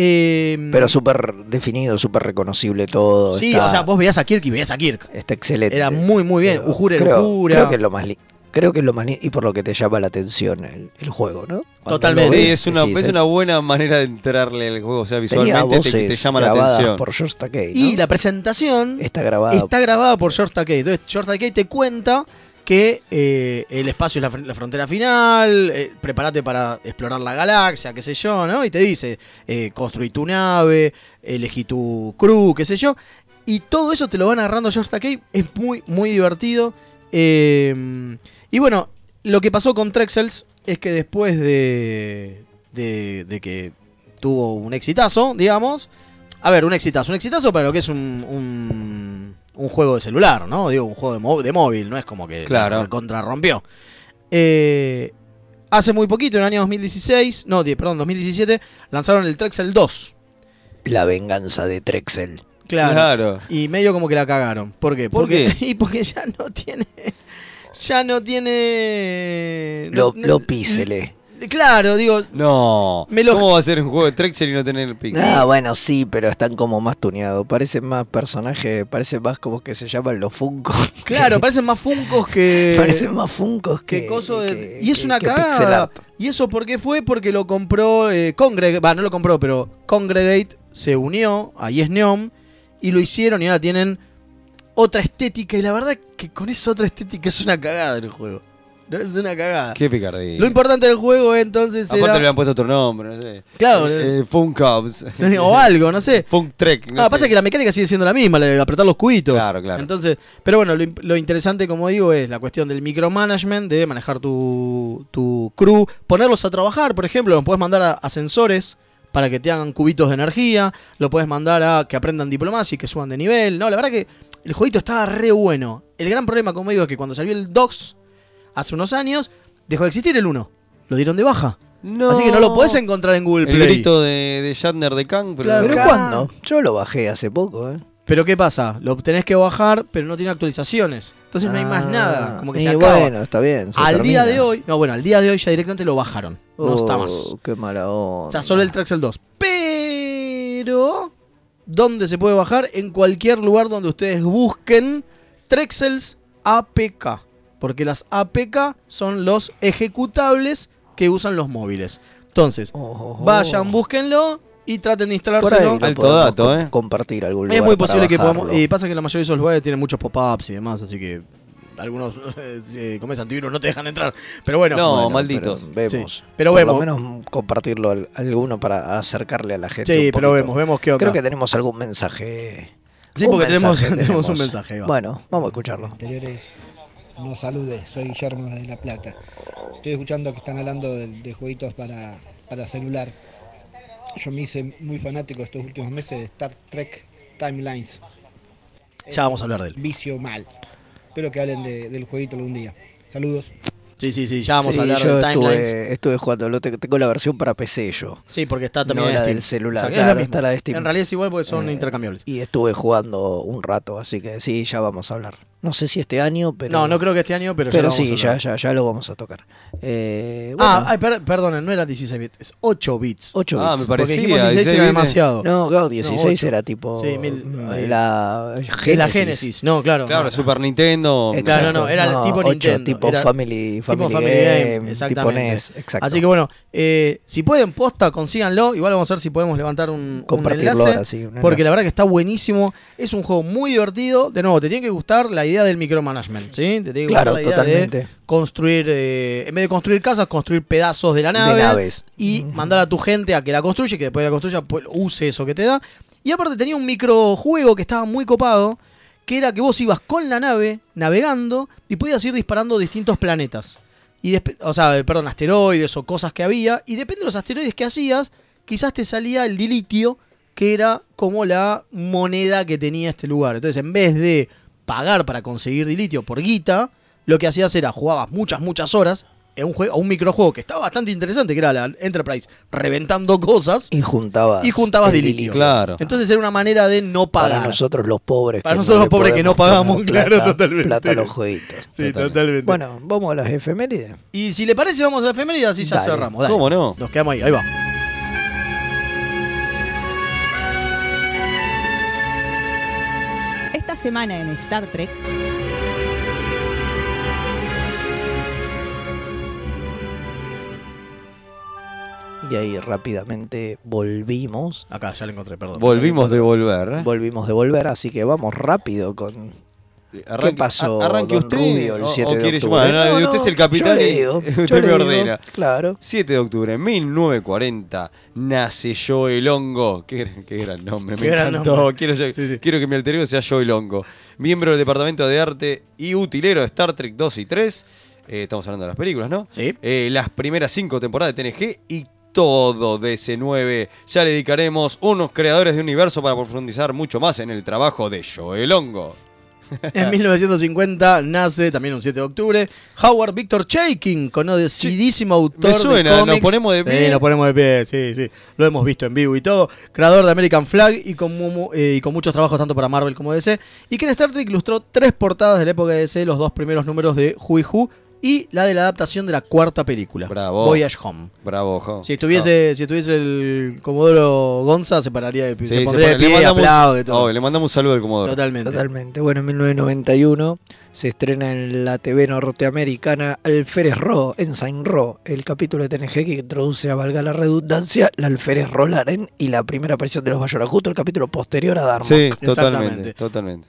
Speaker 4: Eh,
Speaker 2: Pero súper definido, súper reconocible todo.
Speaker 4: sí,
Speaker 2: está,
Speaker 4: o sea, vos veías a Kirk y veías a Kirk.
Speaker 2: está excelente.
Speaker 4: Era muy muy bien, Ujura,
Speaker 2: creo,
Speaker 4: Ujura.
Speaker 2: creo que es lo más lindo. Creo que es lo más lindo y por lo que te llama la atención el, el juego, ¿no? Cuando
Speaker 4: Totalmente.
Speaker 2: lo
Speaker 3: Sí,
Speaker 2: ves,
Speaker 3: es una,
Speaker 2: decís, eh,
Speaker 3: es una buena manera de entrarle al juego. O sea,
Speaker 2: Tenía
Speaker 3: visualmente te, te
Speaker 2: voces
Speaker 3: llama la
Speaker 2: grabadas
Speaker 3: atención.
Speaker 2: por George Takei, ¿no?
Speaker 4: Y la presentación
Speaker 2: Está grabada.
Speaker 4: Está grabada por George Takei. Entonces, George Takei te cuenta que eh, el espacio es la, fr- la frontera final, eh, prepárate para explorar la galaxia, qué sé yo, ¿no? Y te dice, eh, construí tu nave, elegí tu crew, qué sé yo. Y todo eso te lo van agarrando George Takei, es muy, muy divertido. Eh, y bueno, lo que pasó con Trexels es que después de, de, de que tuvo un exitazo, digamos, a ver, un exitazo, un exitazo para lo que es un, un, un juego de celular, ¿no? Digo, un juego de, mó- de móvil, no es como que
Speaker 3: Claro.
Speaker 4: el contra rompió. Eh, hace muy poquito, en el año 2016, no, die- perdón, 2017, lanzaron el Trexel 2.
Speaker 2: La venganza de Trexel.
Speaker 4: Claro.
Speaker 2: Claro.
Speaker 4: Y medio como que la cagaron. ¿Por qué?
Speaker 2: ¿Por
Speaker 4: porque,
Speaker 2: qué?
Speaker 4: (laughs) Y porque ya no tiene. Ya no tiene.
Speaker 2: Lo,
Speaker 4: no-
Speaker 2: lo písele.
Speaker 4: Claro, digo.
Speaker 3: No.
Speaker 4: Me lo-
Speaker 3: ¿Cómo va a ser un juego de Trexel y no tener pixel?
Speaker 2: Ah, bueno, sí, pero están como más tuneados. Parecen más personajes, parecen más como que se llaman los Funko.
Speaker 4: (laughs)
Speaker 2: (laughs)
Speaker 4: Claro, parecen más funcos que.
Speaker 2: Parecen más funcos que.
Speaker 4: que coso de-
Speaker 2: que-
Speaker 4: y es
Speaker 2: que-
Speaker 4: una
Speaker 2: que pixel
Speaker 4: cagada.
Speaker 2: art.
Speaker 4: ¿Y eso por qué fue? Porque lo compró eh, Congregate. Va, no lo compró, pero Congregate se unió a Yes Neom y lo hicieron y ahora tienen otra estética. Y la verdad que con esa otra estética es una cagada el juego. No, Es una cagada.
Speaker 3: Qué picardía.
Speaker 4: Lo importante del juego entonces
Speaker 3: Aparte le
Speaker 4: era.
Speaker 3: han puesto otro nombre, no sé.
Speaker 4: Claro.
Speaker 3: Eh, eh, Funk
Speaker 4: (laughs)
Speaker 3: Cubs. (laughs)
Speaker 4: O algo, no sé.
Speaker 3: Funk Trek. No
Speaker 4: Ah,
Speaker 3: sé.
Speaker 4: pasa que la mecánica sigue siendo la misma, la de apretar los cubitos.
Speaker 3: Claro, claro.
Speaker 4: Entonces, pero bueno, lo, imp- lo interesante, como digo, es la cuestión del micromanagement, de manejar tu, tu crew, ponerlos a trabajar, por ejemplo, los puedes mandar a ascensores para que te hagan cubitos de energía, lo puedes mandar a que aprendan diplomacia y que suban de nivel. No, la verdad que el jueguito estaba re bueno. El gran problema, como digo, es que cuando salió el 2 hace unos años, dejó de existir el 1. Lo dieron de baja.
Speaker 3: No.
Speaker 4: Así que no lo podés encontrar en Google
Speaker 3: El
Speaker 4: Play.
Speaker 3: grito de, de Shatner de Kang, pero.
Speaker 4: Claro, ¿pero cuándo?
Speaker 2: Yo lo bajé hace poco, ¿eh?
Speaker 4: Pero ¿qué pasa? Lo tenés que bajar, pero no tiene actualizaciones. Entonces no hay más
Speaker 2: Ah,
Speaker 4: nada. Como que se
Speaker 2: y
Speaker 4: acaba.
Speaker 2: bueno, está bien, se
Speaker 4: al
Speaker 2: termina.
Speaker 4: día de hoy. No, bueno, al día de hoy ya directamente lo bajaron. No está más.
Speaker 2: Oh, Qué mala
Speaker 4: O
Speaker 2: onda.
Speaker 4: sea, solo el Traxel 2. Pero. ¿Dónde se puede bajar? En cualquier lugar donde ustedes busquen Trexels APK. Porque las APK son los ejecutables que usan los móviles. Entonces, vayan, búsquenlo y traten de
Speaker 2: Oh, Por ahí
Speaker 4: instalárselo.
Speaker 2: lo podemos co- Compartir algún lugar
Speaker 4: Es muy
Speaker 2: para
Speaker 4: posible que
Speaker 2: bajarlo.
Speaker 4: podamos. Y pasa que la mayoría de esos lugares tienen muchos pop-ups y demás, así que algunos, (laughs) eh, como es antivirus, no te dejan entrar. Pero bueno,
Speaker 2: Bueno, Pero
Speaker 4: Sí,
Speaker 2: vemos.
Speaker 4: pero
Speaker 2: Por lo
Speaker 4: vemos.
Speaker 2: menos compartirlo al- alguno para acercarle a la gente.
Speaker 4: Sí,
Speaker 2: un
Speaker 4: pero
Speaker 2: poquito.
Speaker 4: vemos, vemos qué onda.
Speaker 2: Creo que tenemos algún mensaje.
Speaker 4: Sí,
Speaker 2: Un
Speaker 4: porque tenemos- (laughs)
Speaker 2: mensaje
Speaker 4: tenemos un mensaje, ahí va.
Speaker 2: Bueno, vamos a escucharlo.
Speaker 14: anteriores nos salude, soy Guillermo de La Plata. Estoy escuchando que están hablando de, de jueguitos para, para celular. Yo me hice muy fanático estos últimos meses de Star Trek Timelines.
Speaker 4: Ya vamos a hablar de él.
Speaker 14: Vicio mal. Espero que hablen de- del jueguito algún día. Saludos.
Speaker 4: Sí, sí, sí, ya vamos
Speaker 2: Sí,
Speaker 4: a hablar
Speaker 2: yo
Speaker 4: de timelines.
Speaker 2: Estuve, estuve jugando, lo te- tengo la versión para PC yo.
Speaker 4: Sí, porque está también
Speaker 2: No
Speaker 4: en
Speaker 2: la
Speaker 4: Steam.
Speaker 2: del celular.
Speaker 4: O sea, es
Speaker 2: claro,
Speaker 4: la misma.
Speaker 2: está la de Steam. Eh,
Speaker 4: En realidad es igual porque son intercambiables.
Speaker 2: Y estuve jugando un rato, así que sí, ya vamos a hablar. No sé si este año, pero.
Speaker 4: No, no creo que este año, pero ya lo vamos
Speaker 2: sí,
Speaker 4: a hablar.
Speaker 2: ya, ya, ya lo vamos a tocar. Eh,
Speaker 4: Ah,
Speaker 2: bueno,
Speaker 4: ay, per- perdonen, no era 16 bits, es 8 bits.
Speaker 2: 8
Speaker 4: Ah,
Speaker 2: bits.
Speaker 4: me parecía. Porque dijimos 16 era demasiado.
Speaker 2: No, claro, 16
Speaker 4: ocho.
Speaker 2: era tipo.
Speaker 4: Sí, mil-
Speaker 2: mm,
Speaker 4: eh,
Speaker 2: la
Speaker 4: de la Genesis. No, claro.
Speaker 3: Claro,
Speaker 4: no, no.
Speaker 3: Super Nintendo.
Speaker 4: Claro, no, no, era el tipo
Speaker 2: ocho,
Speaker 4: Nintendo.
Speaker 2: tipo
Speaker 4: era
Speaker 2: Family- Family Game, tipo NES, exacto.
Speaker 4: Así que bueno, eh, si pueden, posta, consíganlo. Igual vamos a ver si podemos levantar un, un
Speaker 2: Compartirlo
Speaker 4: enlace,
Speaker 2: ahora, sí, un
Speaker 4: Porque
Speaker 2: enlace.
Speaker 4: la verdad que está buenísimo. Es un juego muy divertido. De nuevo, te tiene que gustar la idea del micromanagement, ¿sí? Te tiene que
Speaker 2: Claro,
Speaker 4: gustar la idea
Speaker 2: totalmente.
Speaker 4: de construir, eh, en vez de construir casas, construir pedazos de la
Speaker 2: De
Speaker 4: nave.
Speaker 2: naves.
Speaker 4: Y mandar a tu gente a que la construya y que después de la construya pues, use eso que te da. Y aparte tenía un microjuego que estaba muy copado, que era que vos ibas con la nave navegando y podías ir disparando distintos planetas. Y despe- o sea, eh, perdón, asteroides o cosas que había. Y depende de los asteroides que hacías, quizás te salía el dilitio, que era como la moneda que tenía este lugar. Entonces, en vez de pagar para conseguir dilitio por guita, lo que hacías era jugabas muchas, muchas horas en un, jue- a un microjuego que estaba bastante interesante, que era la Enterprise, reventando cosas
Speaker 2: Y juntabas.
Speaker 4: y juntabas
Speaker 2: el
Speaker 4: dilitio. Entonces era una manera de no pagar.
Speaker 2: Para nosotros los pobres.
Speaker 4: Para
Speaker 2: que
Speaker 4: nosotros
Speaker 2: le
Speaker 4: los pobres que no
Speaker 2: podemos
Speaker 4: pagamos, (laughs)
Speaker 2: poner
Speaker 4: claro,
Speaker 2: plata-
Speaker 4: totalmente.
Speaker 2: Plata a los jueguitos.
Speaker 4: Sí, totalmente.
Speaker 2: Bueno, vamos a las efemérides.
Speaker 4: Y si le parece, vamos a la efeméride, así ya
Speaker 2: Dale.
Speaker 4: cerramos. Dale.
Speaker 2: ¿Cómo no?
Speaker 4: Nos quedamos ahí, ahí va.
Speaker 15: Esta semana en Star Trek.
Speaker 2: Y ahí rápidamente volvimos.
Speaker 4: Acá, ya lo encontré, perdón.
Speaker 3: ¿Eh? Volvimos de volver.
Speaker 2: Volvimos de volver, así que vamos rápido con
Speaker 3: Arranque-
Speaker 2: ¿Qué pasó,
Speaker 3: a- arranque
Speaker 2: don
Speaker 3: usted
Speaker 2: Rubio, el
Speaker 3: o-
Speaker 2: 7
Speaker 3: o
Speaker 2: de
Speaker 3: quiere
Speaker 2: octubre?
Speaker 3: llamar, no,
Speaker 2: No, no,
Speaker 3: usted es el
Speaker 2: yo
Speaker 3: capitán
Speaker 2: le
Speaker 3: y
Speaker 2: digo, yo
Speaker 3: (laughs) usted
Speaker 2: le
Speaker 3: me
Speaker 2: digo,
Speaker 3: ordena.
Speaker 2: claro.
Speaker 3: 7 de octubre de 1940 nace Joel Hongo. Qué, qué gran nombre,
Speaker 4: Qué
Speaker 3: me
Speaker 4: gran
Speaker 3: encantó.
Speaker 4: nombre.
Speaker 3: Quiero, yo- quiero que mi alter ego sea Joel Hongo. Miembro del Departamento de Arte y Utilero de Star Trek 2 y 3. Eh, estamos hablando de las películas, ¿no? Sí. las primeras cinco temporadas de TNG y todo de ese 9. Ya le dedicaremos unos creadores de universo para profundizar mucho más en el trabajo de Joel Hongo.
Speaker 4: (laughs) En 1950 nace, también un 7 de octubre, Howard Victor Chaikin, conocidísimo autor
Speaker 3: me suena,
Speaker 4: de
Speaker 3: nos
Speaker 4: cómics.
Speaker 3: ponemos de pie.
Speaker 4: Sí, nos ponemos de pie, sí, sí. Lo hemos visto en vivo y todo. Creador de American Flag y con, mu- mu- eh, y con muchos trabajos tanto para Marvel como DC. Y que en Star Trek ilustró tres portadas de la época de DC, los dos primeros números de Who y Who y la de la adaptación de la cuarta película,
Speaker 3: Bravo.
Speaker 4: Voyage Home.
Speaker 3: Bravo, Jo.
Speaker 4: Si estuviese, si estuviese el Comodoro Gonza, se pararía de pie.
Speaker 3: Sí,
Speaker 4: se
Speaker 3: se
Speaker 4: pondría
Speaker 3: pone-
Speaker 4: de pie y aplaude. Todo.
Speaker 3: Oh, le mandamos un saludo al Comodoro.
Speaker 4: Totalmente.
Speaker 2: Totalmente. Bueno, en 1991 se estrena en la TV norteamericana Alférez Ro, Ensign Ro, el capítulo de TNG que introduce, a valga la redundancia, la Alférez Rolaren y la primera aparición de los Bayoras, justo el capítulo posterior a Darmok.
Speaker 3: Sí, totalmente, totalmente.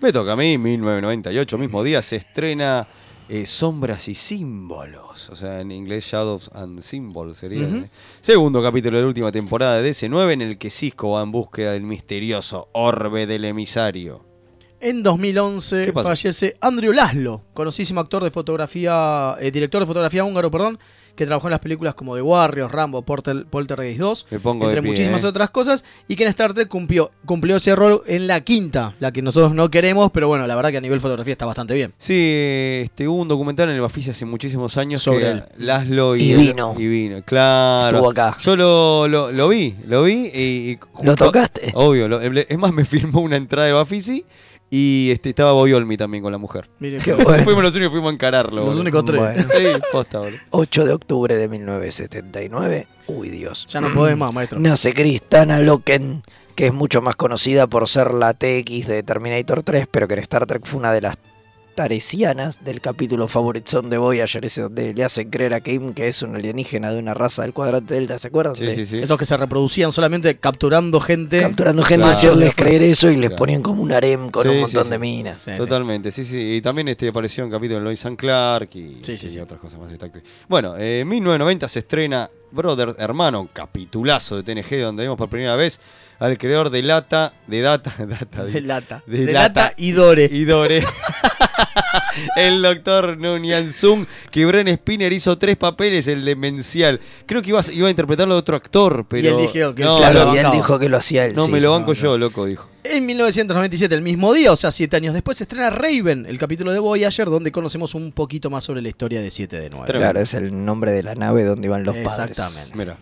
Speaker 3: Me toca a mí, 1998, mismo día, se estrena eh, Sombras y Símbolos. O sea, en inglés Shadows and Symbols sería.
Speaker 4: Ujú.
Speaker 3: ¿eh? Segundo capítulo de la última temporada de DC9 en el que Cisco va en búsqueda del misterioso orbe del emisario.
Speaker 4: En 2011
Speaker 3: ¿Qué pasó?
Speaker 4: fallece Andrew Laszlo, conocidísimo actor de fotografía, eh, director de fotografía húngaro, perdón, que trabajó en las películas como The Warriors, Rambo, Porter, Poltergeist 2,
Speaker 3: Me pongo de
Speaker 4: entre
Speaker 3: pie,
Speaker 4: muchísimas
Speaker 3: eh.
Speaker 4: otras cosas, y que en Star Trek cumplió, cumplió ese rol en la quinta, la que nosotros no queremos, pero bueno, la verdad que a nivel fotografía está bastante bien.
Speaker 3: Sí, eh, este, hubo un documental en el Bafisi hace muchísimos años
Speaker 4: Sobre
Speaker 3: que
Speaker 4: él.
Speaker 3: Laszlo y,
Speaker 4: Y
Speaker 3: el-
Speaker 4: vino.
Speaker 3: y vino, claro.
Speaker 2: Estuvo acá.
Speaker 3: Yo lo, lo, lo vi, lo vi y. y junto-
Speaker 2: tocaste?
Speaker 3: (laughs) Obvio, lo- es más, me firmó una entrada de Bafisi y este, estaba Bobby Olmi también con la
Speaker 4: (laughs)
Speaker 3: mujer.
Speaker 4: Mire,
Speaker 2: Qué bueno.
Speaker 3: Fuimos los únicos que fuimos a encararlo.
Speaker 4: Los
Speaker 3: boludo.
Speaker 4: únicos tres.
Speaker 2: Bueno.
Speaker 3: (laughs) Sí, posta, boludo.
Speaker 2: 8 de octubre de 1979. Uy, Dios.
Speaker 4: Ya no podés más, maestro.
Speaker 2: Nace Cristana Loken, que es mucho más conocida por ser la TX de Terminator 3, pero que en Star Trek fue una de las taresianas del capítulo favorizón de Voyager, ese donde le hacen creer a Kim que es un alienígena de una raza del cuadrante delta, ¿se acuerdan?
Speaker 4: Esos que se reproducían solamente capturando gente.
Speaker 2: Capturando gente, haciéndoles creer eso y les
Speaker 3: Claro.
Speaker 2: ponían como un harem con
Speaker 3: Sí,
Speaker 2: un
Speaker 3: sí,
Speaker 2: montón
Speaker 3: sí.
Speaker 2: de minas.
Speaker 3: Totalmente, sí, sí. Y también este, apareció en capítulo de Lois St. Clark y, y otras cosas más de esta actriz. Bueno, eh, en 1990 se estrena Brother Hermano, capitulazo de TNG, donde vemos por primera vez al creador de Lata, de Data, (laughs) Data,
Speaker 4: De lata.
Speaker 3: de
Speaker 4: De
Speaker 3: lata.
Speaker 4: lata y Dore.
Speaker 3: Y Dore. (laughs) el doctor Nunyan Sung, que Bren Spinner hizo tres papeles, el demencial. Creo que iba a, iba a interpretarlo otro actor, pero.
Speaker 4: Y él dijo que
Speaker 3: no,
Speaker 4: se lo
Speaker 3: no,
Speaker 2: Y él
Speaker 4: bancaba.
Speaker 2: dijo que lo hacía él.
Speaker 3: no,
Speaker 2: sí.
Speaker 3: me lo banco yo, loco, dijo.
Speaker 4: En 1997, el mismo día, o sea, siete años después, se estrena Raven, el capítulo de Voyager, donde conocemos un poquito más sobre la historia de 7 de 9.
Speaker 2: Claro, es el nombre de la nave donde iban los padres.
Speaker 4: Exactamente.
Speaker 3: Mira.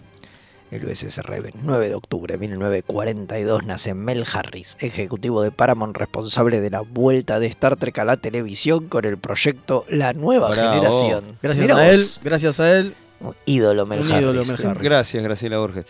Speaker 2: El USS Raven, 9 de octubre de 1942, nace Mel Harris, ejecutivo de Paramount responsable de la vuelta de Star Trek a la televisión con el proyecto La Nueva
Speaker 3: Bravo.
Speaker 2: Generación.
Speaker 4: Gracias
Speaker 2: Mirá
Speaker 4: a él,
Speaker 2: vos,
Speaker 4: gracias a él.
Speaker 2: un ídolo Mel
Speaker 4: Un
Speaker 2: Harris.
Speaker 4: ídolo Mel Harris.
Speaker 3: Gracias, Graciela Borges.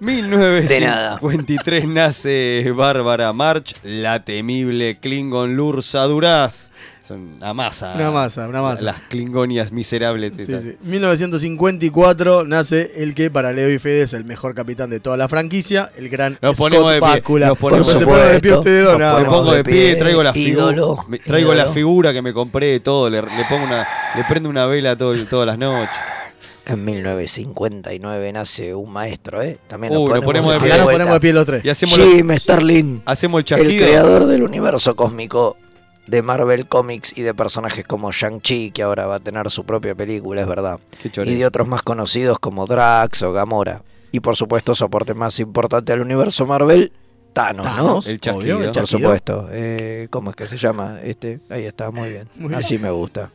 Speaker 2: De nada.
Speaker 3: 1953 nace Bárbara March, la temible Klingon Lursa Duraz. Son una masa.
Speaker 4: Una masa, una masa.
Speaker 3: Las Klingonias miserables.
Speaker 4: Sí,
Speaker 3: esas.
Speaker 4: sí. 1954 nace el que para Leo y Fede es el mejor capitán de toda la franquicia, el gran
Speaker 3: Nos ponemos
Speaker 4: Scott
Speaker 3: de pie.
Speaker 4: Bakula.
Speaker 3: Nos ponemos
Speaker 4: Por
Speaker 3: de
Speaker 4: supuesto,
Speaker 3: pie.
Speaker 4: de pie ustedes dos,
Speaker 3: Nos
Speaker 4: nada
Speaker 3: ponemos
Speaker 4: más.
Speaker 3: de pie, traigo la
Speaker 2: ídolo,
Speaker 3: figura. Traigo la
Speaker 2: ídolo.
Speaker 3: figura que me compré de todo. Le, le pongo una. Le prendo una vela todo el- todas las noches.
Speaker 2: En 1959 nace un maestro, ¿eh? También
Speaker 3: Uh, nos ponemos de pie.
Speaker 2: Acá
Speaker 3: Nos
Speaker 2: vuelta.
Speaker 3: ponemos de pie los tres. Y hacemos lo-
Speaker 2: Jim Starlin.
Speaker 3: Hacemos el
Speaker 2: El
Speaker 3: chasquido.
Speaker 2: creador del universo cósmico de Marvel Comics y de personajes como Shang-Chi, que ahora va a tener su propia película, es verdad.
Speaker 3: choreo.
Speaker 2: y de otros más conocidos como Drax o Gamora. Y por supuesto, soporte más importante al universo Marvel, Thanos,
Speaker 3: Thanos,
Speaker 2: ¿no?
Speaker 3: El chasquido. obvio, el
Speaker 2: Por
Speaker 3: chasquido.
Speaker 2: supuesto. Eh, ¿Cómo es que se llama? Este, ahí está, muy bien.
Speaker 3: Muy bien.
Speaker 2: Así me gusta.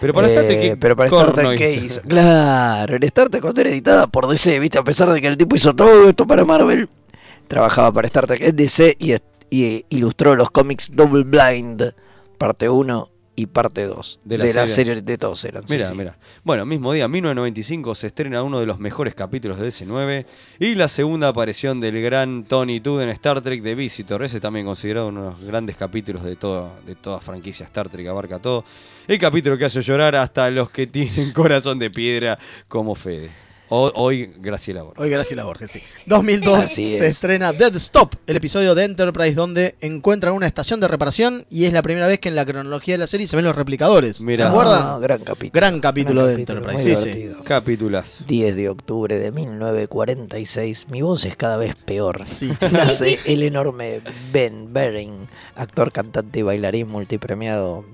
Speaker 3: Pero para Star Trek, ¿qué
Speaker 2: eh, Pero para Star
Speaker 3: corno
Speaker 2: Trek, ¿qué
Speaker 3: hizo?
Speaker 2: hizo? Claro, el Star Trek cuando era editada por DC, ¿viste? A pesar de que el tipo hizo todo esto para Marvel, trabajaba para Star Trek en DC y, y eh, ilustró los cómics Double Blind, parte 1 y parte 2. De la, serie. de todos eran. sí,
Speaker 3: Mira,
Speaker 2: sí.
Speaker 3: mira. Bueno, mismo día, 1995, se estrena uno de los mejores capítulos de DC9 y la segunda aparición del gran Tony Todd en Star Trek The Visitor. Ese también considerado uno de los grandes capítulos de, toda de toda franquicia Star Trek, abarca (laughs) todo. El capítulo que hace llorar hasta los que tienen corazón de piedra como Fede. Hoy, hoy Graciela Borges.
Speaker 4: Hoy Graciela Borges, sí. 2002
Speaker 3: Así
Speaker 4: se
Speaker 3: es.
Speaker 4: estrena Dead Stop, el episodio de Enterprise donde encuentran una estación de reparación y es la primera vez que en la cronología de la serie se ven los replicadores.
Speaker 3: Mirá.
Speaker 4: ¿Se acuerdan?
Speaker 3: Ah,
Speaker 2: gran capítulo.
Speaker 4: Gran capítulo
Speaker 2: Gran
Speaker 4: de
Speaker 2: capítulo,
Speaker 4: Enterprise,
Speaker 2: muy
Speaker 4: sí, sí.
Speaker 2: divertido.
Speaker 3: Capítulas.
Speaker 2: 10 de octubre de 1946. Mi voz es cada vez peor.
Speaker 4: Sí.
Speaker 2: (laughs) Nace el enorme Ben Bering, actor, cantante y bailarín multipremiado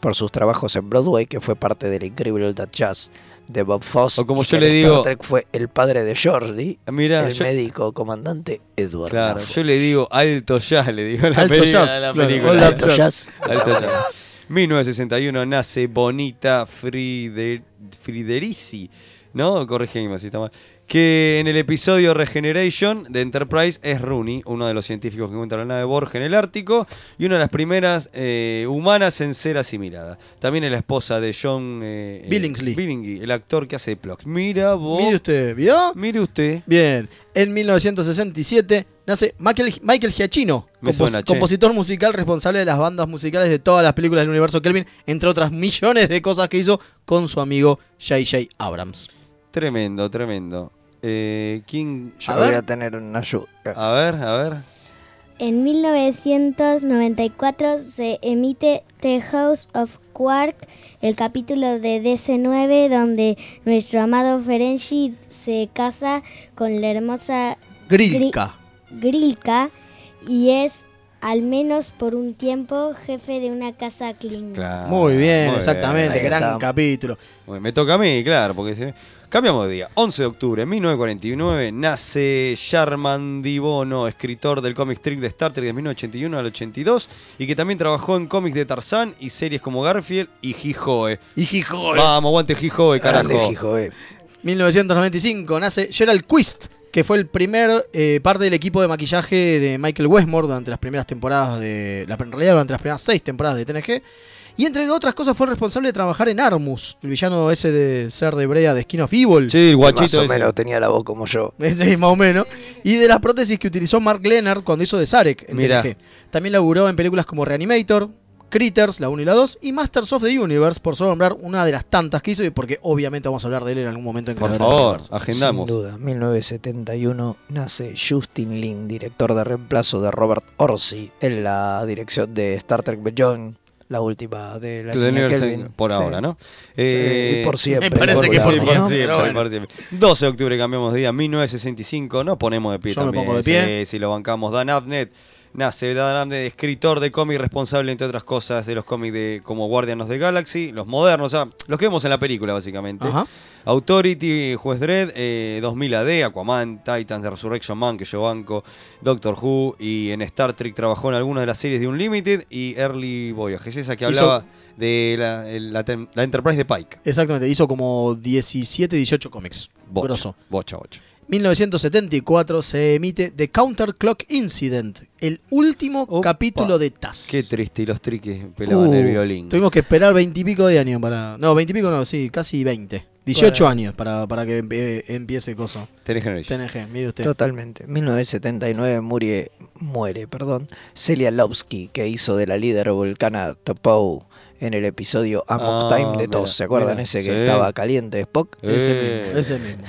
Speaker 2: por sus trabajos en Broadway, que fue parte del increíble That Jazz de Bob Fosse.
Speaker 3: O como
Speaker 2: y
Speaker 3: yo
Speaker 2: que
Speaker 3: le
Speaker 2: en
Speaker 3: digo-
Speaker 2: Star Trek fue el padre de Jordi,
Speaker 3: Mirá,
Speaker 2: el
Speaker 3: yo-
Speaker 2: médico comandante Edward.
Speaker 3: Claro,
Speaker 2: Laffer.
Speaker 3: yo le digo alto jazz, le digo a la,
Speaker 2: Alto
Speaker 3: peli-
Speaker 2: jazz,
Speaker 3: a la
Speaker 2: claro,
Speaker 3: película.
Speaker 2: hola, alto jazz.
Speaker 3: Alto jazz. 1961 nace Bonita Frider- Friderici, ¿no? Corregime si está mal. Que en el episodio Regeneration de Enterprise es Rooney, uno de los científicos que encuentra la nave Borg en el Ártico y una de las primeras eh, humanas en ser asimilada. También es la esposa de John eh, eh,
Speaker 4: Billingsley.
Speaker 3: Billingsley, el actor que hace Plox. Mira vos.
Speaker 4: Mire usted, ¿vio?
Speaker 3: Mire usted.
Speaker 4: Bien. En 1967 nace Michael, Michael Giacchino,
Speaker 3: Me suena, che.
Speaker 4: compositor musical responsable de las bandas musicales de todas las películas del universo Kelvin, entre otras millones de cosas que hizo con su amigo J.J. Abrams.
Speaker 3: Tremendo, tremendo. Eh, ¿Quién?
Speaker 2: Yo voy a tener una ayuda.
Speaker 3: A ver, a ver.
Speaker 16: En 1994 se emite The House of Quark, el capítulo de DC9 donde nuestro amado Ferengi se casa con la hermosa
Speaker 4: Grilka.
Speaker 16: Gri- Grilka y es al menos por un tiempo jefe de una casa Klingon.
Speaker 4: Muy bien,
Speaker 3: Ah, muy
Speaker 4: exactamente.
Speaker 3: bien.
Speaker 4: Gran
Speaker 3: Ahí está.
Speaker 4: capítulo.
Speaker 3: Bueno, me toca a mí, claro, porque si- cambiamos de día. 11 de octubre de 1949 nace Sharman Dibono, escritor del cómic strip de Star Trek de 1981 al 82 y que también trabajó en cómics de Tarzán y series como Garfield y Hijoe.
Speaker 4: Y Hijoe.
Speaker 3: Vamos, aguante Hijoe,
Speaker 4: Grande
Speaker 3: carajo.
Speaker 2: Hijoe.
Speaker 4: 1995 nace Gerald Quist, que fue el primer eh, parte del equipo de maquillaje de Michael Westmore durante las primeras temporadas de. La, en realidad, durante las primeras seis temporadas de TNG. Y entre otras cosas, fue el responsable de trabajar en Armus, el villano ese de ser de Brea de Skin of Evil.
Speaker 3: Sí, el guachito
Speaker 2: Más o
Speaker 3: ese.
Speaker 2: menos tenía la voz como yo.
Speaker 4: (laughs) Ese, más o menos. Y de las prótesis que utilizó Mark Leonard cuando hizo de Zarek en
Speaker 3: Mirá.
Speaker 4: TNG. También laburó en películas como Reanimator, Critters, la 1 y la 2, y Masters of the Universe, por solo nombrar una de las tantas que hizo, y porque obviamente vamos a hablar de él en algún momento en
Speaker 3: Por
Speaker 4: Creadores del
Speaker 3: favor,
Speaker 4: Universo.
Speaker 3: agendamos.
Speaker 2: Sin duda, 1971 nace Justin Lin, director de reemplazo de Robert Orsi en la dirección de Star Trek Beyond, la última de la
Speaker 3: Claro, del
Speaker 2: línea
Speaker 3: universo
Speaker 2: Kelvin.
Speaker 3: por
Speaker 2: Sí.
Speaker 3: ahora, ¿no?
Speaker 2: Eh, y por siempre.
Speaker 4: me parece que por
Speaker 2: ahora,
Speaker 4: siempre,
Speaker 2: ¿no?
Speaker 4: pero
Speaker 3: por
Speaker 4: bueno.
Speaker 3: siempre. 12 de octubre cambiamos de día, 1965, nos ponemos de pie
Speaker 4: Yo me
Speaker 3: también.
Speaker 4: pongo de pie.
Speaker 3: Sí, sí, lo bancamos. Dan Abnett, nace Dan Abnett, escritor de cómic responsable, entre otras cosas, de los cómics de como Guardianos de Galaxy, los modernos, o sea, los que vemos en la película, básicamente.
Speaker 4: Ajá.
Speaker 3: Authority, Juez Dredd, eh, 2000 AD, Aquaman, Titans, The Resurrection Man, que yo banco, Doctor Who, y en Star Trek trabajó en algunas de las series de Unlimited y Early Voyages, esa que
Speaker 4: Hizo-
Speaker 3: hablaba de la, el- la tem- la Enterprise de Pike.
Speaker 4: Exactamente, hizo como 17, 18 cómics.
Speaker 3: Bocha,
Speaker 4: Grosso.
Speaker 3: bocha, bocha.
Speaker 4: 1974 se emite The Counter Clock Incident, el último capítulo de TAS.
Speaker 3: Qué triste, y los triques pelaban
Speaker 4: Uh,
Speaker 3: el violín.
Speaker 4: Tuvimos que esperar veintipico de años para. No, veintipico no, sí, casi veinte. 18
Speaker 2: Bueno.
Speaker 4: años para, para que empie- empiece cosa.
Speaker 3: Tenés generation.
Speaker 4: TNG, mire usted.
Speaker 2: Totalmente. 1979 muere, muere perdón, Celia Lobsky, que hizo de la líder volcana Topou en el episodio Amok
Speaker 3: Ah,
Speaker 2: Time de
Speaker 3: mira,
Speaker 2: TOS. ¿Se acuerdan
Speaker 3: mira,
Speaker 2: ese que
Speaker 3: sí.
Speaker 2: estaba caliente Spock?
Speaker 4: Ese
Speaker 3: Eh.
Speaker 4: mismo, ese mismo.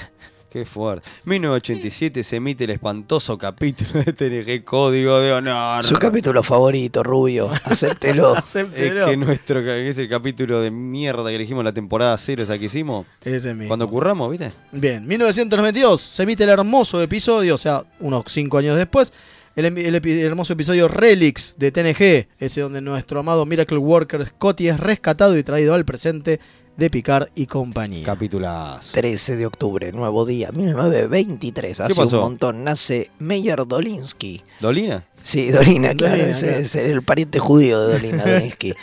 Speaker 3: Qué fuerte. 1987 se emite el espantoso capítulo de TNG Código de Honor.
Speaker 2: Su capítulo favorito, Rubio. (laughs) Acéptelo.
Speaker 3: Es que nuestro que es el capítulo de mierda que elegimos la temporada cero, esa que hicimos.
Speaker 4: Ese mismo.
Speaker 3: Cuando curramos, ¿viste?
Speaker 4: Bien, 1992 se emite el hermoso episodio, o sea, unos 5 años después, el, em- el epi- el hermoso episodio Relics de TNG, ese donde nuestro amado Miracle Worker Scotty es rescatado y traído al presente de Picard y compañía.
Speaker 3: Capitulazo.
Speaker 2: 13 de octubre, nuevo día, 1923. Hace
Speaker 3: pasó?
Speaker 2: un montón. Nace Meyer Dolinsky.
Speaker 3: ¿Dolina?
Speaker 2: Sí, Dolina, claro.
Speaker 3: Dolina,
Speaker 2: ese
Speaker 3: claro.
Speaker 2: es el pariente judío de Dolina
Speaker 3: (laughs)
Speaker 2: Dolinsky.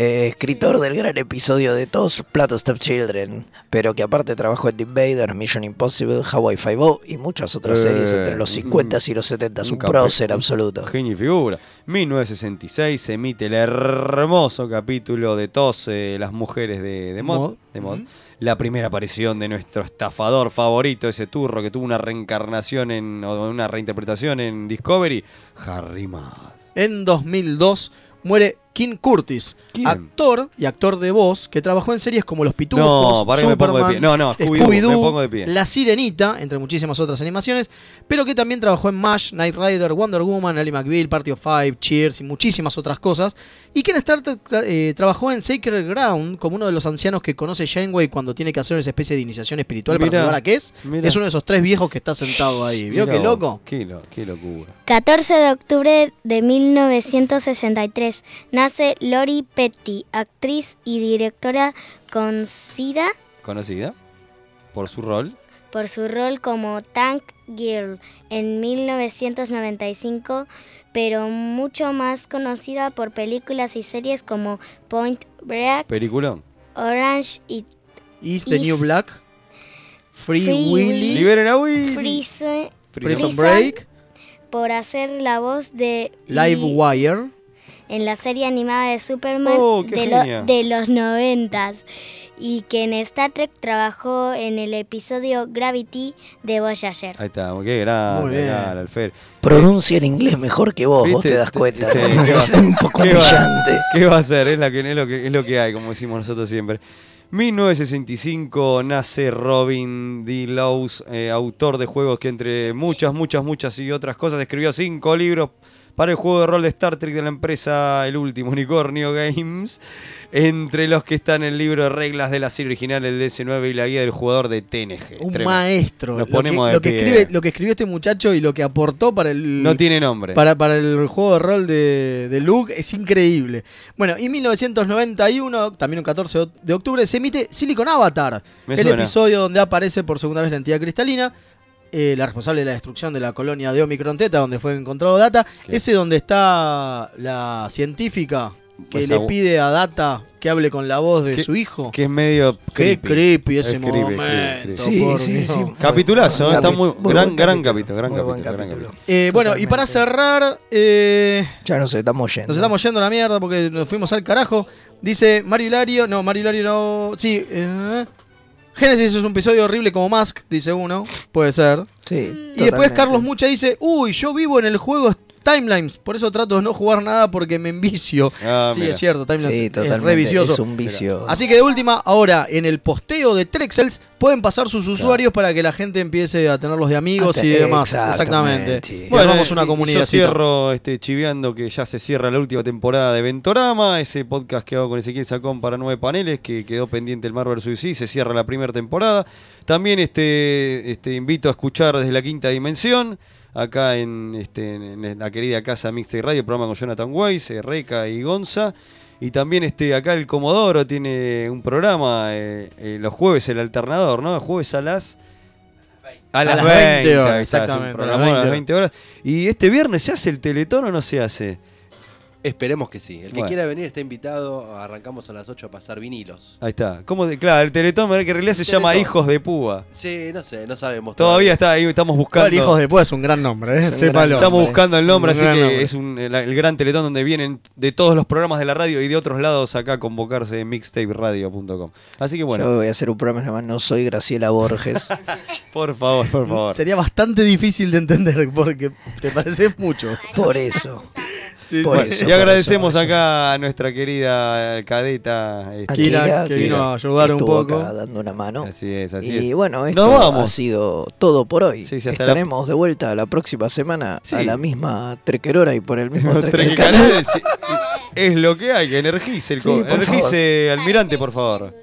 Speaker 2: Eh, escritor del gran episodio de TOS, Plato Step Children, pero que aparte trabajó en The Invaders, Mission Impossible, Hawaii Five-O y muchas otras
Speaker 3: Eh,
Speaker 2: series entre los
Speaker 3: mm,
Speaker 2: 50 y los 70. Un
Speaker 3: capo-
Speaker 2: prócer absoluto.
Speaker 3: Genio y figura. 1966 se emite el hermoso capítulo de TOS, eh, Las mujeres de, de Mod.
Speaker 4: Mod.
Speaker 3: de Mod. La primera aparición de nuestro estafador favorito, ese turro que tuvo una reencarnación en, o una reinterpretación en Discovery, Harry Mad.
Speaker 4: En 2002 muere King Curtis, actor y actor de voz que trabajó en series como Los
Speaker 3: No,
Speaker 4: Pitufos,
Speaker 3: para que me pongo de
Speaker 4: Superman,
Speaker 3: pie. No, no, Scooby-Doo,
Speaker 4: Scooby-Doo,
Speaker 3: me pongo de pie. Mirá,
Speaker 4: eh, para saber a qué es.
Speaker 3: mirá.
Speaker 4: Es uno de esos tres viejos que está sentado ahí. ¿Vio
Speaker 3: Mirá
Speaker 4: qué
Speaker 3: vos,
Speaker 4: loco?
Speaker 3: Qué, lo- qué locura.
Speaker 16: 14 de octubre de 1963 nace Lori Petty, actriz y directora conocida
Speaker 3: Conocida por su rol.
Speaker 16: por su rol como Tank Girl en 1995, pero mucho más conocida por películas y series como Point Break,
Speaker 3: Peliculón.
Speaker 16: Orange y
Speaker 4: Is the New Black, Free,
Speaker 16: Free Willy,
Speaker 4: Willy,
Speaker 3: Liberen a
Speaker 16: Prison,
Speaker 4: Prison Break,
Speaker 16: por hacer la voz de
Speaker 4: Live
Speaker 16: Billy
Speaker 4: Wire,
Speaker 16: en la serie animada de Superman
Speaker 4: Oh, qué
Speaker 16: de, lo-
Speaker 4: genia.
Speaker 16: de los noventas y que en Star Trek trabajó en el episodio Gravity de Voyager.
Speaker 3: Ahí está, qué grande,
Speaker 2: Muy bien.
Speaker 3: grande, Alfer.
Speaker 2: Pronuncia el inglés mejor que vos, vos
Speaker 3: ¿Viste?
Speaker 2: te das cuenta.
Speaker 3: Sí,
Speaker 2: ¿no?
Speaker 3: ¿qué va-
Speaker 2: es un poco
Speaker 3: qué va-
Speaker 2: brillante.
Speaker 3: (laughs) ¿Qué va a hacer? Es, la que, es, lo que, es lo que hay, como decimos nosotros siempre. 1965 nace Robin D. Lowe's, eh, autor de juegos que entre muchas, muchas, muchas y otras cosas escribió cinco libros para el juego de rol de Star Trek de la empresa El Último (laughs) Unicornio Games, entre los que están el libro de reglas de la serie original, el DS9 y la guía del jugador de TNG.
Speaker 4: un
Speaker 3: Tremendo.
Speaker 4: maestro.
Speaker 3: Nos
Speaker 4: lo, que,
Speaker 3: ponemos de
Speaker 4: lo que
Speaker 3: pie.
Speaker 4: escribe, lo que escribió este muchacho y lo que aportó para el.
Speaker 3: No tiene nombre.
Speaker 4: Para, para el juego de rol de, de Luke es increíble. Bueno, y 1991, también un 14 de- de octubre, se emite Silicon Avatar,
Speaker 3: Me
Speaker 4: el
Speaker 3: suena.
Speaker 4: episodio donde aparece por segunda vez la entidad cristalina, eh, la responsable de la destrucción de la colonia de Omicron Teta, donde fue encontrado Data, ese donde está la científica que
Speaker 3: Esa
Speaker 4: le
Speaker 3: vo-
Speaker 4: pide a Data que hable con la voz de
Speaker 3: ¿Qué-
Speaker 4: su hijo.
Speaker 3: Que es medio
Speaker 4: Qué
Speaker 3: creepy.
Speaker 4: creepy ese
Speaker 3: Es creepy,
Speaker 4: momento,
Speaker 3: Sí,
Speaker 4: por
Speaker 3: sí,
Speaker 4: Dios.
Speaker 3: sí. Capitulazo, eh, está muy, gran, gran capítulo, gran capítulo, gran capítulo.
Speaker 4: Eh, bueno, y para cerrar, eh,
Speaker 2: Ya nos estamos yendo.
Speaker 4: nos estamos yendo a la mierda porque nos fuimos al carajo. Dice Mario Hilario, no, Mario Hilario no. Sí, eh, Génesis es un episodio horrible como Mask, dice uno, puede ser.
Speaker 2: Sí.
Speaker 4: Y después
Speaker 2: totalmente.
Speaker 4: Carlos Mucha dice, uy, yo vivo en el juego Timelines, por eso trato de no jugar nada porque me envicio.
Speaker 2: Ah,
Speaker 4: sí,
Speaker 2: mira.
Speaker 4: es cierto, Timelines
Speaker 2: Sí,
Speaker 4: es
Speaker 2: totalmente,
Speaker 4: re vicioso.
Speaker 2: es un vicio.
Speaker 4: Así que de última, ahora en el posteo de Trexels pueden pasar sus usuarios para que la gente empiece a tenerlos de amigos
Speaker 2: Ah,
Speaker 4: y demás.
Speaker 2: exactamente.
Speaker 4: Exactamente. Bueno, vamos
Speaker 3: y-
Speaker 4: una
Speaker 3: y
Speaker 4: comunidad.
Speaker 3: Yo cierro este, chiveando que ya se cierra la última temporada de Ventorama, ese podcast que hago con Ezequiel Sacón para nueve paneles, que quedó pendiente el Marvel Suicide, se cierra la primera temporada. También este, este, invito a escuchar desde la quinta dimensión, acá en, este, en- en la querida casa Mixta y Radio, programa con Jonathan Weiss, eh, Reca y Gonza. Y también este, acá el Comodoro tiene un programa eh, eh, los jueves, el alternador, ¿no? Jueves a las... A las 20, horas, exactamente.
Speaker 17: a las
Speaker 3: a las
Speaker 17: 20
Speaker 3: 20 horas. ¿Y este viernes se hace el teletón o no se hace?
Speaker 17: Esperemos que sí. El que
Speaker 3: Bueno.
Speaker 17: quiera venir está invitado. Arrancamos a las 8 a pasar vinilos.
Speaker 3: Ahí está. ¿Cómo de- claro, el teletón, ¿verdad? que en realidad se
Speaker 17: Teletón.
Speaker 3: llama Hijos de Púa.
Speaker 17: Sí, no sé, no sabemos.
Speaker 3: Todavía está ahí, estamos buscando.
Speaker 4: Hijos de Puebla es un gran nombre, ¿eh?
Speaker 3: Es un
Speaker 4: Sépalo.
Speaker 3: gran- Estamos buscando el nombre,
Speaker 4: Un
Speaker 3: así
Speaker 4: gran
Speaker 3: que
Speaker 4: nombre.
Speaker 3: es un- el, el gran teletón donde vienen de todos los programas de la radio y de otros lados acá a convocarse en mixtaperadio.com. Así que
Speaker 2: Yo
Speaker 3: bueno,
Speaker 2: voy a hacer un programa llamado No soy Graciela Borges.
Speaker 3: por favor, por favor.
Speaker 4: Sería bastante difícil de entender porque te pareces mucho.
Speaker 2: Por eso.
Speaker 4: Sí,
Speaker 2: Por
Speaker 4: sí.
Speaker 2: eso,
Speaker 3: y agradecemos acá a nuestra querida eh, cadeta eh,
Speaker 4: Akira, que vino a ayudar un
Speaker 2: estuvo
Speaker 4: poco.
Speaker 2: acá dando una mano.
Speaker 3: Así es, así
Speaker 2: y
Speaker 3: es.
Speaker 2: bueno,
Speaker 3: Nos
Speaker 2: esto
Speaker 3: vamos.
Speaker 2: ha sido todo por hoy.
Speaker 3: Sí, sí, hasta la-
Speaker 2: Estaremos de vuelta la próxima semana a
Speaker 3: Sí.
Speaker 2: la misma trequerora y por el mismo
Speaker 3: (laughs) Los
Speaker 2: trequer
Speaker 3: tres
Speaker 2: canal.
Speaker 3: canales, sí. Es lo que hay, que energice el
Speaker 2: Sí,
Speaker 3: co-
Speaker 2: por
Speaker 3: energice, almirante, por favor.